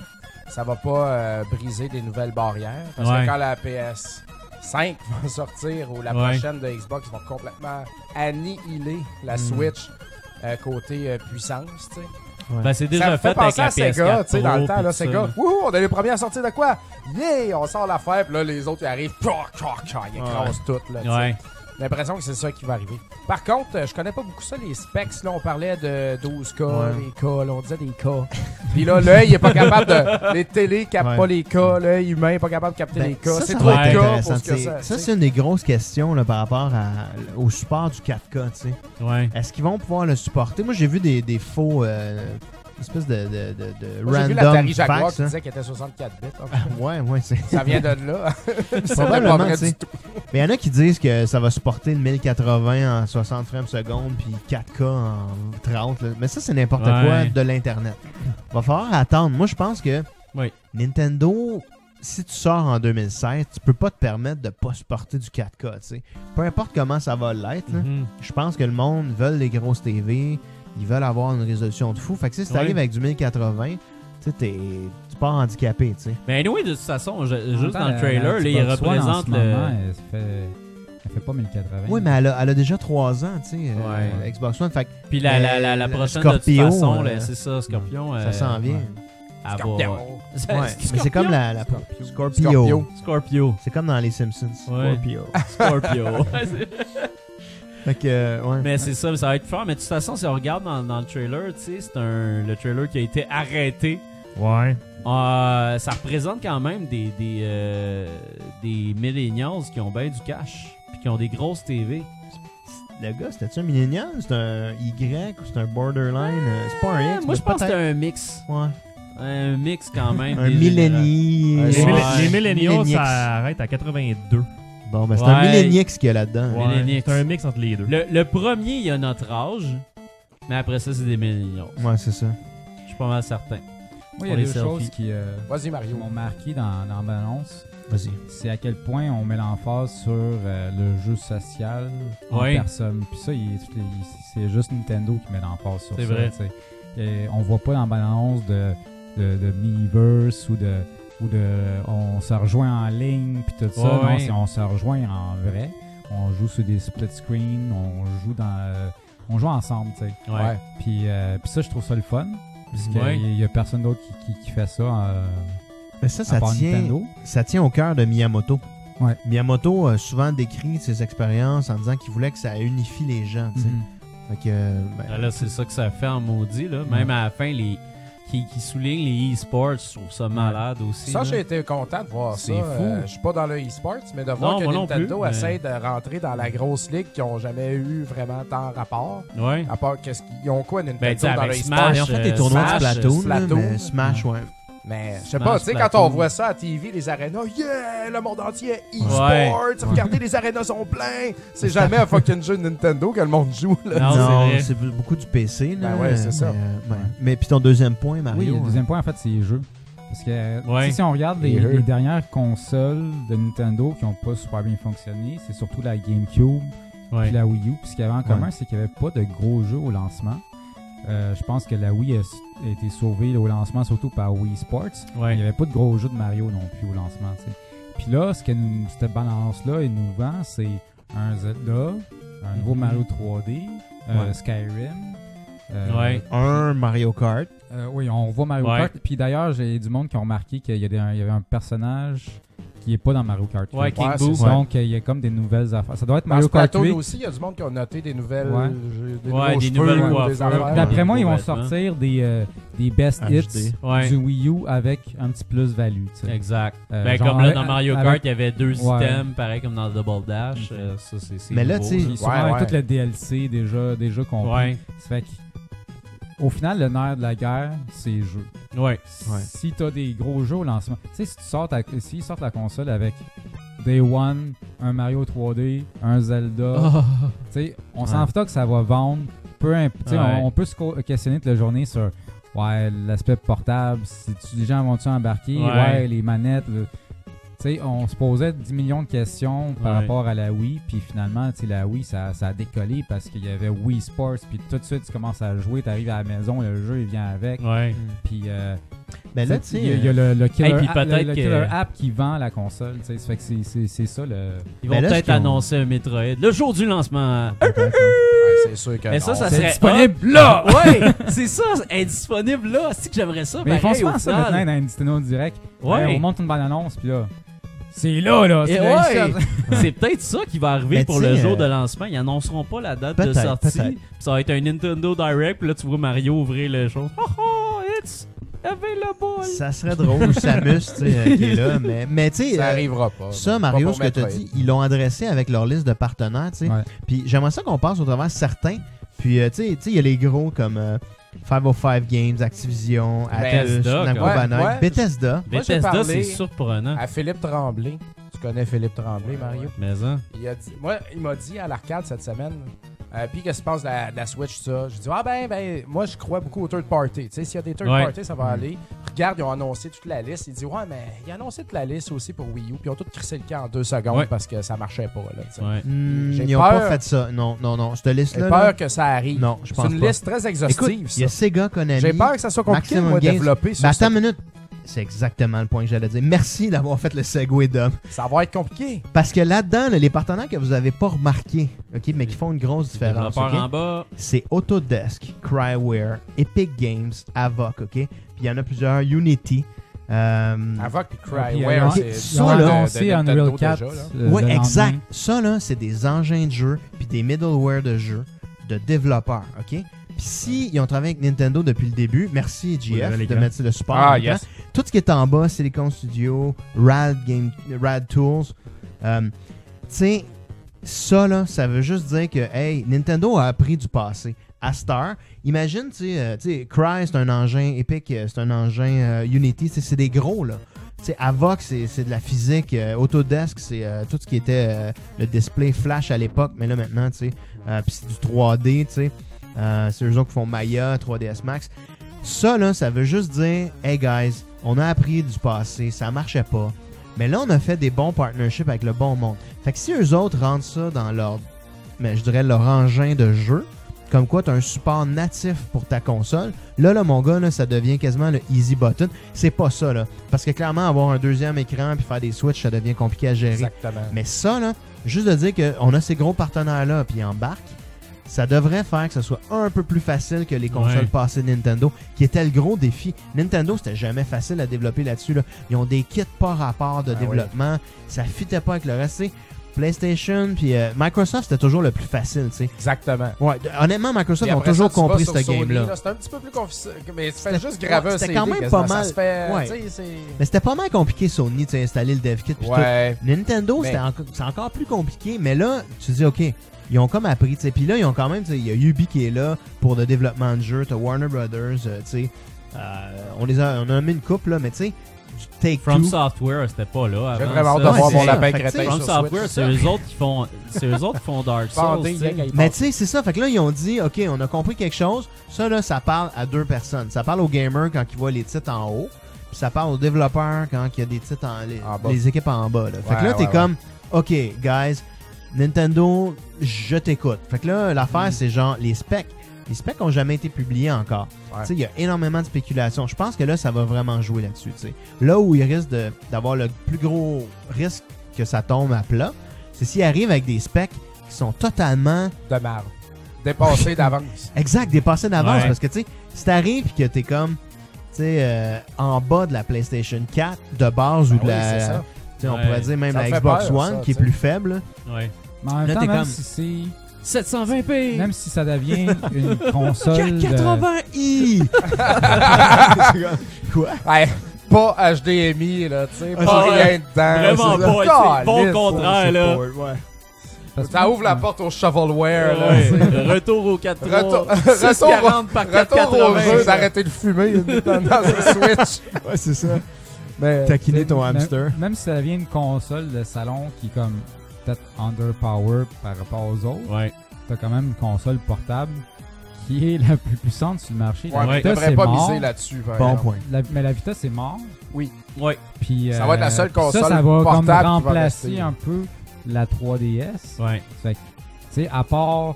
Speaker 2: ça va pas euh, briser des nouvelles barrières. Parce
Speaker 3: Ouais.
Speaker 2: que quand la PS5 va sortir ou la
Speaker 3: Ouais.
Speaker 2: prochaine de Xbox va complètement annihiler la
Speaker 3: Mm.
Speaker 2: Switch euh, côté euh, puissance, tu sais.
Speaker 3: Ouais. Ben, c'est déjà
Speaker 2: ça me fait
Speaker 3: fait avec
Speaker 2: penser
Speaker 3: la
Speaker 2: à Sega,
Speaker 3: PS4
Speaker 2: tu sais, dans le
Speaker 3: Pro,
Speaker 2: temps, là,
Speaker 3: puis tout
Speaker 2: Sega.
Speaker 3: ça.
Speaker 2: Wouhou, on est les premiers à sortir de quoi? Yeah! On sort l'affaire, puis là, les autres, ils arrivent, proc, proc, proc, ils écrasent
Speaker 3: Ouais.
Speaker 2: tout, là, tu sais.
Speaker 3: Ouais.
Speaker 2: J'ai l'impression que c'est ça qui va arriver. Par contre, euh, je connais pas beaucoup ça, les specs. Là, on parlait de 12K,
Speaker 4: Ouais.
Speaker 2: les K, là, on disait des K. Puis là, l'œil il est pas capable de. Les télés captent
Speaker 4: Ouais.
Speaker 2: pas les K, l'œil humain est pas capable de capter
Speaker 4: Ben,
Speaker 2: les K.
Speaker 4: ça,
Speaker 2: C'est
Speaker 4: ça
Speaker 2: trop
Speaker 4: va être
Speaker 2: de K
Speaker 4: intéressant,
Speaker 2: pour ce que
Speaker 4: tu sais.
Speaker 2: ça.
Speaker 4: Ça, c'est une des grosses questions là, par rapport à- au support du 4K. tu sais. Est-ce qu'ils vont pouvoir le supporter? Moi, j'ai vu des, des faux. euh, espèces de, de, de, de
Speaker 2: Moi, J'ai vu
Speaker 4: random
Speaker 2: l'Atari Jaguar
Speaker 4: facts, hein.
Speaker 2: qui
Speaker 4: là.
Speaker 2: disait qu'il était 64 bits. en fait.
Speaker 4: Ouais, ouais, c'est-
Speaker 2: Ça vient de là. Ça n'est pas
Speaker 4: Probablement,
Speaker 2: vrai
Speaker 4: tu sais.
Speaker 2: du tout.
Speaker 4: Mais il y en a qui disent que ça va supporter le 1080 en 60 frames seconde puis 4K en 30. là. Mais ça, c'est n'importe quoi
Speaker 3: Ouais.
Speaker 4: de l'Internet. Va falloir attendre. Moi, je pense que Nintendo, si tu sors en 2016, tu peux pas te permettre de pas supporter du 4K. tu sais. Peu importe comment ça va l'être, là,
Speaker 3: Mhm.
Speaker 4: je pense que le monde veut les grosses TV. Ils veulent avoir une résolution de fou. Fait que tu sais, si t'arrives
Speaker 3: Ouais.
Speaker 4: avec du 1080, tu sais, t'es- tu pars handicapé, tu sais.
Speaker 3: Mais anyway, de toute façon, je-
Speaker 6: En même
Speaker 3: juste
Speaker 6: temps,
Speaker 3: dans le
Speaker 6: la-
Speaker 3: trailer, là,
Speaker 6: la
Speaker 3: il
Speaker 6: Xbox One, en
Speaker 3: représente
Speaker 6: ce
Speaker 3: le.
Speaker 6: moment, elle se fait, elle fait pas 1080.
Speaker 4: Oui, mais elle a, elle a déjà 3 ans, tu sais, euh,
Speaker 3: Ouais.
Speaker 4: la Xbox One. Fait, que-
Speaker 3: Puis la, la, la, la
Speaker 4: le
Speaker 3: prochaine, de
Speaker 4: Scorpio,
Speaker 3: toute façon,
Speaker 4: euh,
Speaker 3: là, c'est ça, Scorpion.
Speaker 4: ça
Speaker 3: euh,
Speaker 4: s'en vient.
Speaker 3: ouais. Elle va-
Speaker 4: Scorpion.
Speaker 3: C'est-
Speaker 4: Ah, Ouais, mais c'est comme la, la Scorpio.
Speaker 3: Scorpio. Scorpio.
Speaker 4: C'est comme dans les Simpsons.
Speaker 3: Ouais.
Speaker 4: Scorpio.
Speaker 3: Scorpio.
Speaker 4: fait que, euh, ouais.
Speaker 3: Mais c'est ça, ça va être fort. Mais de toute façon, si on regarde dans, dans le trailer, tu sais, c'est un, le trailer qui a été arrêté.
Speaker 1: Ouais.
Speaker 3: Euh, ça représente quand même des, des, euh, des millennials qui ont bien du cash, puis qui ont des grosses TV.
Speaker 4: Le gars, c'était-tu un millénial? C'est un Y ou c'est un borderline? euh, c'est pas un X.
Speaker 3: Moi,
Speaker 4: mais
Speaker 3: je pense que
Speaker 4: peut-être
Speaker 3: c'est un mix.
Speaker 4: Ouais.
Speaker 3: Un mix quand même.
Speaker 4: Un
Speaker 3: des
Speaker 4: millénie-
Speaker 1: Les,
Speaker 3: générations.
Speaker 4: Les
Speaker 3: Ouais.
Speaker 1: millen- les millennials,
Speaker 4: Millennials.
Speaker 1: ça arrête à 82.
Speaker 4: Bon, ben, c'est un
Speaker 3: Ouais.
Speaker 4: millénix qu'il y a là-dedans.
Speaker 1: Ouais.
Speaker 3: Millennials.
Speaker 1: C'est un mix entre les deux.
Speaker 3: Le, le premier, il a notre âge, mais après ça, c'est des millennials.
Speaker 4: Ouais, c'est ça.
Speaker 3: Je suis pas mal certain.
Speaker 6: Moi, il y
Speaker 3: Pour
Speaker 6: a
Speaker 3: les
Speaker 6: deux
Speaker 3: selfies.
Speaker 6: choses qui, euh, qui m'ont marqué dans, dans l'annonce.
Speaker 4: Vas-y.
Speaker 6: C'est à quel point on met l'emphase sur euh, le jeu social en
Speaker 3: Ouais.
Speaker 6: personne. Puis ça, il est tout- il- c'est juste Nintendo qui met l'emphase sur ça.
Speaker 3: C'est vrai.
Speaker 6: tu sais. Et on voit pas dans l'annonce de, de, de Miiverse ou de, ou de on se rejoint en ligne puis tout ça.
Speaker 3: Ouais,
Speaker 6: Non,
Speaker 3: ouais.
Speaker 6: c'est on se rejoint en vrai. On joue sur des split screens, on joue dans euh, on joue ensemble, tu sais.
Speaker 3: Ouais. Ouais.
Speaker 6: Puis euh, puis ça je trouve ça le fun parce qu'il
Speaker 3: Ouais.
Speaker 6: y a personne d'autre qui, qui- qui fait ça euh,
Speaker 4: Mais ça,
Speaker 6: à
Speaker 4: ça
Speaker 6: part
Speaker 4: tient,
Speaker 6: Nintendo.
Speaker 4: ça tient au cœur de Miyamoto.
Speaker 6: Ouais.
Speaker 4: Miyamoto a souvent décrit ses expériences en disant qu'il voulait que ça unifie les gens. tu sais.
Speaker 6: Mhm.
Speaker 4: Fait que, euh, ben,
Speaker 3: Ah, Là, c'est ça que ça fait en maudit. Là. Même à la fin, les, qui, qui souligne les e-sports, je trouve ça malade aussi.
Speaker 2: Ça,
Speaker 3: là.
Speaker 2: j'ai été content de voir ça.
Speaker 3: C'est fou.
Speaker 2: Euh, je suis pas dans le e-sports, mais de voir
Speaker 3: Non,
Speaker 2: que
Speaker 3: moi non
Speaker 2: Nintendo
Speaker 3: plus, mais-
Speaker 2: essaie de rentrer dans la grosse ligue qui ont jamais eu vraiment tant rapport.
Speaker 3: Ouais.
Speaker 2: À part qu'est-ce qu'ils ont quoi Nintendo
Speaker 3: Ben, tu sais,
Speaker 2: dans le
Speaker 3: avec
Speaker 2: e-sports
Speaker 3: Smash,
Speaker 4: Ils ont fait des tournois
Speaker 2: Smash,
Speaker 4: de Splatoon, là,
Speaker 2: Splatoon.
Speaker 4: mais Smash, ouais.
Speaker 2: Mais je sais
Speaker 4: Smash,
Speaker 2: pas, tu sais, quand
Speaker 4: Splatoon.
Speaker 2: on voit ça à TV, les arénas, yeah, le monde entier, e-sports,
Speaker 3: Ouais.
Speaker 2: regardez, les arénas sont pleins. C'est jamais un fucking jeu de Nintendo que le monde joue. Ah, Là.
Speaker 3: Non,
Speaker 4: Non,
Speaker 3: Ah, c'est vrai.
Speaker 4: c'est beaucoup du PC. Là,
Speaker 2: Ben ouais, c'est ça.
Speaker 4: Mais, euh, ouais. Mais puis ton deuxième point, Mario.
Speaker 6: Oui, le
Speaker 4: hein.
Speaker 6: deuxième point, en fait, c'est les jeux. Parce que euh,
Speaker 3: Ouais.
Speaker 6: tu sais, si on regarde les,
Speaker 4: Les jeux.
Speaker 6: les dernières consoles de Nintendo qui n'ont pas super bien fonctionné, c'est surtout la GameCube
Speaker 3: Ouais.
Speaker 6: puis la Wii U. Puis ce qu'il y avait en commun,
Speaker 4: Ouais.
Speaker 6: c'est qu'il n'y avait pas de gros jeux au lancement. Euh, je pense que la Wii a, s- a été sauvée là, au lancement surtout par Wii Sports.
Speaker 3: Ouais.
Speaker 6: Il n'y avait pas de gros jeux de Mario non plus au lancement. tu sais. Puis là, ce que nous- cette balance-là elle nous vend, c'est un Zelda, un nouveau
Speaker 3: Mhm.
Speaker 6: Mario 3D, euh,
Speaker 4: Ouais.
Speaker 6: Skyrim, euh,
Speaker 3: Ouais.
Speaker 4: Un Mario Kart.
Speaker 6: euh, oui, on voit Mario
Speaker 3: Ouais.
Speaker 6: Kart. Puis d'ailleurs, j'ai du monde qui ont remarqué qu'il y, a des- il y avait un personnage qui est pas dans Mario Kart.
Speaker 3: Ouais, King
Speaker 2: Ouais,
Speaker 3: Boo.
Speaker 2: c'est ça.
Speaker 6: Donc, il y a comme des nouvelles affaires. Ça doit être
Speaker 2: Dans
Speaker 6: Mario Kart
Speaker 2: Splatoon
Speaker 6: 8.
Speaker 2: aussi, il y a du monde qui a noté des nouvelles.
Speaker 6: Ouais.
Speaker 2: jeux- Des,
Speaker 3: Ouais,
Speaker 2: nouveaux
Speaker 3: des
Speaker 2: cheveux,
Speaker 3: nouvelles
Speaker 2: ou
Speaker 3: coiffures.
Speaker 2: des affaires.
Speaker 6: D'après moi, ils vont
Speaker 3: Complètement.
Speaker 6: sortir des, euh, des best
Speaker 4: HD.
Speaker 6: hits
Speaker 3: Ouais.
Speaker 6: du Wii U avec un petit plus-value. tu sais.
Speaker 3: Exact.
Speaker 6: Euh,
Speaker 3: Ben,
Speaker 6: genre
Speaker 3: comme là,
Speaker 6: avec-
Speaker 3: dans Mario Kart,
Speaker 6: avec-
Speaker 3: il y avait deux
Speaker 6: Ouais.
Speaker 3: items, pareil comme dans le Double Dash. Euh, ça, c'est c'est
Speaker 4: Mais là,
Speaker 3: nouveau,
Speaker 4: tu sais,
Speaker 3: ça.
Speaker 6: Puis sûrement avec
Speaker 2: ouais.
Speaker 6: tout le DLC déjà, déjà compris.
Speaker 3: Ouais.
Speaker 6: Ça fait que- au final, le nerf de la guerre, c'est les jeux.
Speaker 3: Ouais.
Speaker 6: Si t'as des gros jeux au lancement, tu sais, si tu sors ta, s'ils sortent la console avec Day One, un Mario 3D, un Zelda,
Speaker 3: Ah.
Speaker 6: tu sais, on s'en
Speaker 4: Ouais.
Speaker 6: fout que ça va vendre. Peu imp- tu sais,
Speaker 3: Ouais.
Speaker 6: on, on peut se co- questionner toute la journée sur ouais, l'aspect portable, si tu, les gens vont-tu embarquer,
Speaker 3: Ouais.
Speaker 6: ouais. les manettes. le- Tu sais, on se posait 10 millions de questions par
Speaker 3: Ouais.
Speaker 6: rapport à la Wii, puis finalement, tu sais, la Wii, ça, ça a décollé parce qu'il y avait Wii Sports, puis tout de suite, tu commences à jouer, tu arrives à la maison, le jeu, il vient avec.
Speaker 3: Ouais.
Speaker 6: Puis, euh,
Speaker 4: Ben là, tu
Speaker 6: il
Speaker 4: sais.
Speaker 6: y, a- il y a le, le killer,
Speaker 3: Hey, puis
Speaker 6: app, le-
Speaker 3: peut-être
Speaker 6: le
Speaker 3: que-
Speaker 6: killer app qui vend la console. tu sais. Ça fait que c'est- c'est c'est ça le.
Speaker 3: Ils
Speaker 4: Mais
Speaker 3: vont
Speaker 4: là, ce
Speaker 3: peut-être
Speaker 4: qu'ils ont-
Speaker 3: annoncer un Metroid. Le jour du lancement.
Speaker 2: Ouais, c'est sûr que
Speaker 3: Mais ça,
Speaker 2: non.
Speaker 3: ça
Speaker 6: C'est
Speaker 3: serait.
Speaker 6: disponible
Speaker 3: hot.
Speaker 6: là!
Speaker 3: Ouais! C'est ça, est disponible là! C'est que j'aimerais ça.
Speaker 6: Mais ils font
Speaker 3: Ah, pareil, au
Speaker 6: souvent ça
Speaker 3: final.
Speaker 6: maintenant dans Nintendo Direct.
Speaker 3: Ouais.
Speaker 6: Hey, on monte une bonne annonce, puis là. C'est là, là!
Speaker 3: Eh
Speaker 6: C'est là,
Speaker 3: ouais! C'est peut-être ça qui va arriver
Speaker 4: Mais
Speaker 3: pour
Speaker 4: tu
Speaker 3: le
Speaker 4: sais,
Speaker 3: jour
Speaker 4: euh,
Speaker 3: de lancement. Ils annonceront pas la date de
Speaker 4: peut-être,
Speaker 3: sortie.
Speaker 4: peut-être.
Speaker 3: Puis ça va être un Nintendo Direct. Puis là, tu vois Mario ouvrir le show. Oh oh, it's available!
Speaker 4: euh, Ça serait drôle, Samus, tu sais, euh, qui est là. Mais, mais tu sais,
Speaker 2: Ça
Speaker 4: euh,
Speaker 2: arrivera pas. ben,
Speaker 4: Ça,
Speaker 2: Pas
Speaker 4: Mario,
Speaker 2: pour
Speaker 4: ce que tu as
Speaker 2: Metroid.
Speaker 4: dit, ils l'ont adressé avec leur liste de partenaires, tu sais.
Speaker 6: Ouais.
Speaker 4: Puis j'aimerais ça qu'on passe au travers certains. Puis, euh, tu sais, tu sais, il y a les gros comme euh, 505 Games, Activision, Atlus,
Speaker 3: Bethesda,
Speaker 4: Namco
Speaker 3: quand
Speaker 2: même.
Speaker 4: Bandai,
Speaker 2: Ouais, ouais.
Speaker 4: Bethesda.
Speaker 2: Moi, j'ai
Speaker 3: Bethesda,
Speaker 2: parlé-
Speaker 3: c'est surprenant.
Speaker 2: À Philippe Tremblay. Tu connais Philippe Tremblay, Mario.
Speaker 3: Mais hein, ça.
Speaker 2: Il a dit- moi, il m'a dit à l'arcade cette semaine, euh, puis que se passe de la, de la Switch, ça. J'ai dit, ah ben, ben, moi, je crois beaucoup aux third party. Tu sais, s'il y a des third
Speaker 3: Ouais.
Speaker 2: party, ça va
Speaker 4: Mm.
Speaker 2: aller. Regarde, ils ont annoncé toute la liste. Il dit, ouais, mais ils ont annoncé toute la liste aussi pour Wii U, puis ils ont tout crissé le camp en deux secondes
Speaker 4: Ouais.
Speaker 2: parce que ça marchait pas, là, tu sais.
Speaker 4: Hmm,
Speaker 2: J'ai
Speaker 4: ils ont pas
Speaker 2: peur-
Speaker 4: fait ça. Non, non, non. Cette liste-là.
Speaker 2: J'ai peur
Speaker 4: là-
Speaker 2: que ça arrive.
Speaker 4: Non, je
Speaker 2: C'est
Speaker 4: pense
Speaker 2: une
Speaker 4: pas.
Speaker 2: liste très exhaustive,
Speaker 4: Écoute, Il y a
Speaker 2: ça.
Speaker 4: Sega, Konami.
Speaker 2: J'ai peur que ça soit compliqué,
Speaker 4: Maximum
Speaker 2: moi, de
Speaker 4: Games.
Speaker 2: développer sur
Speaker 4: Ben,
Speaker 2: cette-
Speaker 4: attends une minute. C'est exactement le point que j'allais dire. Merci d'avoir fait le segway d'homme.
Speaker 2: Ça va être compliqué.
Speaker 4: Parce que là-dedans, là, les partenaires que vous avez pas remarqués, OK, mais qui font une grosse différence.
Speaker 3: développeurs
Speaker 4: OK,
Speaker 3: en bas.
Speaker 4: C'est Autodesk, Cryware, Epic Games, Avoc, OK? Puis il y en a plusieurs, Unity. Euh...
Speaker 2: Avoc puis
Speaker 6: Puis, euh,
Speaker 4: OK,
Speaker 6: c'est- ils ont
Speaker 4: Ça, là,
Speaker 6: annoncé Unreal 4, euh, le
Speaker 4: oui,
Speaker 6: lendemain.
Speaker 4: exact. Ça, là, c'est des engins de jeu, puis des middleware de jeu, de développeurs, OK? Puis si ils ont travaillé avec Nintendo depuis le début, merci
Speaker 2: Oui,
Speaker 4: GF
Speaker 2: à
Speaker 4: de
Speaker 2: l'écran.
Speaker 4: mettre le support.
Speaker 2: Ah,
Speaker 4: en même
Speaker 2: yes.
Speaker 4: temps. Tout ce qui est en bas, Silicon Studio, Rad, Game, Rad Tools, euh, tu sais, ça, là, ça veut juste dire que, hey, Nintendo a appris du passé. À Star, imagine, tu sais, euh, tu sais, Cry, c'est un engin Epic, euh, c'est un engin euh, Unity, tu sais, c'est des gros, là. Tu sais, Avox, c'est c'est de la physique. euh, Autodesk, c'est euh, tout ce qui était euh, le display flash à l'époque, mais là, maintenant, tu sais, euh, puis c'est du 3D, tu sais. Euh, c'est eux autres qui font Maya, 3DS Max. Ça, là, ça veut juste dire, hey guys, on a appris du passé, ça marchait pas. Mais là, on a fait des bons partnerships avec le bon monde. Fait que si eux autres rentrent ça dans leur, mais je dirais leur engin de jeu, comme quoi t'as un support natif pour ta console, là, là, mon gars, là, ça devient quasiment le easy button. C'est pas ça, là. Parce que clairement, avoir un deuxième écran puis faire des switches, ça devient compliqué à gérer.
Speaker 2: Exactement.
Speaker 4: Mais ça, là, juste de dire qu'on a ces gros partenaires-là puis ils embarquent, ça devrait faire que ce soit un peu plus facile que les consoles
Speaker 3: Ouais.
Speaker 4: passées Nintendo, qui était le gros défi. Nintendo, c'était jamais facile à développer là-dessus. là. Ils ont des kits par rapport de
Speaker 2: Ben
Speaker 3: Ah
Speaker 4: développement. Ça fitait pas avec le reste. tu sais. PlayStation, puis euh, Microsoft, c'était toujours le plus facile. tu sais.
Speaker 2: Exactement.
Speaker 4: Ouais, d- honnêtement,
Speaker 2: Puis
Speaker 4: Microsoft ont
Speaker 2: après ça,
Speaker 4: toujours
Speaker 2: tu vas
Speaker 4: compris
Speaker 2: sur
Speaker 4: ce
Speaker 2: Sony,
Speaker 4: game-là.
Speaker 2: là, C'est un petit peu plus confus. Mais tu fais
Speaker 4: C'était-
Speaker 2: juste graver
Speaker 4: ouais,
Speaker 2: un
Speaker 4: c'était
Speaker 2: CD.
Speaker 4: quand même
Speaker 2: quasiment.
Speaker 4: pas
Speaker 2: Ça
Speaker 4: mal.
Speaker 2: se fait,
Speaker 4: Ouais.
Speaker 2: tu sais, c'est-
Speaker 4: Mais c'était pas mal compliqué, Sony, tu sais, installer le dev kit. puis
Speaker 2: Ouais.
Speaker 4: tout. Nintendo,
Speaker 2: Mais-
Speaker 4: c'était enco- c'est encore plus compliqué, mais là, tu dis, OK, ils ont comme appris, tu sais. Puis là, ils ont quand même, tu sais, il y a Ubi qui est là pour le développement de jeu, t'as Warner Brothers, euh, tu sais. Euh, on, les a, on a mis une coupe, là, mais tu sais, du Take
Speaker 3: From
Speaker 4: Two.
Speaker 3: Software, c'était pas là.
Speaker 2: J'ai
Speaker 3: avant
Speaker 2: vraiment hâte
Speaker 3: ça.
Speaker 2: de voir
Speaker 3: Ouais,
Speaker 2: mon
Speaker 3: c'est-
Speaker 2: lapin
Speaker 3: Fait que,
Speaker 2: crétin
Speaker 3: tu sais, From
Speaker 2: sur Switch,
Speaker 3: Software, c'est
Speaker 2: ça.
Speaker 3: eux autres qui font, c'est eux autres qui font Dark Souls.
Speaker 2: Bandé,
Speaker 3: tu sais.
Speaker 2: gang, il
Speaker 4: Mais tu sais, c'est ça. Fait que là, ils ont dit, OK, on a compris quelque chose. Ça, là, ça parle à deux personnes. Ça parle aux gamers quand ils voient les titres en haut. Puis ça parle aux développeurs quand il y a des titres en, les,
Speaker 2: En bas.
Speaker 4: les équipes en bas. là. Fait que
Speaker 2: Ouais,
Speaker 4: là, t'es
Speaker 2: ouais,
Speaker 4: comme, OK, guys, Nintendo, je t'écoute. Fait que là, l'affaire,
Speaker 2: Mm.
Speaker 4: c'est genre les specs. Les specs ont jamais été publiés encore.
Speaker 2: Ouais.
Speaker 4: Tu sais, il y a énormément de spéculation. Je pense que là, ça va vraiment jouer là-dessus. tu sais. Là où il risque de- d'avoir le plus gros risque que ça tombe à plat, c'est s'il arrive avec des specs qui sont totalement
Speaker 2: de marre. Dépassé d'avance.
Speaker 4: Exact, dépasser d'avance.
Speaker 2: Ouais.
Speaker 4: Parce que, tu sais, si t'arrives pis que t'es comme, tu sais, euh, en bas de la PlayStation 4 de base ou de
Speaker 6: Ben oui,
Speaker 4: la.
Speaker 6: c'est ça.
Speaker 4: tu sais, On
Speaker 6: Ouais.
Speaker 4: pourrait dire même
Speaker 6: Ça me
Speaker 4: la
Speaker 6: fait
Speaker 4: Xbox
Speaker 6: peur,
Speaker 4: One
Speaker 6: ça,
Speaker 4: qui est
Speaker 6: tu sais.
Speaker 4: plus faible.
Speaker 3: Ouais.
Speaker 6: Mais en même
Speaker 4: Là,
Speaker 6: temps,
Speaker 4: t'es
Speaker 6: même
Speaker 4: comme-
Speaker 6: si c'est...
Speaker 3: 720p!
Speaker 6: Même si ça devient une console... euh, de-
Speaker 4: 80i! Quoi?
Speaker 2: Ouais, pas HDMI, là, tu sais.
Speaker 4: Ah,
Speaker 2: Pas
Speaker 4: c'est-
Speaker 2: rien dedans. c'est ça.
Speaker 4: Vraiment pas, tu sais,
Speaker 2: Caliste,
Speaker 4: pas au contraire,
Speaker 2: c'est
Speaker 4: là.
Speaker 2: pas, ouais.
Speaker 6: Parce que-
Speaker 2: Ça ouvre la porte au shovelware. là,
Speaker 3: Ouais.
Speaker 2: tu sais.
Speaker 3: Retour au 4
Speaker 2: Retour, retour,
Speaker 3: 640 par
Speaker 2: retour au
Speaker 3: 480.
Speaker 2: jeu d'arrêter de fumer dans, dans le Switch.
Speaker 4: Ouais, c'est ça.
Speaker 2: Mais,
Speaker 4: Taquiner ton
Speaker 6: Ben, Même-
Speaker 4: hamster.
Speaker 6: Même, si ça devient une console de salon qui est comme peut-être underpower par rapport aux autres,
Speaker 3: ouais.
Speaker 6: t'as quand même une console portable qui est la plus puissante sur le marché.
Speaker 2: Ouais,
Speaker 6: la
Speaker 2: mais
Speaker 6: Vita,
Speaker 2: devrait
Speaker 6: c'est
Speaker 2: pas
Speaker 6: mort.
Speaker 2: miser là-dessus, par
Speaker 4: Bon exemple. point.
Speaker 6: La- mais la Vita, c'est mort.
Speaker 2: Oui.
Speaker 3: Ouais.
Speaker 6: Puis,
Speaker 2: Ça va être la seule console
Speaker 6: ça, ça va
Speaker 2: portable
Speaker 6: comme
Speaker 2: qui va
Speaker 6: remplacer
Speaker 2: rester.
Speaker 6: un peu la 3DS.
Speaker 3: Ouais.
Speaker 6: Fait que, tu sais, à part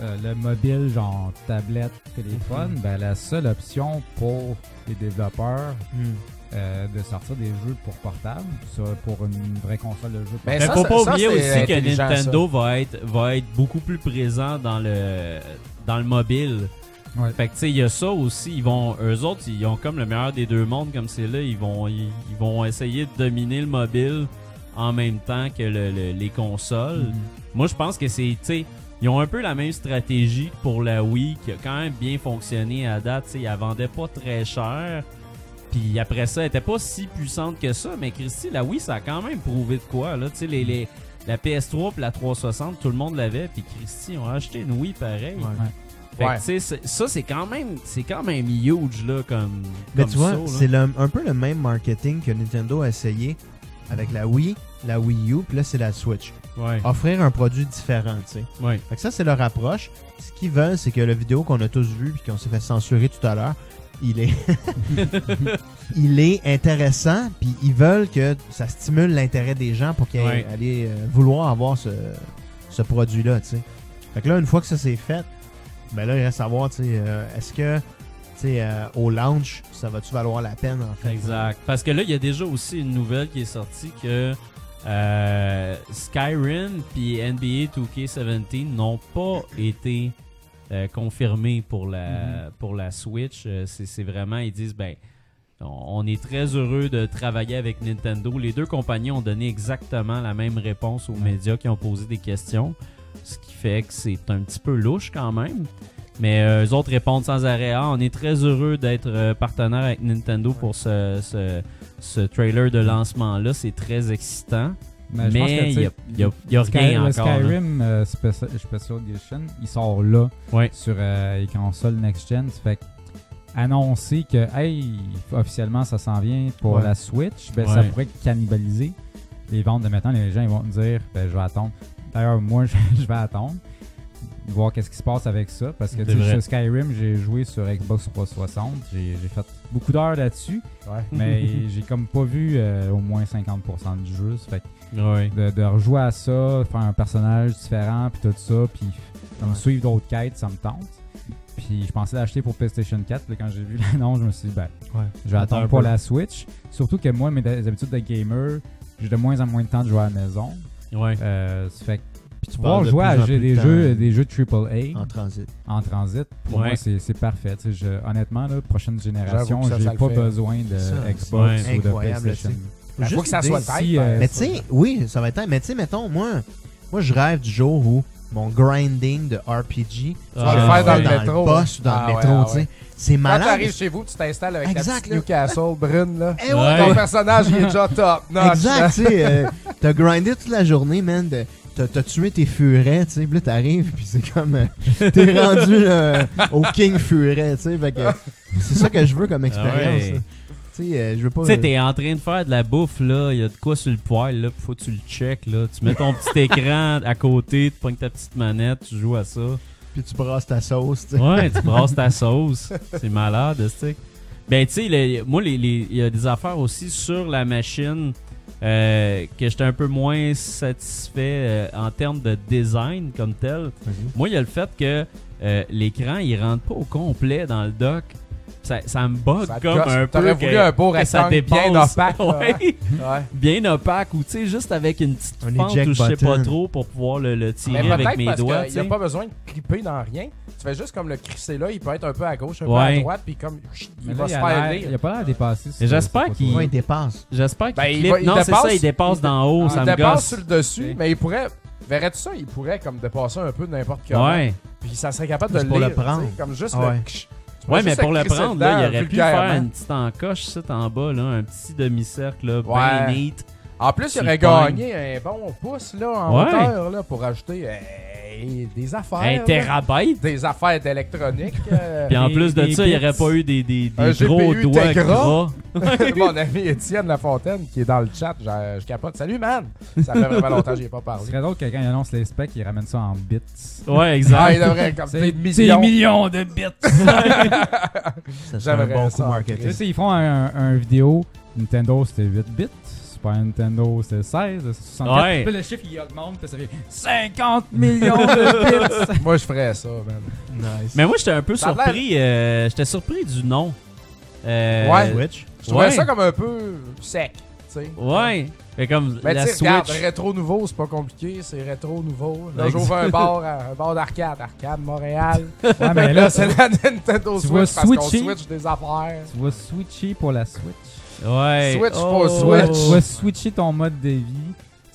Speaker 6: euh, le mobile, genre tablette, téléphone,
Speaker 3: Mhm.
Speaker 6: ben, la seule option pour les développeurs
Speaker 3: Hmm.
Speaker 4: Mhm.
Speaker 6: euh, de sortir des jeux pour portable, ça, pour une vraie console de jeu.
Speaker 3: Mais
Speaker 6: portable.
Speaker 3: faut pas
Speaker 2: ça,
Speaker 3: oublier
Speaker 2: c'est
Speaker 3: aussi que
Speaker 2: intelligent,
Speaker 3: Nintendo va être, va être beaucoup plus présent dans le, dans le mobile.
Speaker 6: Ouais. Ben,
Speaker 3: Fait que tu sais, il y a ça aussi. Ils vont, eux autres, ils ont comme le meilleur des deux mondes, comme c'est là. Ils vont, ils, ils vont essayer de dominer le mobile en même temps que le- le- les consoles.
Speaker 6: Mhm.
Speaker 3: Moi, je pense que c'est, tu sais, ils ont un peu la même stratégie que pour la Wii qui a quand même bien fonctionné à date. Tu sais, elle vendait pas très cher. Puis après ça, elle était pas si puissante que ça. Mais Christy, la Wii, ça a quand même prouvé de quoi. Là, tu sais, les, les- la PS3 puis la 360, tout le monde l'avait. Puis Christy, on a acheté une Wii pareil. Fait que,
Speaker 2: Ouais.
Speaker 3: tu sais, c'est- ça, c'est quand même c'est quand même huge, là, comme,
Speaker 4: Mais
Speaker 3: comme
Speaker 4: tu vois,
Speaker 3: saut, là.
Speaker 4: c'est le- un peu le même marketing que Nintendo a essayé avec la Wii, la Wii U, puis là, c'est la Switch. Offrir un produit différent, tu sais. Fait que ça, c'est leur approche. Ce qu'ils veulent, c'est que la vidéo qu'on a tous vue, puis qu'on s'est fait censurer tout à l'heure, il est... il est intéressant, puis ils veulent que ça stimule l'intérêt des gens pour qu'ils
Speaker 3: Ouais.
Speaker 4: aillent euh, vouloir avoir ce, ce produit-là, tu sais. Fait que là, une fois que ça c'est fait, ben là, il reste à voir, tu sais, euh, est-ce que, tu sais, euh, au launch, ça va-tu valoir la peine, en fait?
Speaker 3: Exact. Parce que là, il y a déjà aussi une nouvelle qui est sortie que euh, Skyrim puis NBA 2K17 n'ont pas été euh, confirmés pour
Speaker 4: Mm-hmm.
Speaker 3: la, pour la Switch. Euh, C'est c'est vraiment, ils disent, ben, on on est très heureux de travailler avec Nintendo. Les deux compagnies ont donné exactement la même réponse aux médias qui ont posé des questions, ce qui fait que c'est un petit peu louche quand même. Mais euh, eux autres répondent sans arrêt. Ah, on est très heureux d'être euh, partenaire avec Nintendo pour ce, ce- ce trailer de lancement-là. C'est très excitant.
Speaker 6: Mais, Ben, je pense que,
Speaker 3: Mais
Speaker 6: tu
Speaker 3: il n'y
Speaker 6: sais,
Speaker 3: a, il y a- il y a
Speaker 6: Sky-
Speaker 3: rien
Speaker 6: le
Speaker 3: encore. là.
Speaker 6: Skyrim euh, Special, Special Edition, il sort là sur euh, les consoles next-gen. Ça Fait que annoncer que, hey, officiellement, ça s'en vient pour
Speaker 3: Ouais.
Speaker 6: la Switch, ben, ça
Speaker 3: Ouais.
Speaker 6: pourrait cannibaliser les ventes de maintenant. Les gens ils vont me dire, ben, je vais attendre. D'ailleurs, moi, je, je vais attendre voir qu'est-ce qui se passe avec ça parce que
Speaker 3: C'est
Speaker 6: tu sais,
Speaker 3: vrai.
Speaker 6: sur Skyrim j'ai joué sur Xbox 360 j'ai j'ai fait beaucoup d'heures là-dessus
Speaker 3: Ouais.
Speaker 6: mais j'ai comme pas vu euh, au moins 50% du jeu ça fait que
Speaker 3: Ouais.
Speaker 6: de, de rejouer à ça, faire un personnage différent, puis tout ça, puis comme
Speaker 4: Ouais.
Speaker 6: suivre d'autres quêtes, ça me tente. Puis je pensais l'acheter pour PlayStation 4, puis quand j'ai vu l'annonce, je me suis dit, ben,
Speaker 4: Ouais.
Speaker 6: je vais
Speaker 4: Attends un
Speaker 6: attendre pour
Speaker 4: peu.
Speaker 6: la Switch. Surtout que moi, mes d- habitudes de gamer, j'ai de moins en moins de temps de jouer à la maison.
Speaker 3: Ouais.
Speaker 6: Euh, ça fait que
Speaker 4: tu
Speaker 6: pouvoir
Speaker 4: passes de
Speaker 6: jouer
Speaker 4: plus
Speaker 6: à
Speaker 4: en
Speaker 6: j'ai
Speaker 4: plus
Speaker 6: des
Speaker 4: de
Speaker 6: jeux,
Speaker 4: temps
Speaker 6: des jeux AAA.
Speaker 4: en transit.
Speaker 6: En transit, pour
Speaker 4: Ouais.
Speaker 6: moi, c'est c'est parfait. Tu sais, je- honnêtement, la prochaine génération,
Speaker 4: J'avoue que ça,
Speaker 6: j'ai
Speaker 4: ça le
Speaker 6: pas
Speaker 4: fait.
Speaker 6: besoin de
Speaker 4: Ça,
Speaker 6: Xbox
Speaker 4: c'est
Speaker 6: ou de
Speaker 4: incroyable,
Speaker 6: PlayStation.
Speaker 4: tu sais.
Speaker 2: Ben, faut
Speaker 4: Juste
Speaker 2: que ça
Speaker 4: dire,
Speaker 2: soit tight,
Speaker 4: si,
Speaker 2: par exemple.
Speaker 4: euh, Mais tu sais, oui, ça va être tight. Mais tu sais, mettons, moi, moi, je rêve du jour où mon grinding de RPG,
Speaker 2: Tu vas
Speaker 4: je
Speaker 2: le
Speaker 4: vais
Speaker 2: Ah, faire dans le métro.
Speaker 4: boss ou dans
Speaker 2: Ah
Speaker 4: le
Speaker 2: ouais,
Speaker 4: métro,
Speaker 2: ah
Speaker 4: tu sais.
Speaker 2: ouais.
Speaker 4: C'est malade.
Speaker 2: Quand t'arrives chez vous, tu t'installes avec
Speaker 4: Exact,
Speaker 2: ta petite
Speaker 4: là.
Speaker 2: Newcastle brune, là.
Speaker 4: Eh ouais.
Speaker 2: Ton personnage, il est déjà top. Non,
Speaker 4: exact,
Speaker 2: je-
Speaker 4: tu sais. euh, t'as grindé toute la journée, man. de- T'as, t'as tué tes furets, tu sais. Puis là, t'arrives, puis c'est comme. euh, t'es rendu euh, au King Furet, tu sais. fait que C'est ça que je veux
Speaker 2: Ah
Speaker 4: comme expérience.
Speaker 3: ouais.
Speaker 4: là. Tu sais, euh, je veux pas.
Speaker 3: Tu sais,
Speaker 4: euh,
Speaker 3: t'es en train de faire de la bouffe, là. Il y a de quoi sur le poêle, là. puis Faut que tu le check, là. Tu mets ton petit écran à côté, tu pognes ta petite manette, tu joues à ça.
Speaker 4: Puis euh, tu brasses ta sauce, tu sais.
Speaker 3: Ouais, tu brasses ta sauce. C'est malade, tu sais. Ben, tu sais, le- moi, les- les- il y a des affaires aussi sur la machine euh, que j'étais un peu moins satisfait euh, en termes de design comme tel. Moi, il y a le fait que euh, l'écran, il rentre pas au complet dans le dock. Ça, ça me bug
Speaker 2: Ça te
Speaker 3: comme
Speaker 2: gosse.
Speaker 3: un peu.
Speaker 2: T'aurais
Speaker 3: que-
Speaker 2: voulu un beau
Speaker 3: que ça
Speaker 2: rectangle bien
Speaker 3: dépasse.
Speaker 2: opaque, là,
Speaker 3: Ouais.
Speaker 2: hein? Ouais.
Speaker 3: Bien opaque ou, tu sais, juste avec une petite
Speaker 4: Un
Speaker 3: fente
Speaker 4: eject
Speaker 3: ou je sais pas
Speaker 4: button.
Speaker 3: trop pour pouvoir le, le tirer
Speaker 2: Mais
Speaker 3: avec
Speaker 2: peut-être
Speaker 3: mes
Speaker 2: parce
Speaker 3: doigts.
Speaker 2: qu'il
Speaker 3: tu
Speaker 2: n'y a
Speaker 3: sais.
Speaker 2: pas besoin de clipper dans rien. Tu fais juste comme le crisser là, il peut être un peu à gauche, un peu
Speaker 3: Ouais.
Speaker 2: à droite, puis comme chut, il
Speaker 6: Mais
Speaker 2: va
Speaker 6: là,
Speaker 2: se
Speaker 6: il a
Speaker 2: faire
Speaker 6: l'air-
Speaker 2: lire.
Speaker 6: Il a pas l'air dépassé.
Speaker 3: Mais j'espère qu'il-
Speaker 4: Ouais, il dépasse.
Speaker 3: J'espère qu'il
Speaker 2: Ben, il
Speaker 3: clip.
Speaker 2: va- il
Speaker 3: non, c'est
Speaker 2: dépasse-
Speaker 3: ça, il dépasse d'en haut,
Speaker 2: il
Speaker 3: ça me
Speaker 2: dépasse
Speaker 3: gosse.
Speaker 2: sur le dessus, mais il pourrait. Verrais-tu ça? Il pourrait comme dépasser un peu n'importe comment.
Speaker 3: Ouais.
Speaker 2: Puis ça serait capable de
Speaker 4: Mais
Speaker 2: le
Speaker 4: c'est pour le
Speaker 2: lire, tu sais,
Speaker 4: prendre.
Speaker 2: Comme juste
Speaker 4: Ouais.
Speaker 2: le. ksh. Tu vois
Speaker 3: Ouais, mais
Speaker 2: juste
Speaker 3: pour le
Speaker 2: crisser
Speaker 3: prendre, là, il
Speaker 2: dedans,
Speaker 3: aurait pu
Speaker 2: vulgairement.
Speaker 3: faire une petite encoche, ça, en bas, là, un petit demi-cercle, là, bien
Speaker 2: Ouais.
Speaker 3: neat.
Speaker 2: En plus, il
Speaker 3: Tu
Speaker 2: aurait
Speaker 3: le pognes.
Speaker 2: gagné un bon pouce là, en
Speaker 3: Ouais.
Speaker 2: hauteur là, pour ajouter euh, des affaires.
Speaker 3: Un
Speaker 2: là.
Speaker 3: terabyte.
Speaker 2: Des affaires d'électronique. euh,
Speaker 3: Puis en plus de
Speaker 2: des
Speaker 3: ça, il n'y
Speaker 2: bits.
Speaker 3: aurait pas eu des, des, des
Speaker 2: Un
Speaker 3: gros
Speaker 2: GPU
Speaker 3: doigts
Speaker 2: Tegra.
Speaker 3: gras.
Speaker 2: Mon ami Étienne Lafontaine qui est dans le chat, je, je capote. Salut man! Ça fait vraiment longtemps que j'y ai pas
Speaker 6: Ce
Speaker 2: parlé.
Speaker 6: serait drôle que quand il annonce les specs, il ramène ça en bits.
Speaker 3: Ouais, exact.
Speaker 2: Ah, il devrait comme
Speaker 6: C'est-
Speaker 2: des
Speaker 6: c'est
Speaker 2: millions.
Speaker 6: millions de bits.
Speaker 4: Ça serait un
Speaker 2: J'aimerais ça.
Speaker 4: bon coup
Speaker 6: Tu sais,
Speaker 4: marketing.
Speaker 6: s'ils font un, un vidéo, Nintendo c'était 8 bits, Super Nintendo c'était 16, c'était 64.
Speaker 3: Ouais.
Speaker 6: Puis le chiffre il augmente, puis ça fait 50 millions de bits.
Speaker 2: Moi, je ferais ça, man.
Speaker 4: Nice.
Speaker 3: Mais moi, j'étais un peu
Speaker 2: Ça a l'air-
Speaker 3: surpris. euh, j'étais surpris du nom. Euh,
Speaker 2: Ouais.
Speaker 4: Switch.
Speaker 2: Je trouvais
Speaker 3: ouais.
Speaker 2: ça comme un peu sec, tu sais.
Speaker 3: Ouais. Mais comme
Speaker 2: Mais
Speaker 3: la
Speaker 2: tu sais,
Speaker 3: Switch.
Speaker 2: regarde, rétro nouveau, c'est pas compliqué, c'est rétro nouveau. Là,
Speaker 3: Exact.
Speaker 2: j'ouvre un bar, à- un bar d'arcade, arcade Montréal.
Speaker 6: Ouais, mais
Speaker 2: là,
Speaker 6: là,
Speaker 2: c'est la Nintendo
Speaker 6: tu
Speaker 2: Switch
Speaker 6: vas
Speaker 2: parce qu'on
Speaker 6: switcher.
Speaker 2: switch des affaires.
Speaker 6: tu vas switcher pour la Switch.
Speaker 3: Ouais.
Speaker 2: Switch
Speaker 3: Oh.
Speaker 2: for
Speaker 6: Tu vas
Speaker 2: Switch.
Speaker 6: switcher ton mode de vie.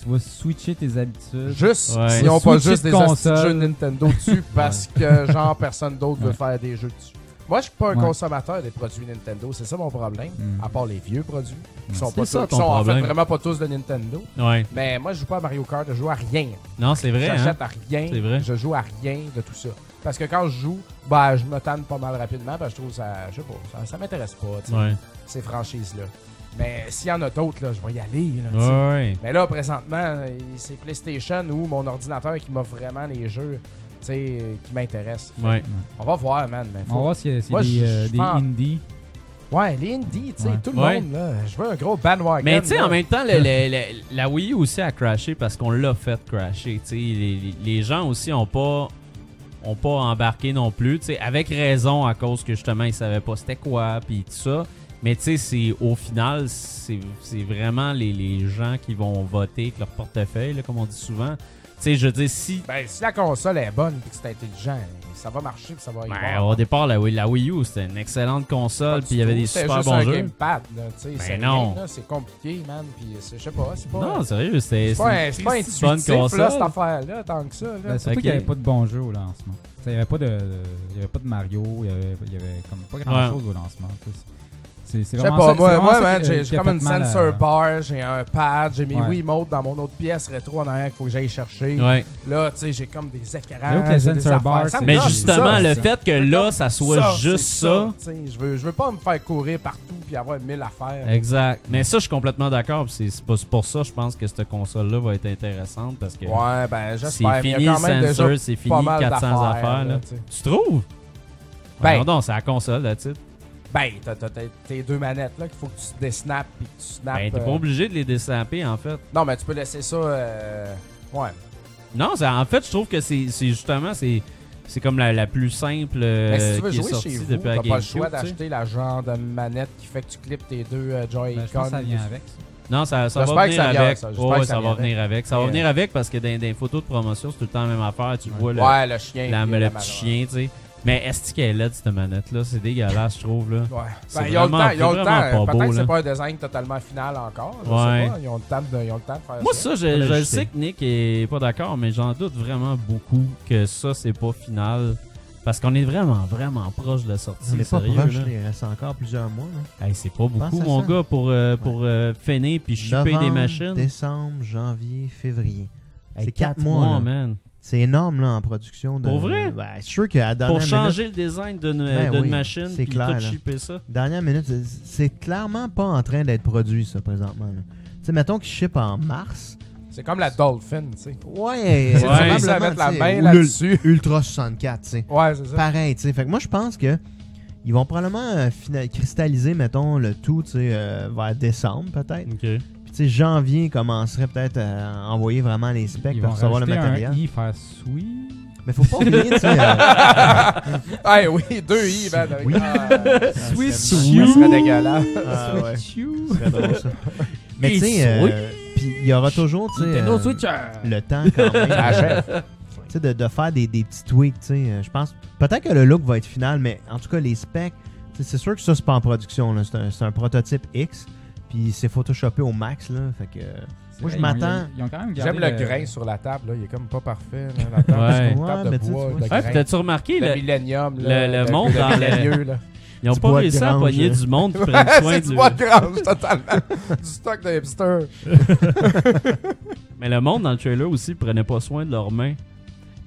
Speaker 6: Tu vas switcher tes habitudes.
Speaker 2: Juste,
Speaker 3: Ouais.
Speaker 2: ils ont pas
Speaker 6: Switcher
Speaker 2: juste
Speaker 6: de
Speaker 2: des hosties de
Speaker 6: console.
Speaker 2: jeux Nintendo dessus parce que, genre, personne d'autre veut faire des jeux dessus. Moi, je suis pas un
Speaker 6: Ouais.
Speaker 2: consommateur des produits Nintendo, c'est ça mon problème.
Speaker 6: Mm.
Speaker 2: À part les vieux produits, qui sont, pas
Speaker 3: Mm. C'est ça
Speaker 2: tous- qui
Speaker 3: ton
Speaker 2: sont en fait
Speaker 3: problème.
Speaker 2: vraiment pas tous de Nintendo.
Speaker 3: Ouais.
Speaker 2: Mais moi, je joue pas à Mario Kart, je joue à rien.
Speaker 3: Non, c'est vrai. hein.
Speaker 2: J'achète à rien.
Speaker 3: C'est vrai.
Speaker 2: Je joue à rien de tout ça. Parce que quand je joue, ben, je me tanne pas mal rapidement parce que je trouve ça, je sais pas, ça, ça m'intéresse pas, tu sais,
Speaker 3: Ouais.
Speaker 2: ces franchises-là. Mais s'il y en a d'autres, là, je vais y aller. là, tu sais.
Speaker 3: Ouais.
Speaker 2: Mais là, présentement, euh, c'est PlayStation ou mon ordinateur qui m'offre vraiment les jeux tu sais, euh, qui m'intéressent. Fait que
Speaker 3: Ouais.
Speaker 2: On va voir, man. mais
Speaker 6: On
Speaker 2: faut-
Speaker 6: va voir s'il y a, s'il y a
Speaker 2: Moi,
Speaker 6: des,
Speaker 2: je-
Speaker 6: euh,
Speaker 2: je
Speaker 6: des
Speaker 2: pense-
Speaker 6: indies.
Speaker 2: Ouais, les indies, tu sais,
Speaker 6: Ouais.
Speaker 2: tout le
Speaker 3: Ouais.
Speaker 2: monde, là. Je veux un gros bandwagon.
Speaker 3: Mais tu sais,
Speaker 2: là.
Speaker 3: en même temps, le- le- le- la Wii U aussi a crashé parce qu'on l'a fait crasher. tu sais. Les, les gens aussi ont pas ont pas embarqué non plus. tu sais, Avec raison à cause que justement ils savaient pas c'était quoi puis tout ça. Mais tu sais, c'est- au final, c'est c'est vraiment les, les gens qui vont voter avec leur portefeuille, là, comme on dit souvent. Tu sais, je veux dire, si
Speaker 2: Ben, si la console est bonne et que c'est intelligent, ça va marcher puis ça va y
Speaker 3: Ben,
Speaker 2: voir.
Speaker 3: au départ, la Wii, la Wii U, c'était une excellente console, puis il y avait des
Speaker 2: C'était
Speaker 3: super
Speaker 2: juste
Speaker 3: bons
Speaker 2: un
Speaker 3: jeux.
Speaker 2: gamepad, là, tu sais.
Speaker 3: Ben
Speaker 2: c'est
Speaker 3: non.
Speaker 2: rien, là, C'est compliqué, man. Puis, c'est- je sais pas, c'est pas.
Speaker 3: Non, sérieux, c'était
Speaker 2: C'est pas, un-
Speaker 3: une
Speaker 2: c'est pas
Speaker 3: petite bonne
Speaker 2: intuitif, là, cette
Speaker 3: console.
Speaker 2: affaire-là, tant que ça. Là.
Speaker 6: Ben, surtout
Speaker 3: Ok.
Speaker 6: qu'il n'y avait pas de bons jeux au lancement. Tu sais, Il n'y avait, pas de- de- il y avait pas de Mario, il n'y avait, il y avait comme pas grand-chose au lancement. Tu sais, C'est c'est
Speaker 2: Je sais
Speaker 6: vraiment
Speaker 2: pas,
Speaker 6: ça- c'est
Speaker 2: moi,
Speaker 6: vraiment
Speaker 2: moi
Speaker 6: ça
Speaker 2: man,
Speaker 6: qui-
Speaker 2: j'ai
Speaker 6: qui
Speaker 2: j'ai
Speaker 6: a
Speaker 2: comme
Speaker 6: fait
Speaker 2: une
Speaker 6: mal à-
Speaker 2: sensor bar, j'ai un pad, j'ai mes
Speaker 6: Ouais.
Speaker 2: Wiimote dans mon autre pièce rétro en arrière qu'il faut que j'aille chercher.
Speaker 3: Ouais.
Speaker 2: Là, tu sais, j'ai comme des écrans.
Speaker 6: Là où que le
Speaker 2: j'ai des
Speaker 6: sensor
Speaker 2: affaires.
Speaker 6: bar,
Speaker 2: Ça me
Speaker 6: c'est-
Speaker 3: Mais
Speaker 2: gosse,
Speaker 3: justement,
Speaker 2: ça,
Speaker 3: le
Speaker 2: ça.
Speaker 3: fait que là, ça soit
Speaker 2: c'est
Speaker 3: juste ça.
Speaker 2: tu sais, Je veux, je veux pas me faire courir partout puis avoir mille affaires.
Speaker 3: Exact. Mais ça, je suis complètement d'accord. puis C'est c'est pas- c'est pour ça, je pense que cette console-là va être intéressante parce que
Speaker 2: Ouais, ben, j'espère.
Speaker 3: c'est
Speaker 2: mais il
Speaker 3: fini
Speaker 2: y a
Speaker 3: le
Speaker 2: quand même déjà
Speaker 3: sensor, c'est
Speaker 2: pas
Speaker 3: fini
Speaker 2: mal
Speaker 3: 400 affaires. là.
Speaker 2: tu sais.
Speaker 3: Tu trouves?
Speaker 2: Ben-
Speaker 3: Ben, non, c'est la console, là, titre.
Speaker 2: Ben, t'as t'as- t'as tes deux manettes là qu'il faut que tu désnappes puis que tu snaps.
Speaker 3: Ben, t'es
Speaker 2: euh,
Speaker 3: pas obligé de les dessaper, en fait.
Speaker 2: Non, mais tu peux laisser ça. euh, Ouais.
Speaker 3: Non, c'est- en fait, je trouve que c'est c'est justement, c'est c'est comme la, la plus simple euh,
Speaker 2: mais Ben, si tu veux
Speaker 3: qui est
Speaker 2: jouer
Speaker 3: sortie
Speaker 2: chez vous,
Speaker 3: depuis la
Speaker 2: t'as pas le
Speaker 3: GameCube,
Speaker 2: choix
Speaker 3: tu sais.
Speaker 2: d'acheter la genre de manette qui fait que tu clips tes deux euh,
Speaker 6: Ben, je
Speaker 2: Joy-Con.
Speaker 6: pense que ça vient avec. ça.
Speaker 3: Non, ça, ça
Speaker 2: J'espère
Speaker 3: va
Speaker 2: que
Speaker 3: venir
Speaker 2: ça vient,
Speaker 3: avec.
Speaker 2: ça. J'espère
Speaker 3: Ouais,
Speaker 2: que
Speaker 3: ouais,
Speaker 2: ça
Speaker 3: ça
Speaker 2: vient
Speaker 3: va venir avec. Ça va
Speaker 2: Mais-
Speaker 3: venir avec parce que dans dans les photos de promotion, c'est tout le temps la même affaire. Tu vois le,
Speaker 2: Ouais, le chien.
Speaker 3: la-
Speaker 2: puis
Speaker 3: le
Speaker 2: la
Speaker 3: petit
Speaker 2: manette.
Speaker 3: chien, tu sais. Mais est-ce qu'elle est laide, cette manette-là? C'est dégueulasse, je trouve. Là.
Speaker 2: Ouais.
Speaker 3: C'est
Speaker 2: Ben, ils ont le
Speaker 3: vraiment-
Speaker 2: temps, ils ont le
Speaker 3: c'est
Speaker 2: temps.
Speaker 3: vraiment pas
Speaker 2: Peut-être
Speaker 3: beau,
Speaker 2: que
Speaker 3: là.
Speaker 2: c'est pas un design totalement final encore. Je
Speaker 3: Ouais.
Speaker 2: sais pas. Ils ont le temps de, ils ont le temps de faire
Speaker 3: Moi,
Speaker 2: ça.
Speaker 3: ça, je, je le sais que Nick est pas d'accord, mais j'en doute vraiment beaucoup que ça, c'est pas final. Parce qu'on est vraiment, vraiment proche de la sortie.
Speaker 4: On n'est pas
Speaker 3: sérieux,
Speaker 4: proche,
Speaker 3: là.
Speaker 4: là, il reste encore plusieurs mois. là.
Speaker 3: Hey, c'est pas beaucoup,
Speaker 4: Pense à
Speaker 3: mon
Speaker 4: ça.
Speaker 3: gars, pour, euh, pour euh, feiner puis shipper des
Speaker 4: Novembre,
Speaker 3: machines.
Speaker 4: Décembre, janvier, février.
Speaker 3: Hey,
Speaker 4: c'est
Speaker 3: quatre
Speaker 4: 4 mois. là.
Speaker 3: man.
Speaker 4: C'est énorme là, en production. De...
Speaker 3: Pour vrai?
Speaker 4: Ben, je suis sûr qu'à la dernière
Speaker 3: Pour changer
Speaker 4: minute-
Speaker 3: le design d'une
Speaker 4: Ben
Speaker 3: d'une
Speaker 4: oui,
Speaker 3: machine,
Speaker 4: c'est
Speaker 3: puis
Speaker 4: clair,
Speaker 3: tout
Speaker 4: là.
Speaker 3: shipper ça.
Speaker 4: Dernière minute, c'est- c'est clairement pas en train d'être produit, ça, présentement. là. Tu sais, mettons qu'ils ship en mars.
Speaker 2: C'est comme la Dolphin, tu sais.
Speaker 4: Ouais,
Speaker 2: C'est
Speaker 4: probablement,
Speaker 2: difficile à mettre la
Speaker 4: tu sais,
Speaker 2: main
Speaker 4: ou
Speaker 2: là-dessus.
Speaker 4: l'Ul- Ultra 64, tu sais.
Speaker 2: Ouais, c'est ça.
Speaker 4: Pareil, tu sais. Fait que moi, je pense que ils vont probablement euh, fina- cristalliser, mettons, le tout, tu sais, euh, vers décembre, peut-être.
Speaker 3: OK.
Speaker 4: Puis, tu sais, janvier commencerait peut-être à envoyer vraiment les specs
Speaker 6: Ils
Speaker 4: pour
Speaker 6: vont
Speaker 4: recevoir le
Speaker 6: rajouter
Speaker 4: matériel.
Speaker 6: un i faire sweet.
Speaker 4: Mais faut pas oublier, tu sais. euh,
Speaker 2: Hey, oui, deux i, man. Avec,
Speaker 4: Oui.
Speaker 2: Ah,
Speaker 4: Swiss
Speaker 2: ça
Speaker 4: you.
Speaker 2: serait dégueulasse.
Speaker 4: Ah, ouais.
Speaker 6: Tchou.
Speaker 4: Ce serait drôle, ça. Mais
Speaker 6: Et
Speaker 4: tu sais, euh, puis il y aura toujours, tu sais,
Speaker 6: Nintendo
Speaker 4: euh,
Speaker 6: Switch, euh.
Speaker 4: le temps quand même.
Speaker 2: Ça achève.
Speaker 4: euh, tu sais, de, de faire des, des petits tweaks, tu sais. euh, Je pense, peut-être que le look va être final, mais en tout cas, les specs, tu sais, c'est sûr que ça, c'est pas en production, là. C'est un, c'est un prototype X, puis c'est photoshopé au max, là. Fait que, euh, moi,
Speaker 6: vrai, ils
Speaker 4: je
Speaker 6: ont-
Speaker 4: m'attends.
Speaker 6: Ils ont quand même gardé
Speaker 2: J'aime le grain sur la table, là. Il est comme pas parfait, là, la
Speaker 3: Ouais.
Speaker 2: table. Ouais, table de
Speaker 4: Ouais, mais tu-
Speaker 2: bois,
Speaker 4: tu
Speaker 2: le
Speaker 4: vois,
Speaker 3: Ouais,
Speaker 2: grain.
Speaker 3: puis t'as-tu remarqué
Speaker 2: le
Speaker 3: le-
Speaker 2: millenium,
Speaker 3: le-
Speaker 2: là,
Speaker 3: le monde dans le-
Speaker 2: millénieux, là.
Speaker 3: Ils ont
Speaker 4: Du
Speaker 3: pas
Speaker 4: bois de
Speaker 3: réussi à
Speaker 4: grange,
Speaker 3: pogner
Speaker 4: euh.
Speaker 3: du monde qui prenne soin
Speaker 2: c'est du
Speaker 3: du.
Speaker 2: bois de grange, totalement. du stock de hipster.
Speaker 3: Mais le monde dans le trailer aussi prenait pas soin de leurs mains.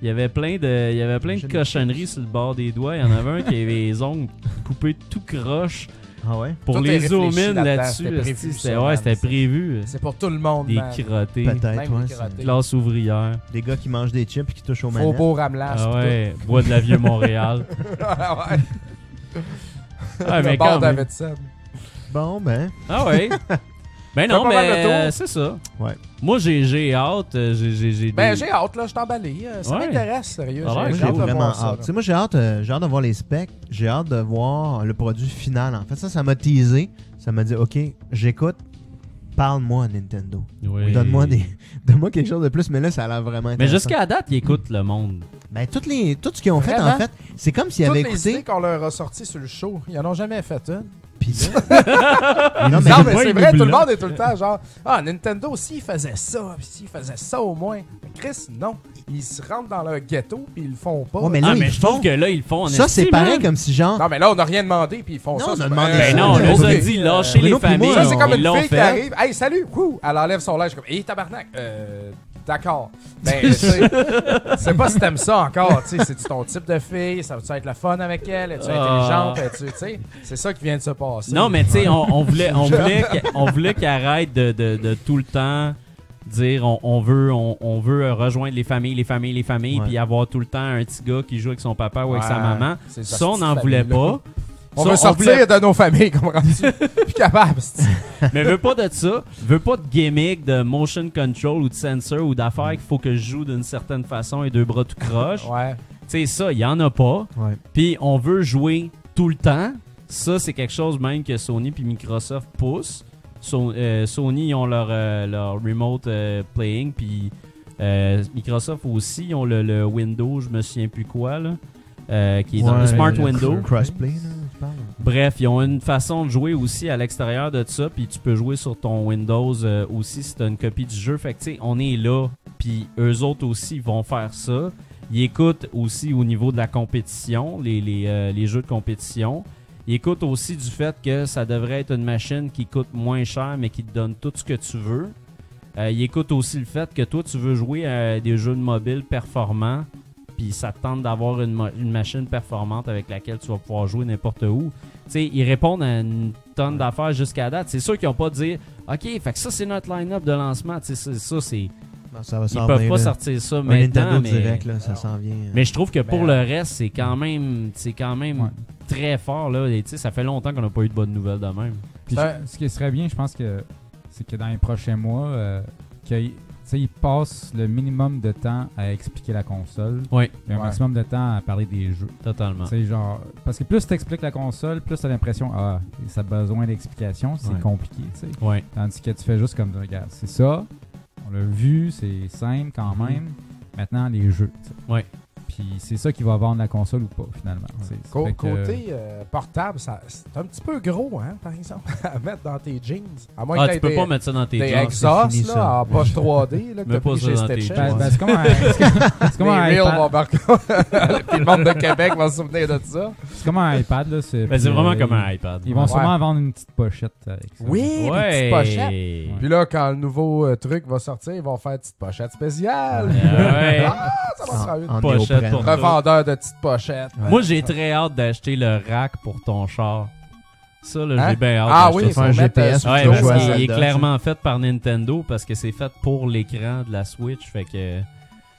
Speaker 3: Il y avait plein de, il y avait plein de cochonneries sur le bord des doigts. Il y en avait un qui avait les ongles coupés tout croche.
Speaker 4: Ah ouais?
Speaker 3: Pour
Speaker 2: Tout est
Speaker 3: les
Speaker 2: réfléchi
Speaker 3: zoomines
Speaker 2: là-dedans,
Speaker 3: là-dessus,
Speaker 2: c'était prévu,
Speaker 3: esti,
Speaker 2: ça,
Speaker 3: c'était
Speaker 2: man.
Speaker 3: ouais, c'était prévu. euh,
Speaker 2: C'est pour tout le monde,
Speaker 3: Des
Speaker 2: man.
Speaker 3: crottés,
Speaker 4: Peut-être,
Speaker 2: Même
Speaker 4: ouais.
Speaker 2: les
Speaker 4: c'est-
Speaker 2: crottés.
Speaker 3: classe ouvrière.
Speaker 4: Des gars qui mangent des chips et qui touchent aux manettes.
Speaker 2: Faubourg Ramelash.
Speaker 3: Ah
Speaker 2: pis
Speaker 3: ouais, bois de la vieux Montréal.
Speaker 2: tout. Ah ouais.
Speaker 3: Ah, mais
Speaker 2: Le bord
Speaker 3: quand même.
Speaker 2: d'Avidson.
Speaker 4: Bon, ben.
Speaker 3: Ah ouais. Ben
Speaker 2: Fait
Speaker 3: non,
Speaker 2: pas mal le
Speaker 3: mais
Speaker 2: tour.
Speaker 3: euh, c'est ça.
Speaker 4: Ouais.
Speaker 3: Moi j'ai j'ai hâte, euh, j'ai j'ai j'ai
Speaker 2: Ben,
Speaker 3: des-
Speaker 2: j'ai hâte, là. Je suis emballé. Euh, Ça
Speaker 3: Ouais.
Speaker 2: m'intéresse, sérieux.
Speaker 3: Ça a l'air
Speaker 4: Moi,
Speaker 2: J'ai
Speaker 4: j'ai
Speaker 2: hâte de
Speaker 4: vraiment
Speaker 2: voir ça.
Speaker 4: hâte. Tu
Speaker 2: là.
Speaker 4: sais, moi, j'ai hâte, euh, j'ai hâte de voir les specs. J'ai hâte de voir le produit final. En fait, ça, ça m'a teasé. Ça m'a dit, OK, j'écoute. Parle-moi, Nintendo.
Speaker 3: Oui.
Speaker 4: Donne-moi des... Donne quelque chose de plus. Mais là, ça a l'air vraiment
Speaker 3: Mais
Speaker 4: intéressant.
Speaker 3: jusqu'à la date, ils écoutent le monde.
Speaker 4: Ben, toutes les... tout ce qu'ils ont fait,
Speaker 2: Vraiment?
Speaker 4: en fait, c'est comme s'ils
Speaker 2: Toutes
Speaker 4: avaient
Speaker 2: les idées
Speaker 4: écouté...
Speaker 2: qu'on leur a sorties sur le show, ils en ont jamais fait une.
Speaker 4: Puis
Speaker 2: Non,
Speaker 4: non,
Speaker 2: mais,
Speaker 4: mais
Speaker 2: c'est vrai, tout le monde est tout le temps genre Ah, Nintendo, s'il faisait ça, puis s'il faisait ça au moins. Mais Chris, non. ils se rentrent dans leur ghetto puis ils le font pas.
Speaker 4: Ouais, mais là,
Speaker 3: ah,
Speaker 4: ils
Speaker 3: mais je trouve
Speaker 4: font-
Speaker 3: que là, ils le font en
Speaker 4: Ça, c'est
Speaker 3: estime,
Speaker 4: pareil
Speaker 3: hein.
Speaker 4: comme si genre.
Speaker 2: Non, mais là, on n'a rien demandé puis ils font
Speaker 4: Non,
Speaker 2: ça.
Speaker 4: on a
Speaker 2: c'est pas-
Speaker 4: demandé
Speaker 2: Euh,
Speaker 4: ça.
Speaker 3: Ben non, on nous a
Speaker 2: ok.
Speaker 3: dit, lâchez
Speaker 4: Bruno
Speaker 3: les
Speaker 4: puis moi,
Speaker 3: familles.
Speaker 2: Ça, c'est comme
Speaker 3: Ils
Speaker 2: une
Speaker 3: l'ont
Speaker 2: fille qui
Speaker 3: fait.
Speaker 2: arrive. Hey, salut, wouh! Elle enlève son linge comme, hé, tabarnak! Euh, d'accord. Ben, tu sais, c'est pas si t'aimes ça encore, tu sais. C'est-tu ton type de fille? Ça va-tu être le fun avec elle? Es-tu
Speaker 3: Ah.
Speaker 2: intelligente? Es-tu, tu sais? C'est ça qui vient de se passer.
Speaker 3: Non, mais tu sais, on, on voulait, on voulait, qu'elle- on voulait qu'elle arrête de, de- de tout le temps dire on, on veut, on, on veut rejoindre les familles, les familles, les familles,
Speaker 4: Ouais.
Speaker 3: puis avoir tout le temps un petit gars qui joue avec son papa ou avec sa
Speaker 2: Ouais,
Speaker 3: maman.
Speaker 2: c'est
Speaker 3: Ça,
Speaker 2: ça,
Speaker 3: on
Speaker 2: cette
Speaker 3: n'en voulait
Speaker 2: famille-là.
Speaker 3: pas.
Speaker 2: On
Speaker 3: Ça,
Speaker 2: veut sortir
Speaker 3: voulait-
Speaker 2: de nos familles, comprends-tu? Plus capable, c'est-
Speaker 3: Mais veut pas de ça, veut pas de gimmick, de motion control ou de sensor ou d'affaires qu'il faut que je joue d'une certaine façon et deux bras tout
Speaker 4: Oh.
Speaker 3: croche.
Speaker 2: Ouais.
Speaker 3: Tu sais, ça, il y en a pas.
Speaker 4: Ouais.
Speaker 3: Puis on veut jouer tout le temps. Ça, c'est quelque chose même que Sony puis Microsoft poussent. So- euh, Sony, ils ont leur, euh, leur remote euh, playing, puis euh, Microsoft aussi, ils ont le, le Windows, je me souviens plus quoi, là, euh, qui est dans
Speaker 4: Ouais,
Speaker 3: le Smart
Speaker 4: le
Speaker 3: Window.
Speaker 4: cr- Crossplay, là, tu parles.
Speaker 3: Bref, ils ont une façon de jouer aussi à l'extérieur de ça, puis tu peux jouer sur ton Windows euh, aussi si tu une copie du jeu. Fait que, tu sais, on est là, puis eux autres aussi vont faire ça. Ils écoutent aussi au niveau de la compétition, les, les, euh, les jeux de compétition. Ils écoutent aussi du fait que ça devrait être une machine qui coûte moins cher, mais qui te donne tout ce que tu veux. Euh, ils écoutent aussi le fait que toi, tu veux jouer à des jeux de mobile performants, puis ça te tente d'avoir une, mo- une machine performante avec laquelle tu vas pouvoir jouer n'importe où. Tu sais, ils répondent à une tonne d'affaires jusqu'à date. C'est sûr qu'ils n'ont pas dit OK, fait que ça, c'est notre line-up de lancement. Tu sais, ça, ça, c'est.
Speaker 4: Non, Ben, ça va
Speaker 3: ils
Speaker 4: s'en
Speaker 3: peuvent
Speaker 4: venir,
Speaker 3: pas
Speaker 4: là.
Speaker 3: sortir ça
Speaker 4: Un
Speaker 3: maintenant.
Speaker 4: Nintendo
Speaker 3: mais...
Speaker 4: Direct, là, ça s'en vient.
Speaker 3: Mais je trouve que pour
Speaker 4: Mais,
Speaker 3: le reste, c'est quand même, c'est quand même très fort. Là. Et, tu sais, ça fait longtemps qu'on n'a pas eu de bonnes nouvelles de même.
Speaker 6: Puis je- ce qui serait bien, je pense que c'est que dans les prochains mois, euh, qu'ils tu sais, ils passent le minimum de temps à expliquer la console,
Speaker 3: Oui.
Speaker 6: et un
Speaker 3: Ouais.
Speaker 6: maximum de temps à parler des jeux.
Speaker 3: Totalement.
Speaker 6: Tu sais, genre, parce que plus tu expliques la console, plus tu as l'impression, ah, ça a besoin d'explication, c'est
Speaker 3: Ouais.
Speaker 6: compliqué. tu sais.
Speaker 3: Ouais.
Speaker 6: Tandis que tu fais juste comme, regarde, c'est ça, on l'a vu, c'est simple quand
Speaker 3: Mhm.
Speaker 6: même. Maintenant, les jeux. tu sais.
Speaker 3: Ouais.
Speaker 6: Puis c'est ça qui va vendre la console ou pas, finalement. tu sais.
Speaker 2: Co-
Speaker 6: Fait que-
Speaker 2: côté euh, portable, ça- c'est un petit peu gros, hein, par exemple, à mettre dans tes jeans. À moins
Speaker 3: Ah,
Speaker 2: que
Speaker 3: tu
Speaker 2: t'aies
Speaker 3: peux
Speaker 2: des-
Speaker 3: pas mettre ça dans tes
Speaker 2: des
Speaker 3: jeans,
Speaker 2: Exos,
Speaker 3: c'est fini,
Speaker 2: là,
Speaker 3: ça.
Speaker 2: en poche 3D, là, que
Speaker 3: Mets
Speaker 2: t'as
Speaker 3: pas
Speaker 2: pris
Speaker 3: ça
Speaker 2: chez
Speaker 3: dans tes
Speaker 2: Stitch.
Speaker 6: Ben, ben, c'est comme un- c'est comme- c'est comme un
Speaker 2: Les reels
Speaker 6: iPad.
Speaker 2: vont barcoder. Puis le monde de Québec va se souvenir de ça.
Speaker 6: C'est comme un iPad, là. C'est
Speaker 3: Ben, c'est
Speaker 6: puis,
Speaker 3: vraiment
Speaker 6: euh,
Speaker 3: comme un
Speaker 6: ils-
Speaker 3: iPad.
Speaker 6: Ils vont
Speaker 3: Ouais.
Speaker 6: sûrement vendre une petite pochette avec ça.
Speaker 2: Oui,
Speaker 3: Ouais.
Speaker 2: des petites
Speaker 3: Ouais.
Speaker 2: pochettes. Puis là, quand le nouveau euh, truc va sortir, ils vont faire une petite pochette spéciale.
Speaker 3: Ouais.
Speaker 2: ah, ça va se faire
Speaker 4: En
Speaker 3: Pochette
Speaker 4: néoprène.
Speaker 3: pour-
Speaker 2: Revendeur de petites pochettes.
Speaker 3: Moi, j'ai très hâte d'acheter le rack pour ton char. Ça, là,
Speaker 2: Hein?
Speaker 3: j'ai bien hâte.
Speaker 2: Ah
Speaker 3: d'acheter
Speaker 2: oui,
Speaker 3: ça.
Speaker 2: faut mettre,
Speaker 4: GPS
Speaker 2: euh,
Speaker 3: Ouais,
Speaker 4: Tu
Speaker 3: parce
Speaker 4: joues à
Speaker 3: qu'il est
Speaker 4: Zelda,
Speaker 3: clairement fait par Nintendo parce que c'est fait pour l'écran de la Switch. Fait que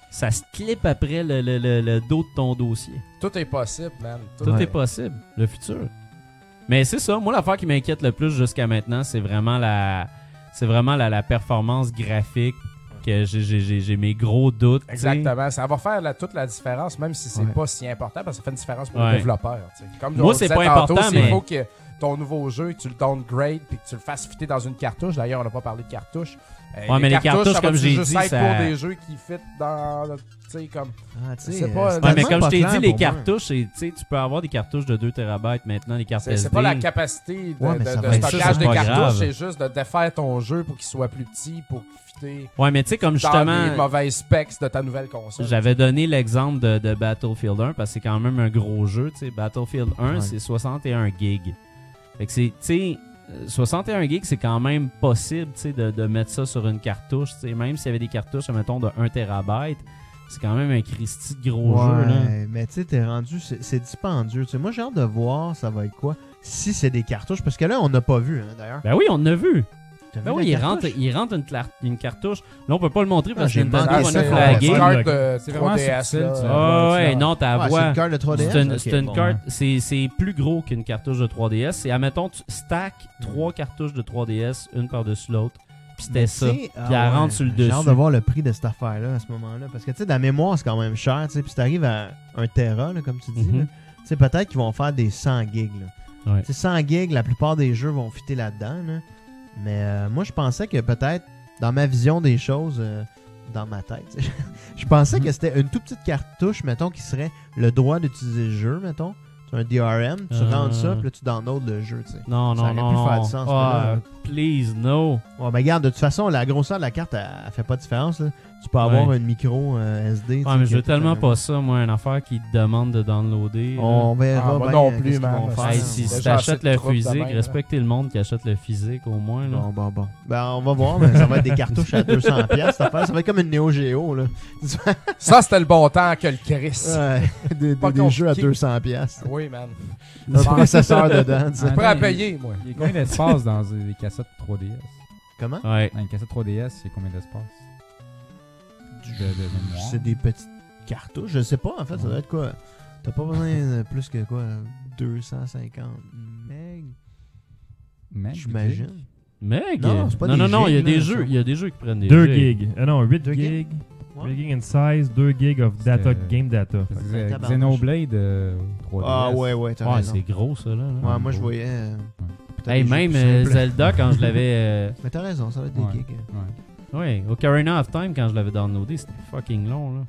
Speaker 3: ça se clip après le, le- le- le dos de ton dossier.
Speaker 2: Tout est possible, man.
Speaker 3: Tout est possible. Le futur. Mais c'est ça. Moi, l'affaire qui m'inquiète le plus jusqu'à maintenant, c'est vraiment la, c'est vraiment la, la performance graphique que j'ai- j'ai j'ai- j'ai mes gros doutes. tu sais.
Speaker 2: Exactement. Ça va faire la- toute la différence, même si c'est
Speaker 4: Ouais.
Speaker 2: pas si important, parce que ça fait une différence pour
Speaker 3: Ouais.
Speaker 2: le développeur. tu sais. Comme
Speaker 3: Moi,
Speaker 2: on le
Speaker 3: c'est
Speaker 2: disait
Speaker 3: pas
Speaker 2: tantôt,
Speaker 3: important,
Speaker 2: s'il
Speaker 3: mais-
Speaker 2: faut que ton nouveau jeu, que tu le downgrade puis que tu le fasses fitter dans une cartouche. D'ailleurs, on n'a pas parlé de cartouche. Euh,
Speaker 3: Ouais, mais les cartouches,
Speaker 2: ça
Speaker 3: comme
Speaker 2: va-tu
Speaker 3: j'ai
Speaker 2: juste
Speaker 3: dit,
Speaker 2: être
Speaker 3: ça-
Speaker 2: pour des jeux qui fit dans. le- Tu sais, comme.
Speaker 4: Ah, tu sais,
Speaker 2: C'est
Speaker 4: euh,
Speaker 2: pas.
Speaker 4: c'est
Speaker 3: Ouais, mais
Speaker 4: tellement
Speaker 3: comme je
Speaker 4: pas
Speaker 3: t'ai
Speaker 4: clair
Speaker 3: dit, les
Speaker 4: pour moi.
Speaker 3: cartouches, c'est- tu sais, tu peux avoir des cartouches de 2 TB maintenant, les cartes
Speaker 2: C'est
Speaker 3: SD.
Speaker 2: c'est pas la capacité de,
Speaker 4: Ouais, mais
Speaker 2: de-
Speaker 4: ça
Speaker 2: de
Speaker 4: va être-
Speaker 3: ça,
Speaker 2: stockage
Speaker 3: c'est
Speaker 2: des
Speaker 3: pas grave.
Speaker 2: cartouches, c'est juste de défaire ton jeu pour qu'il soit plus petit, pour fitter
Speaker 3: Ouais, mais tu sais, comme
Speaker 2: dans
Speaker 3: justement,
Speaker 2: les mauvaises specs de ta nouvelle console.
Speaker 3: j'avais donné l'exemple de, de Battlefield 1 parce que c'est quand même un gros jeu. tu sais. Battlefield 1,
Speaker 4: Ouais.
Speaker 3: c'est 61 gigs. Fait que c'est, tu sais, euh, 61 gigs, c'est quand même possible tu sais, de, de mettre ça sur une cartouche. tu sais. Même s'il y avait des cartouches, mettons, de 1 TB, c'est quand même un Christy de gros jeu. Là.
Speaker 4: Ouais, mais tu sais, t'es rendu, c'est c'est dispendieux. Tu sais, moi, j'ai hâte de voir, ça va être quoi, si c'est des cartouches, parce que là, on n'a pas vu, hein, d'ailleurs.
Speaker 3: Ben oui, on en a vu.
Speaker 4: T'as vu
Speaker 3: Ben
Speaker 4: la
Speaker 3: oui, il
Speaker 4: cartouche? Ah,
Speaker 3: rentre, il rentre une, clar- une cartouche. Là, on peut pas le montrer parce que
Speaker 4: j'ai
Speaker 3: Nintendo
Speaker 4: manqué
Speaker 3: va
Speaker 4: ça,
Speaker 3: nous
Speaker 4: ouais,
Speaker 3: flaguer.
Speaker 4: c'est
Speaker 2: carte euh, de
Speaker 6: C'est vraiment
Speaker 2: 3DS,
Speaker 6: subtil,
Speaker 2: là.
Speaker 6: tu vois.
Speaker 3: Ah
Speaker 6: Ouais,
Speaker 3: ouais,
Speaker 6: c'est
Speaker 3: non, ta
Speaker 4: Ouais,
Speaker 3: voix.
Speaker 4: c'est une carte de 3DS.
Speaker 3: C'est une,
Speaker 4: Ok,
Speaker 3: c'est une
Speaker 4: bon.
Speaker 3: carte, c'est, c'est plus gros qu'une cartouche de 3DS. C'est, admettons, tu stack trois cartouches de 3DS, une par-dessus l'autre, puis c'était
Speaker 4: Mais
Speaker 3: ça.
Speaker 4: tu
Speaker 3: Puis
Speaker 4: sais, ah
Speaker 3: elle
Speaker 4: ouais,
Speaker 3: rentre sur le
Speaker 4: J'ai hâte
Speaker 3: dessus.
Speaker 4: de voir le prix de cette affaire-là à ce moment-là. Parce que, tu sais, de la mémoire, c'est quand même cher. Tu sais, puis si t'arrives à un Tera, là, comme tu dis,
Speaker 3: Mhm.
Speaker 4: là, tu sais, peut-être qu'ils vont faire des 100 gigs. là.
Speaker 3: Ouais.
Speaker 4: Tu sais, 100 gigs, la plupart des jeux vont fitter là-dedans. là. Mais euh, moi, je pensais que peut-être, dans ma vision des choses, euh, dans ma tête, tu sais,
Speaker 3: Mhm.
Speaker 4: je pensais que c'était une toute petite cartouche, mettons, qui serait le droit d'utiliser le jeu, mettons. Tu un DRM, tu
Speaker 3: Euh.
Speaker 4: rentres ça, puis là, tu downloads le jeu, tu sais.
Speaker 3: Non, non,
Speaker 4: ça aurait
Speaker 3: non.
Speaker 4: pu
Speaker 3: non.
Speaker 4: faire du sens.
Speaker 3: Ah,
Speaker 4: là.
Speaker 3: please, no.
Speaker 4: Ouais, ben regarde, de toute façon, la grosseur de la carte, elle, elle fait pas de différence. là. Tu peux avoir
Speaker 3: Ouais.
Speaker 4: une micro euh, SD. tu
Speaker 3: Ouais,
Speaker 4: sais,
Speaker 3: Ah, mais
Speaker 4: que
Speaker 3: je veux
Speaker 4: t'as-
Speaker 3: tellement pas ça, moi, une affaire qui te demande de downloader. là.
Speaker 4: On verra Ah, moi bien non qu'est-ce plus, qu'ils man. vont faire.
Speaker 3: Hey, si
Speaker 4: Déjà
Speaker 3: si
Speaker 4: assez
Speaker 3: t'achètes
Speaker 4: de
Speaker 3: le
Speaker 4: troubles de
Speaker 3: physique,
Speaker 4: même, là.
Speaker 3: respectez le monde qui achète le physique au moins. Là.
Speaker 4: Bon, bon, bon. Ben, on va voir, mais ça va être des cartouches à 200$. piastres, cette affaire. Ça va être comme une Neo Geo. Là.
Speaker 2: Ça, c'était le bon temps que le Chris.
Speaker 4: Euh, Ouais, des,
Speaker 2: Pas
Speaker 4: des- des jeux à
Speaker 2: compliqué.
Speaker 4: 200$. piastres.
Speaker 2: Oui, man.
Speaker 4: Un processeur dedans. tu
Speaker 6: En
Speaker 4: sais.
Speaker 6: même
Speaker 2: prêt
Speaker 6: temps,
Speaker 2: à
Speaker 6: il-
Speaker 2: payer, moi.
Speaker 6: Il y a combien d'espace dans les cassettes 3DS
Speaker 4: Comment
Speaker 3: Ouais.
Speaker 6: Dans une cassette 3DS, il y a combien d'espace de, de mémoire.
Speaker 4: C'est des petites cartouches. Je sais pas, en fait, ça doit être quoi T'as pas besoin de plus que quoi 250 meg
Speaker 6: Meg,
Speaker 4: J'imagine.
Speaker 3: Meg?
Speaker 4: Non, c'est pas
Speaker 3: non,
Speaker 4: des
Speaker 3: non, non, il y a
Speaker 4: gigs, là,
Speaker 3: des
Speaker 4: ça.
Speaker 3: jeux, il y a des jeux qui prennent des
Speaker 1: 2
Speaker 3: gigs.
Speaker 1: gigs. Ah non, 8
Speaker 4: Deux
Speaker 1: gigs.
Speaker 4: gigs?
Speaker 1: 8 gigs in size, 2 gigs of data,
Speaker 6: Euh,
Speaker 1: game data.
Speaker 6: Parce que
Speaker 4: Fait que
Speaker 6: Xe-
Speaker 4: tabarnouche.
Speaker 6: Xenoblade euh, 3DS.
Speaker 4: Ah ouais, ouais, t'as
Speaker 3: Ouais,
Speaker 4: raison.
Speaker 3: c'est gros, ça, là. là.
Speaker 4: Ouais, moi, je voyais. euh, peut-être
Speaker 3: Hey,
Speaker 4: des jeux
Speaker 3: même
Speaker 4: plus
Speaker 3: euh,
Speaker 4: simples.
Speaker 3: Zelda, quand je l'avais. euh,
Speaker 4: Mais t'as raison, ça va être des
Speaker 6: Ouais.
Speaker 4: gigs. euh.
Speaker 6: Ouais.
Speaker 3: Ouais, Ocarina of Time, quand je l'avais downloadé, c'était fucking long, là.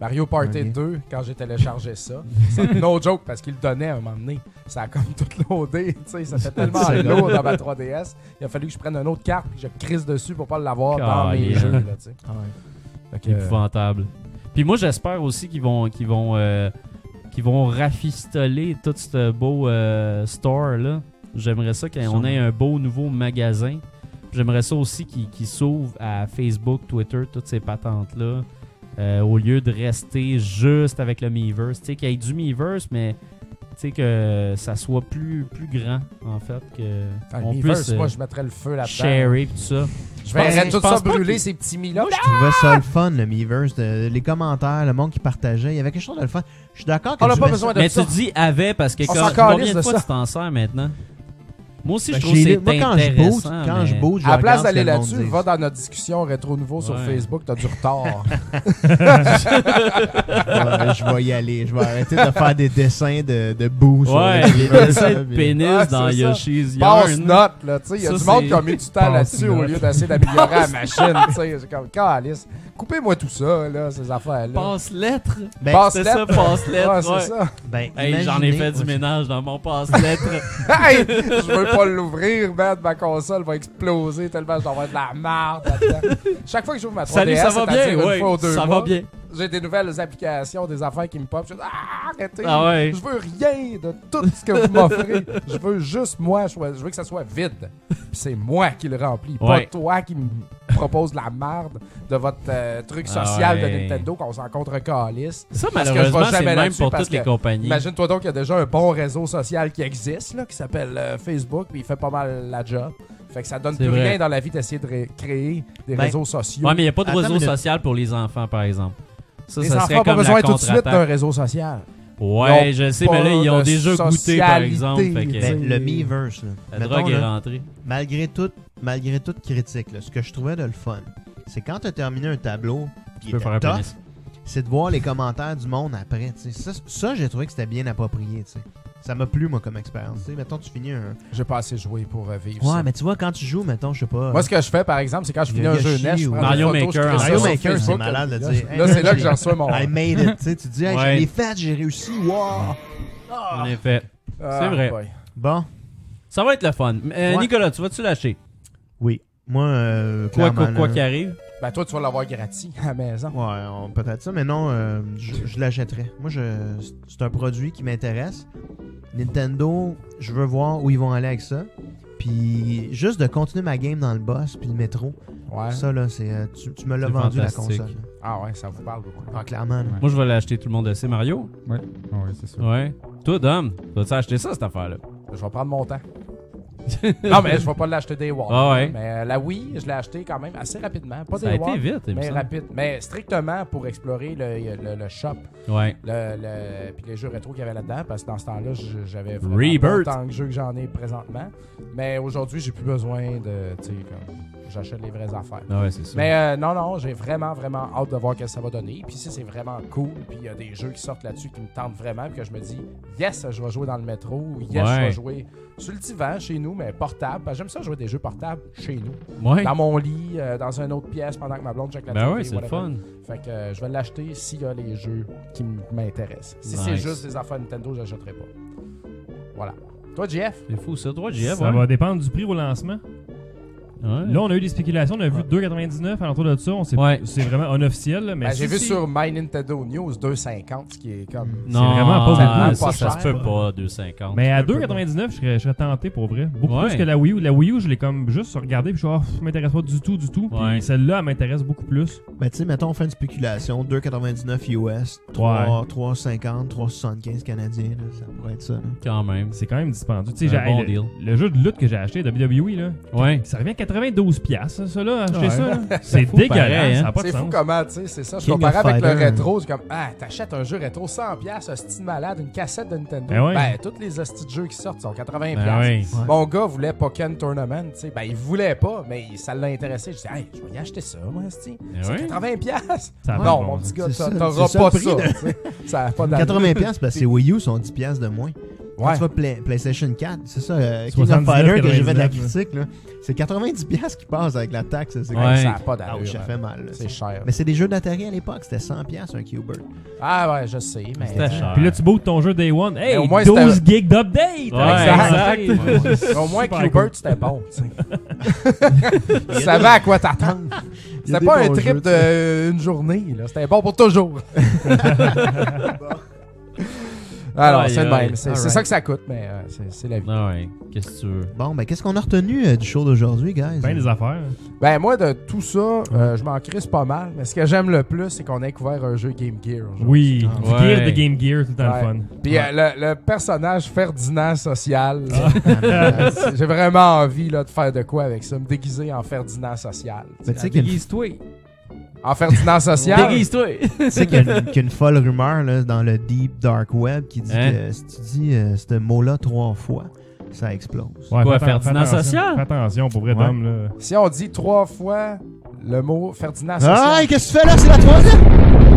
Speaker 2: Mario Party
Speaker 4: Ok.
Speaker 2: 2, quand j'ai téléchargé ça, c'est no joke parce qu'il le donnait à un moment donné. Ça a comme tout loadé, tu sais, ça fait tellement
Speaker 4: C'est
Speaker 2: lourd
Speaker 4: vrai.
Speaker 2: dans ma 3DS. Il a fallu que je prenne une autre carte et que je crisse dessus pour pas l'avoir dans mes
Speaker 3: Calais.
Speaker 2: jeux, là, tu sais.
Speaker 4: Ah ouais.
Speaker 2: Fait que, euh,
Speaker 3: Épouvantable. Puis moi, j'espère aussi qu'ils vont, qu'ils vont, euh, qu'ils vont rafistoler tout ce beau euh, store là. J'aimerais ça qu'on ait un beau nouveau magasin. J'aimerais ça aussi qu'ils qu'ils s'ouvrent à Facebook, Twitter, toutes ces patentes là. au lieu de rester juste avec le Miiverse, tu sais qu'il y ait du Miiverse, mais tu sais que ça soit plus plus grand en fait que
Speaker 2: Ah, le
Speaker 3: on
Speaker 2: Miiverse,
Speaker 3: puisse
Speaker 2: moi,
Speaker 3: euh,
Speaker 2: je mettrais le feu là-dedans.
Speaker 3: sharer pis tout ça.
Speaker 2: Je
Speaker 3: pense-
Speaker 2: verrais tout
Speaker 3: pense
Speaker 2: ça
Speaker 3: pas
Speaker 2: brûler,
Speaker 3: qu'ils-
Speaker 2: ces petits mis-là.
Speaker 4: Je trouvais ça le fun, le Miiverse. de- les commentaires, le monde qui partageait. Il y avait quelque chose de le fun. Je suis d'accord que
Speaker 2: On n'a
Speaker 4: tu
Speaker 2: pas
Speaker 4: mets
Speaker 2: besoin
Speaker 4: ça-
Speaker 2: de
Speaker 3: Mais
Speaker 2: ça.
Speaker 3: tu dis avait parce que
Speaker 2: On
Speaker 3: quand,
Speaker 2: s'en
Speaker 3: combien
Speaker 2: calisse
Speaker 3: de
Speaker 2: de
Speaker 3: fois
Speaker 2: ça.
Speaker 3: tu t'en sers maintenant? Moi aussi,
Speaker 4: Ben,
Speaker 3: je trouve que
Speaker 4: j'ai-
Speaker 3: c'est
Speaker 4: moi, quand je
Speaker 3: intéressant.
Speaker 4: boot, quand je
Speaker 3: mais-
Speaker 4: boot, je
Speaker 2: À la place
Speaker 4: regarde ce que
Speaker 2: d'aller
Speaker 4: le monde
Speaker 2: là-dessus,
Speaker 4: dit.
Speaker 2: va dans notre discussion rétro nouveau sur
Speaker 3: Ouais.
Speaker 2: Facebook, t'as du retard.
Speaker 4: Ouais, je vais y aller. Je vais arrêter de faire des dessins de, de boue sur
Speaker 3: Ouais,
Speaker 4: le
Speaker 3: les
Speaker 4: Miiverse,
Speaker 3: dessins
Speaker 4: là,
Speaker 3: de
Speaker 4: puis-
Speaker 3: pénis
Speaker 2: Ouais,
Speaker 3: dans
Speaker 2: c'est ça.
Speaker 3: Yoshi's
Speaker 2: Passe
Speaker 3: Yarn.
Speaker 2: note, là, tu sais. Il y a
Speaker 3: Ça,
Speaker 2: du monde
Speaker 3: c'est-
Speaker 2: qui a mis du temps
Speaker 1: Passe
Speaker 2: là-dessus au
Speaker 1: note.
Speaker 2: lieu d'essayer d'améliorer la machine, tu sais. J'ai comme, calice, coupez-moi tout ça, là, ces affaires-là.
Speaker 3: Passe-lettre.
Speaker 4: Ben,
Speaker 3: c'est
Speaker 2: Ouais,
Speaker 3: ça, passe-lettre.
Speaker 2: c'est
Speaker 3: ouais.
Speaker 2: ça.
Speaker 4: ben,
Speaker 3: Hey, j'en ai
Speaker 4: imaginez-
Speaker 3: fait du ménage dans mon passe-lettre.
Speaker 2: Hey, je veux pas l'ouvrir, man. Ma console va exploser tellement je dois avoir de la marde là-dedans. Chaque fois que j'ouvre ma 3DS,
Speaker 3: Salut, ça va
Speaker 2: c'est-à-dire
Speaker 3: bien?
Speaker 2: une
Speaker 3: Ouais,
Speaker 2: fois aux deux
Speaker 3: ça
Speaker 2: mois,
Speaker 3: va bien.
Speaker 2: J'ai des nouvelles applications, des affaires qui me pop. Je dis, ah, arrêtez.
Speaker 3: Ah ouais.
Speaker 2: Je veux rien de tout ce que vous m'offrez. je veux juste moi. Je veux je veux que ça soit vide. Puis c'est moi qui le remplis, pas
Speaker 3: Ouais.
Speaker 2: toi qui me propose de la marde de votre euh, truc
Speaker 3: Ah
Speaker 2: social de
Speaker 3: ouais.
Speaker 2: Nintendo qu'on s'en contre-calisse.
Speaker 3: Ça,
Speaker 2: Parce que je vais
Speaker 3: malheureusement, c'est
Speaker 2: jamais
Speaker 3: le même
Speaker 2: là-dessus
Speaker 3: pour
Speaker 2: parce
Speaker 3: toutes les
Speaker 2: que
Speaker 3: compagnies.
Speaker 2: Imagine-toi donc qu'il y a déjà un bon réseau social qui existe, là, qui s'appelle euh, Facebook, puis il fait pas mal la job. Fait que ça donne
Speaker 3: C'est
Speaker 2: plus
Speaker 3: vrai.
Speaker 2: rien dans la vie d'essayer de ré- créer des
Speaker 4: Ben,
Speaker 2: réseaux sociaux.
Speaker 3: Ouais, mais il n'y a pas de
Speaker 4: Attends
Speaker 3: réseau
Speaker 4: une minute.
Speaker 3: social pour les enfants, par exemple. Ça,
Speaker 2: les
Speaker 3: ça
Speaker 2: enfants
Speaker 3: serait
Speaker 2: n'ont pas
Speaker 3: comme la
Speaker 2: besoin tout de suite d'un
Speaker 3: contre-attaque.
Speaker 2: réseau social. Ils ont
Speaker 3: Ouais, je sais, mais là, ils
Speaker 2: pas
Speaker 3: ont
Speaker 2: de
Speaker 3: déjà goûté, par
Speaker 2: socialité,
Speaker 3: exemple. fait que-
Speaker 2: tu sais.
Speaker 4: Ben, le Miiverse, là.
Speaker 3: la
Speaker 4: Mettons,
Speaker 3: drogue est
Speaker 4: là,
Speaker 3: rentrée.
Speaker 4: malgré toute malgré toute critique, là, ce que je trouvais de le fun, c'est quand tu as terminé un tableau, qui
Speaker 3: peux
Speaker 4: était
Speaker 3: faire un
Speaker 4: tough,
Speaker 3: pénis.
Speaker 4: c'est de voir les commentaires du monde après. tu sais. Ça, ça, j'ai trouvé que c'était bien approprié. tu sais. Ça m'a plu, moi, comme expérience. tu sais. Mettons, tu finis un.
Speaker 2: J'ai pas assez joué pour euh, vivre ça.
Speaker 4: Ouais, mais tu vois, quand tu joues, mettons, je sais pas.
Speaker 2: Moi, ce que je fais, par exemple, c'est quand je
Speaker 4: Il
Speaker 2: finis
Speaker 4: y a
Speaker 2: un jeu
Speaker 4: Yoshi
Speaker 2: NES, je
Speaker 4: ou-
Speaker 2: prends des
Speaker 3: Mario
Speaker 2: photos,
Speaker 3: Maker,
Speaker 2: je crée ça
Speaker 4: Mario
Speaker 2: sur
Speaker 4: Maker, c'est
Speaker 2: Facebook,
Speaker 4: malade de
Speaker 2: là,
Speaker 4: dire.
Speaker 2: Là, c'est là que je reçois mon. E
Speaker 4: I made it. Tu sais, tu dis, hey,
Speaker 3: Ouais.
Speaker 4: je l'ai fait, j'ai réussi. Wow.
Speaker 3: En effet.
Speaker 2: Ah,
Speaker 3: vrai.
Speaker 2: boy.
Speaker 4: Bon,
Speaker 3: Ça va être le fun. Euh,
Speaker 4: Ouais.
Speaker 3: Nicolas, tu vas-tu lâcher?
Speaker 4: oui. Moi, euh,
Speaker 3: Quoi
Speaker 4: clairement,
Speaker 3: quoi- quoi
Speaker 4: là,
Speaker 3: qu'il arrive.
Speaker 2: Ben, toi, tu vas l'avoir gratis à la maison.
Speaker 4: Ouais, on- peut-être ça, mais non, euh, je, je l'achèterais. Moi, je, c'est un produit qui m'intéresse. Nintendo, je veux voir où ils vont aller avec ça. Puis juste de continuer ma game dans le boss puis le métro,
Speaker 2: Ouais.
Speaker 4: ça là, c'est euh, tu, tu me l'as
Speaker 3: C'est
Speaker 4: vendu la
Speaker 3: fantastique.
Speaker 4: console.
Speaker 2: Ah, ouais, ça vous parle beaucoup.
Speaker 4: Ah clairement. là.
Speaker 3: Moi, je vais l'acheter, tout le monde le sait. Mario?
Speaker 6: Ouais, Ah ouais, c'est sûr.
Speaker 3: Ouais. Toi, Dom, vas-tu acheter ça, cette affaire-là?
Speaker 2: Je vais prendre mon temps. non, mais je vais pas l'acheter Day One.
Speaker 3: Ah ouais.
Speaker 2: Mais euh, la Wii, je l'ai acheté quand même assez rapidement. Pas
Speaker 3: Ça
Speaker 2: Day
Speaker 3: a été
Speaker 2: One,
Speaker 3: vite, il me
Speaker 2: mais
Speaker 3: semble.
Speaker 2: rapide. Mais strictement pour explorer le, le- le shop,
Speaker 3: Ouais.
Speaker 2: le, le- puis les jeux rétro qu'il y avait là-dedans, parce que dans ce temps-là, je- j'avais vraiment
Speaker 3: Rebirth.
Speaker 2: pas autant de jeux que j'en ai présentement. Mais aujourd'hui, j'ai plus besoin de, tu sais, comme, j'achète les vraies affaires.
Speaker 3: Ah ouais, c'est ça.
Speaker 2: Mais euh, non, non, j'ai vraiment, vraiment hâte de voir ce que ça va donner. Puis si c'est vraiment cool, puis il y a des jeux qui sortent là-dessus qui me tentent vraiment, puis que je me dis, yes, je vais jouer dans le métro, ou yes, je
Speaker 3: Ouais.
Speaker 2: vais jouer sur le divan chez nous, mais portable. Parce que J'aime ça jouer des jeux portables chez nous.
Speaker 3: Ouais.
Speaker 2: Dans mon lit, euh, dans une autre pièce, pendant que ma blonde check la
Speaker 3: Ben
Speaker 2: TV,
Speaker 3: ouais, c'est le
Speaker 2: whatever.
Speaker 3: fun.
Speaker 2: Fait que euh, je vais l'acheter s'il y a les jeux qui m- m'intéressent. Si c'est
Speaker 3: Nice.
Speaker 2: juste des affaires Nintendo, j'achèterai pas. Voilà. Toi, Jeff?
Speaker 3: C'est fou ça. Toi, JF,
Speaker 1: Ça
Speaker 3: ouais.
Speaker 1: va dépendre du prix au lancement. Là, on a eu des spéculations, on a vu 2,99 à l'entour de ça. On sait, C'est vraiment unofficiel. là, Mais
Speaker 2: Ben, J'ai
Speaker 1: si-
Speaker 2: vu
Speaker 1: si- Mm.
Speaker 2: sur My Nintendo News 2,50, ce qui est comme.
Speaker 1: C'est vraiment pas
Speaker 3: ah,
Speaker 1: beaucoup.
Speaker 3: ça, ça se peut pas, 2,50.
Speaker 1: Mais à
Speaker 3: Ça se peut
Speaker 1: 2,99, je serais, je serais tenté pour vrai. Beaucoup
Speaker 3: Ouais.
Speaker 1: plus que la Wii U. La Wii U, je l'ai comme juste regardé puis je suis ah, pff, m'intéresse pas du tout, du tout. Puis celle-là, elle m'intéresse beaucoup plus.
Speaker 4: Ben, tu sais, mettons, on fait une spéculation 2,99 US, 3 3,50, 3,75 canadiens, là, ça pourrait être ça. là.
Speaker 3: Quand même.
Speaker 1: C'est quand même dispendieux. Tu sais,
Speaker 4: Un
Speaker 1: j'ai-
Speaker 4: bon
Speaker 1: le,
Speaker 4: deal.
Speaker 1: le jeu de lutte que j'ai acheté, WWE, là,
Speaker 3: Ouais.
Speaker 1: ça revient à 92$, piastres, ça, là, acheter
Speaker 4: Ouais.
Speaker 1: ça. là.
Speaker 4: C'est
Speaker 1: C'est
Speaker 4: fou
Speaker 1: dégueulasse,
Speaker 4: pareil, hein.
Speaker 1: ça n'a Ah, pas de
Speaker 2: C'est fou
Speaker 1: sens.
Speaker 2: comment, tu sais, c'est ça. Je
Speaker 1: King
Speaker 2: comparais
Speaker 1: of
Speaker 2: avec le
Speaker 1: Fighter.
Speaker 2: rétro, c'est comme, ah, t'achètes un jeu rétro 100$, un style malade, une cassette de Nintendo.
Speaker 1: Ben ouais.
Speaker 2: tous les hosties de jeux qui sortent sont 80$.
Speaker 1: Ben ouais.
Speaker 2: Mon gars voulait Pokémon Tournament, tu sais. Ben, il voulait pas, mais ça l'a intéressé. Je dis, hey, je vais y acheter ça, moi, hostie.
Speaker 4: Ben
Speaker 2: C'est
Speaker 4: ouais.
Speaker 2: 80$.
Speaker 4: Ça a pas
Speaker 2: non,
Speaker 4: de bon
Speaker 2: mon
Speaker 4: sens.
Speaker 2: petit gars,
Speaker 4: C'est
Speaker 2: t'a-
Speaker 4: ça,
Speaker 2: t'auras
Speaker 4: c'est ça le
Speaker 2: pas
Speaker 4: prix
Speaker 2: ça.
Speaker 4: de-
Speaker 2: tu sais. Ça a pas d'allure.
Speaker 4: 80 pièces parce que c'est Wii U sont 10 pièces de moins. Quand
Speaker 2: Ouais.
Speaker 4: tu vas Play- PlayStation 4, c'est ça, euh, King of
Speaker 1: 79,
Speaker 4: Fighter que j'ai fait de la
Speaker 1: 99,
Speaker 4: critique, là, c'est 90 pièces qui passent avec la taxe. C'est
Speaker 2: Ouais.
Speaker 4: comme
Speaker 2: Ça a pas d'allure,
Speaker 4: Ouch, ça
Speaker 2: hein.
Speaker 4: fait mal. là.
Speaker 2: C'est cher.
Speaker 4: Mais c'est des jeux d'Atari à l'époque, c'était 100 pièces un Cubert.
Speaker 2: Ah, ouais, je sais, mais.
Speaker 1: Puis là, tu bootes ton jeu Day One. Hey,
Speaker 2: Mais au moins,
Speaker 1: 12
Speaker 2: c'était-
Speaker 1: gigs d'update!
Speaker 2: exact. Mais au moins,
Speaker 1: Super
Speaker 2: Cubert,
Speaker 1: cool.
Speaker 2: c'était bon. tu sais. tu savais à quoi t'attendre.
Speaker 4: Il y a
Speaker 2: C'était
Speaker 4: des
Speaker 2: pas un
Speaker 4: bons
Speaker 2: trip
Speaker 4: jeux, tu sais.
Speaker 2: de une journée. là. C'était bon pour toujours. Alors, c'est le même. C'est c'est ça que ça coûte, mais euh, c'est- c'est la vie.
Speaker 3: Ah ouais, qu'est-ce que tu veux?
Speaker 4: Bon, ben qu'est-ce qu'on a retenu euh, du show d'aujourd'hui, guys?
Speaker 1: Ben des affaires.
Speaker 2: Ben, moi, de tout ça, euh, je m'en crisse pas mal. Mais ce que j'aime le plus, c'est qu'on ait couvert un jeu Game Gear. aujourd'hui.
Speaker 1: Oui,
Speaker 2: Ah,
Speaker 1: du
Speaker 2: ouais.
Speaker 1: gear de Game Gear, tout le temps le
Speaker 2: Ouais.
Speaker 1: fun.
Speaker 2: Puis euh, le, le personnage Ferdinand social, là,
Speaker 1: Ah.
Speaker 2: euh, j'ai vraiment envie là, de faire de quoi avec ça, me déguiser en Ferdinand social.
Speaker 4: Mais ben, tu sais qu'il y a une-
Speaker 2: En Ferdinand social.
Speaker 4: Tu sais qu'il y, a une- qu'il y a une folle rumeur là, dans le deep dark web qui dit
Speaker 2: Hein?
Speaker 4: que si tu dis euh, ce mot-là trois fois, ça explose.
Speaker 1: Ouais, Quoi, fais atten- Ferdinand fais attention. Social? Fais attention, pour vrai, Dom, là.
Speaker 2: Si on dit trois fois le mot Ferdinand social.
Speaker 4: Ah, qu'est-ce que tu fais là? C'est la troisième!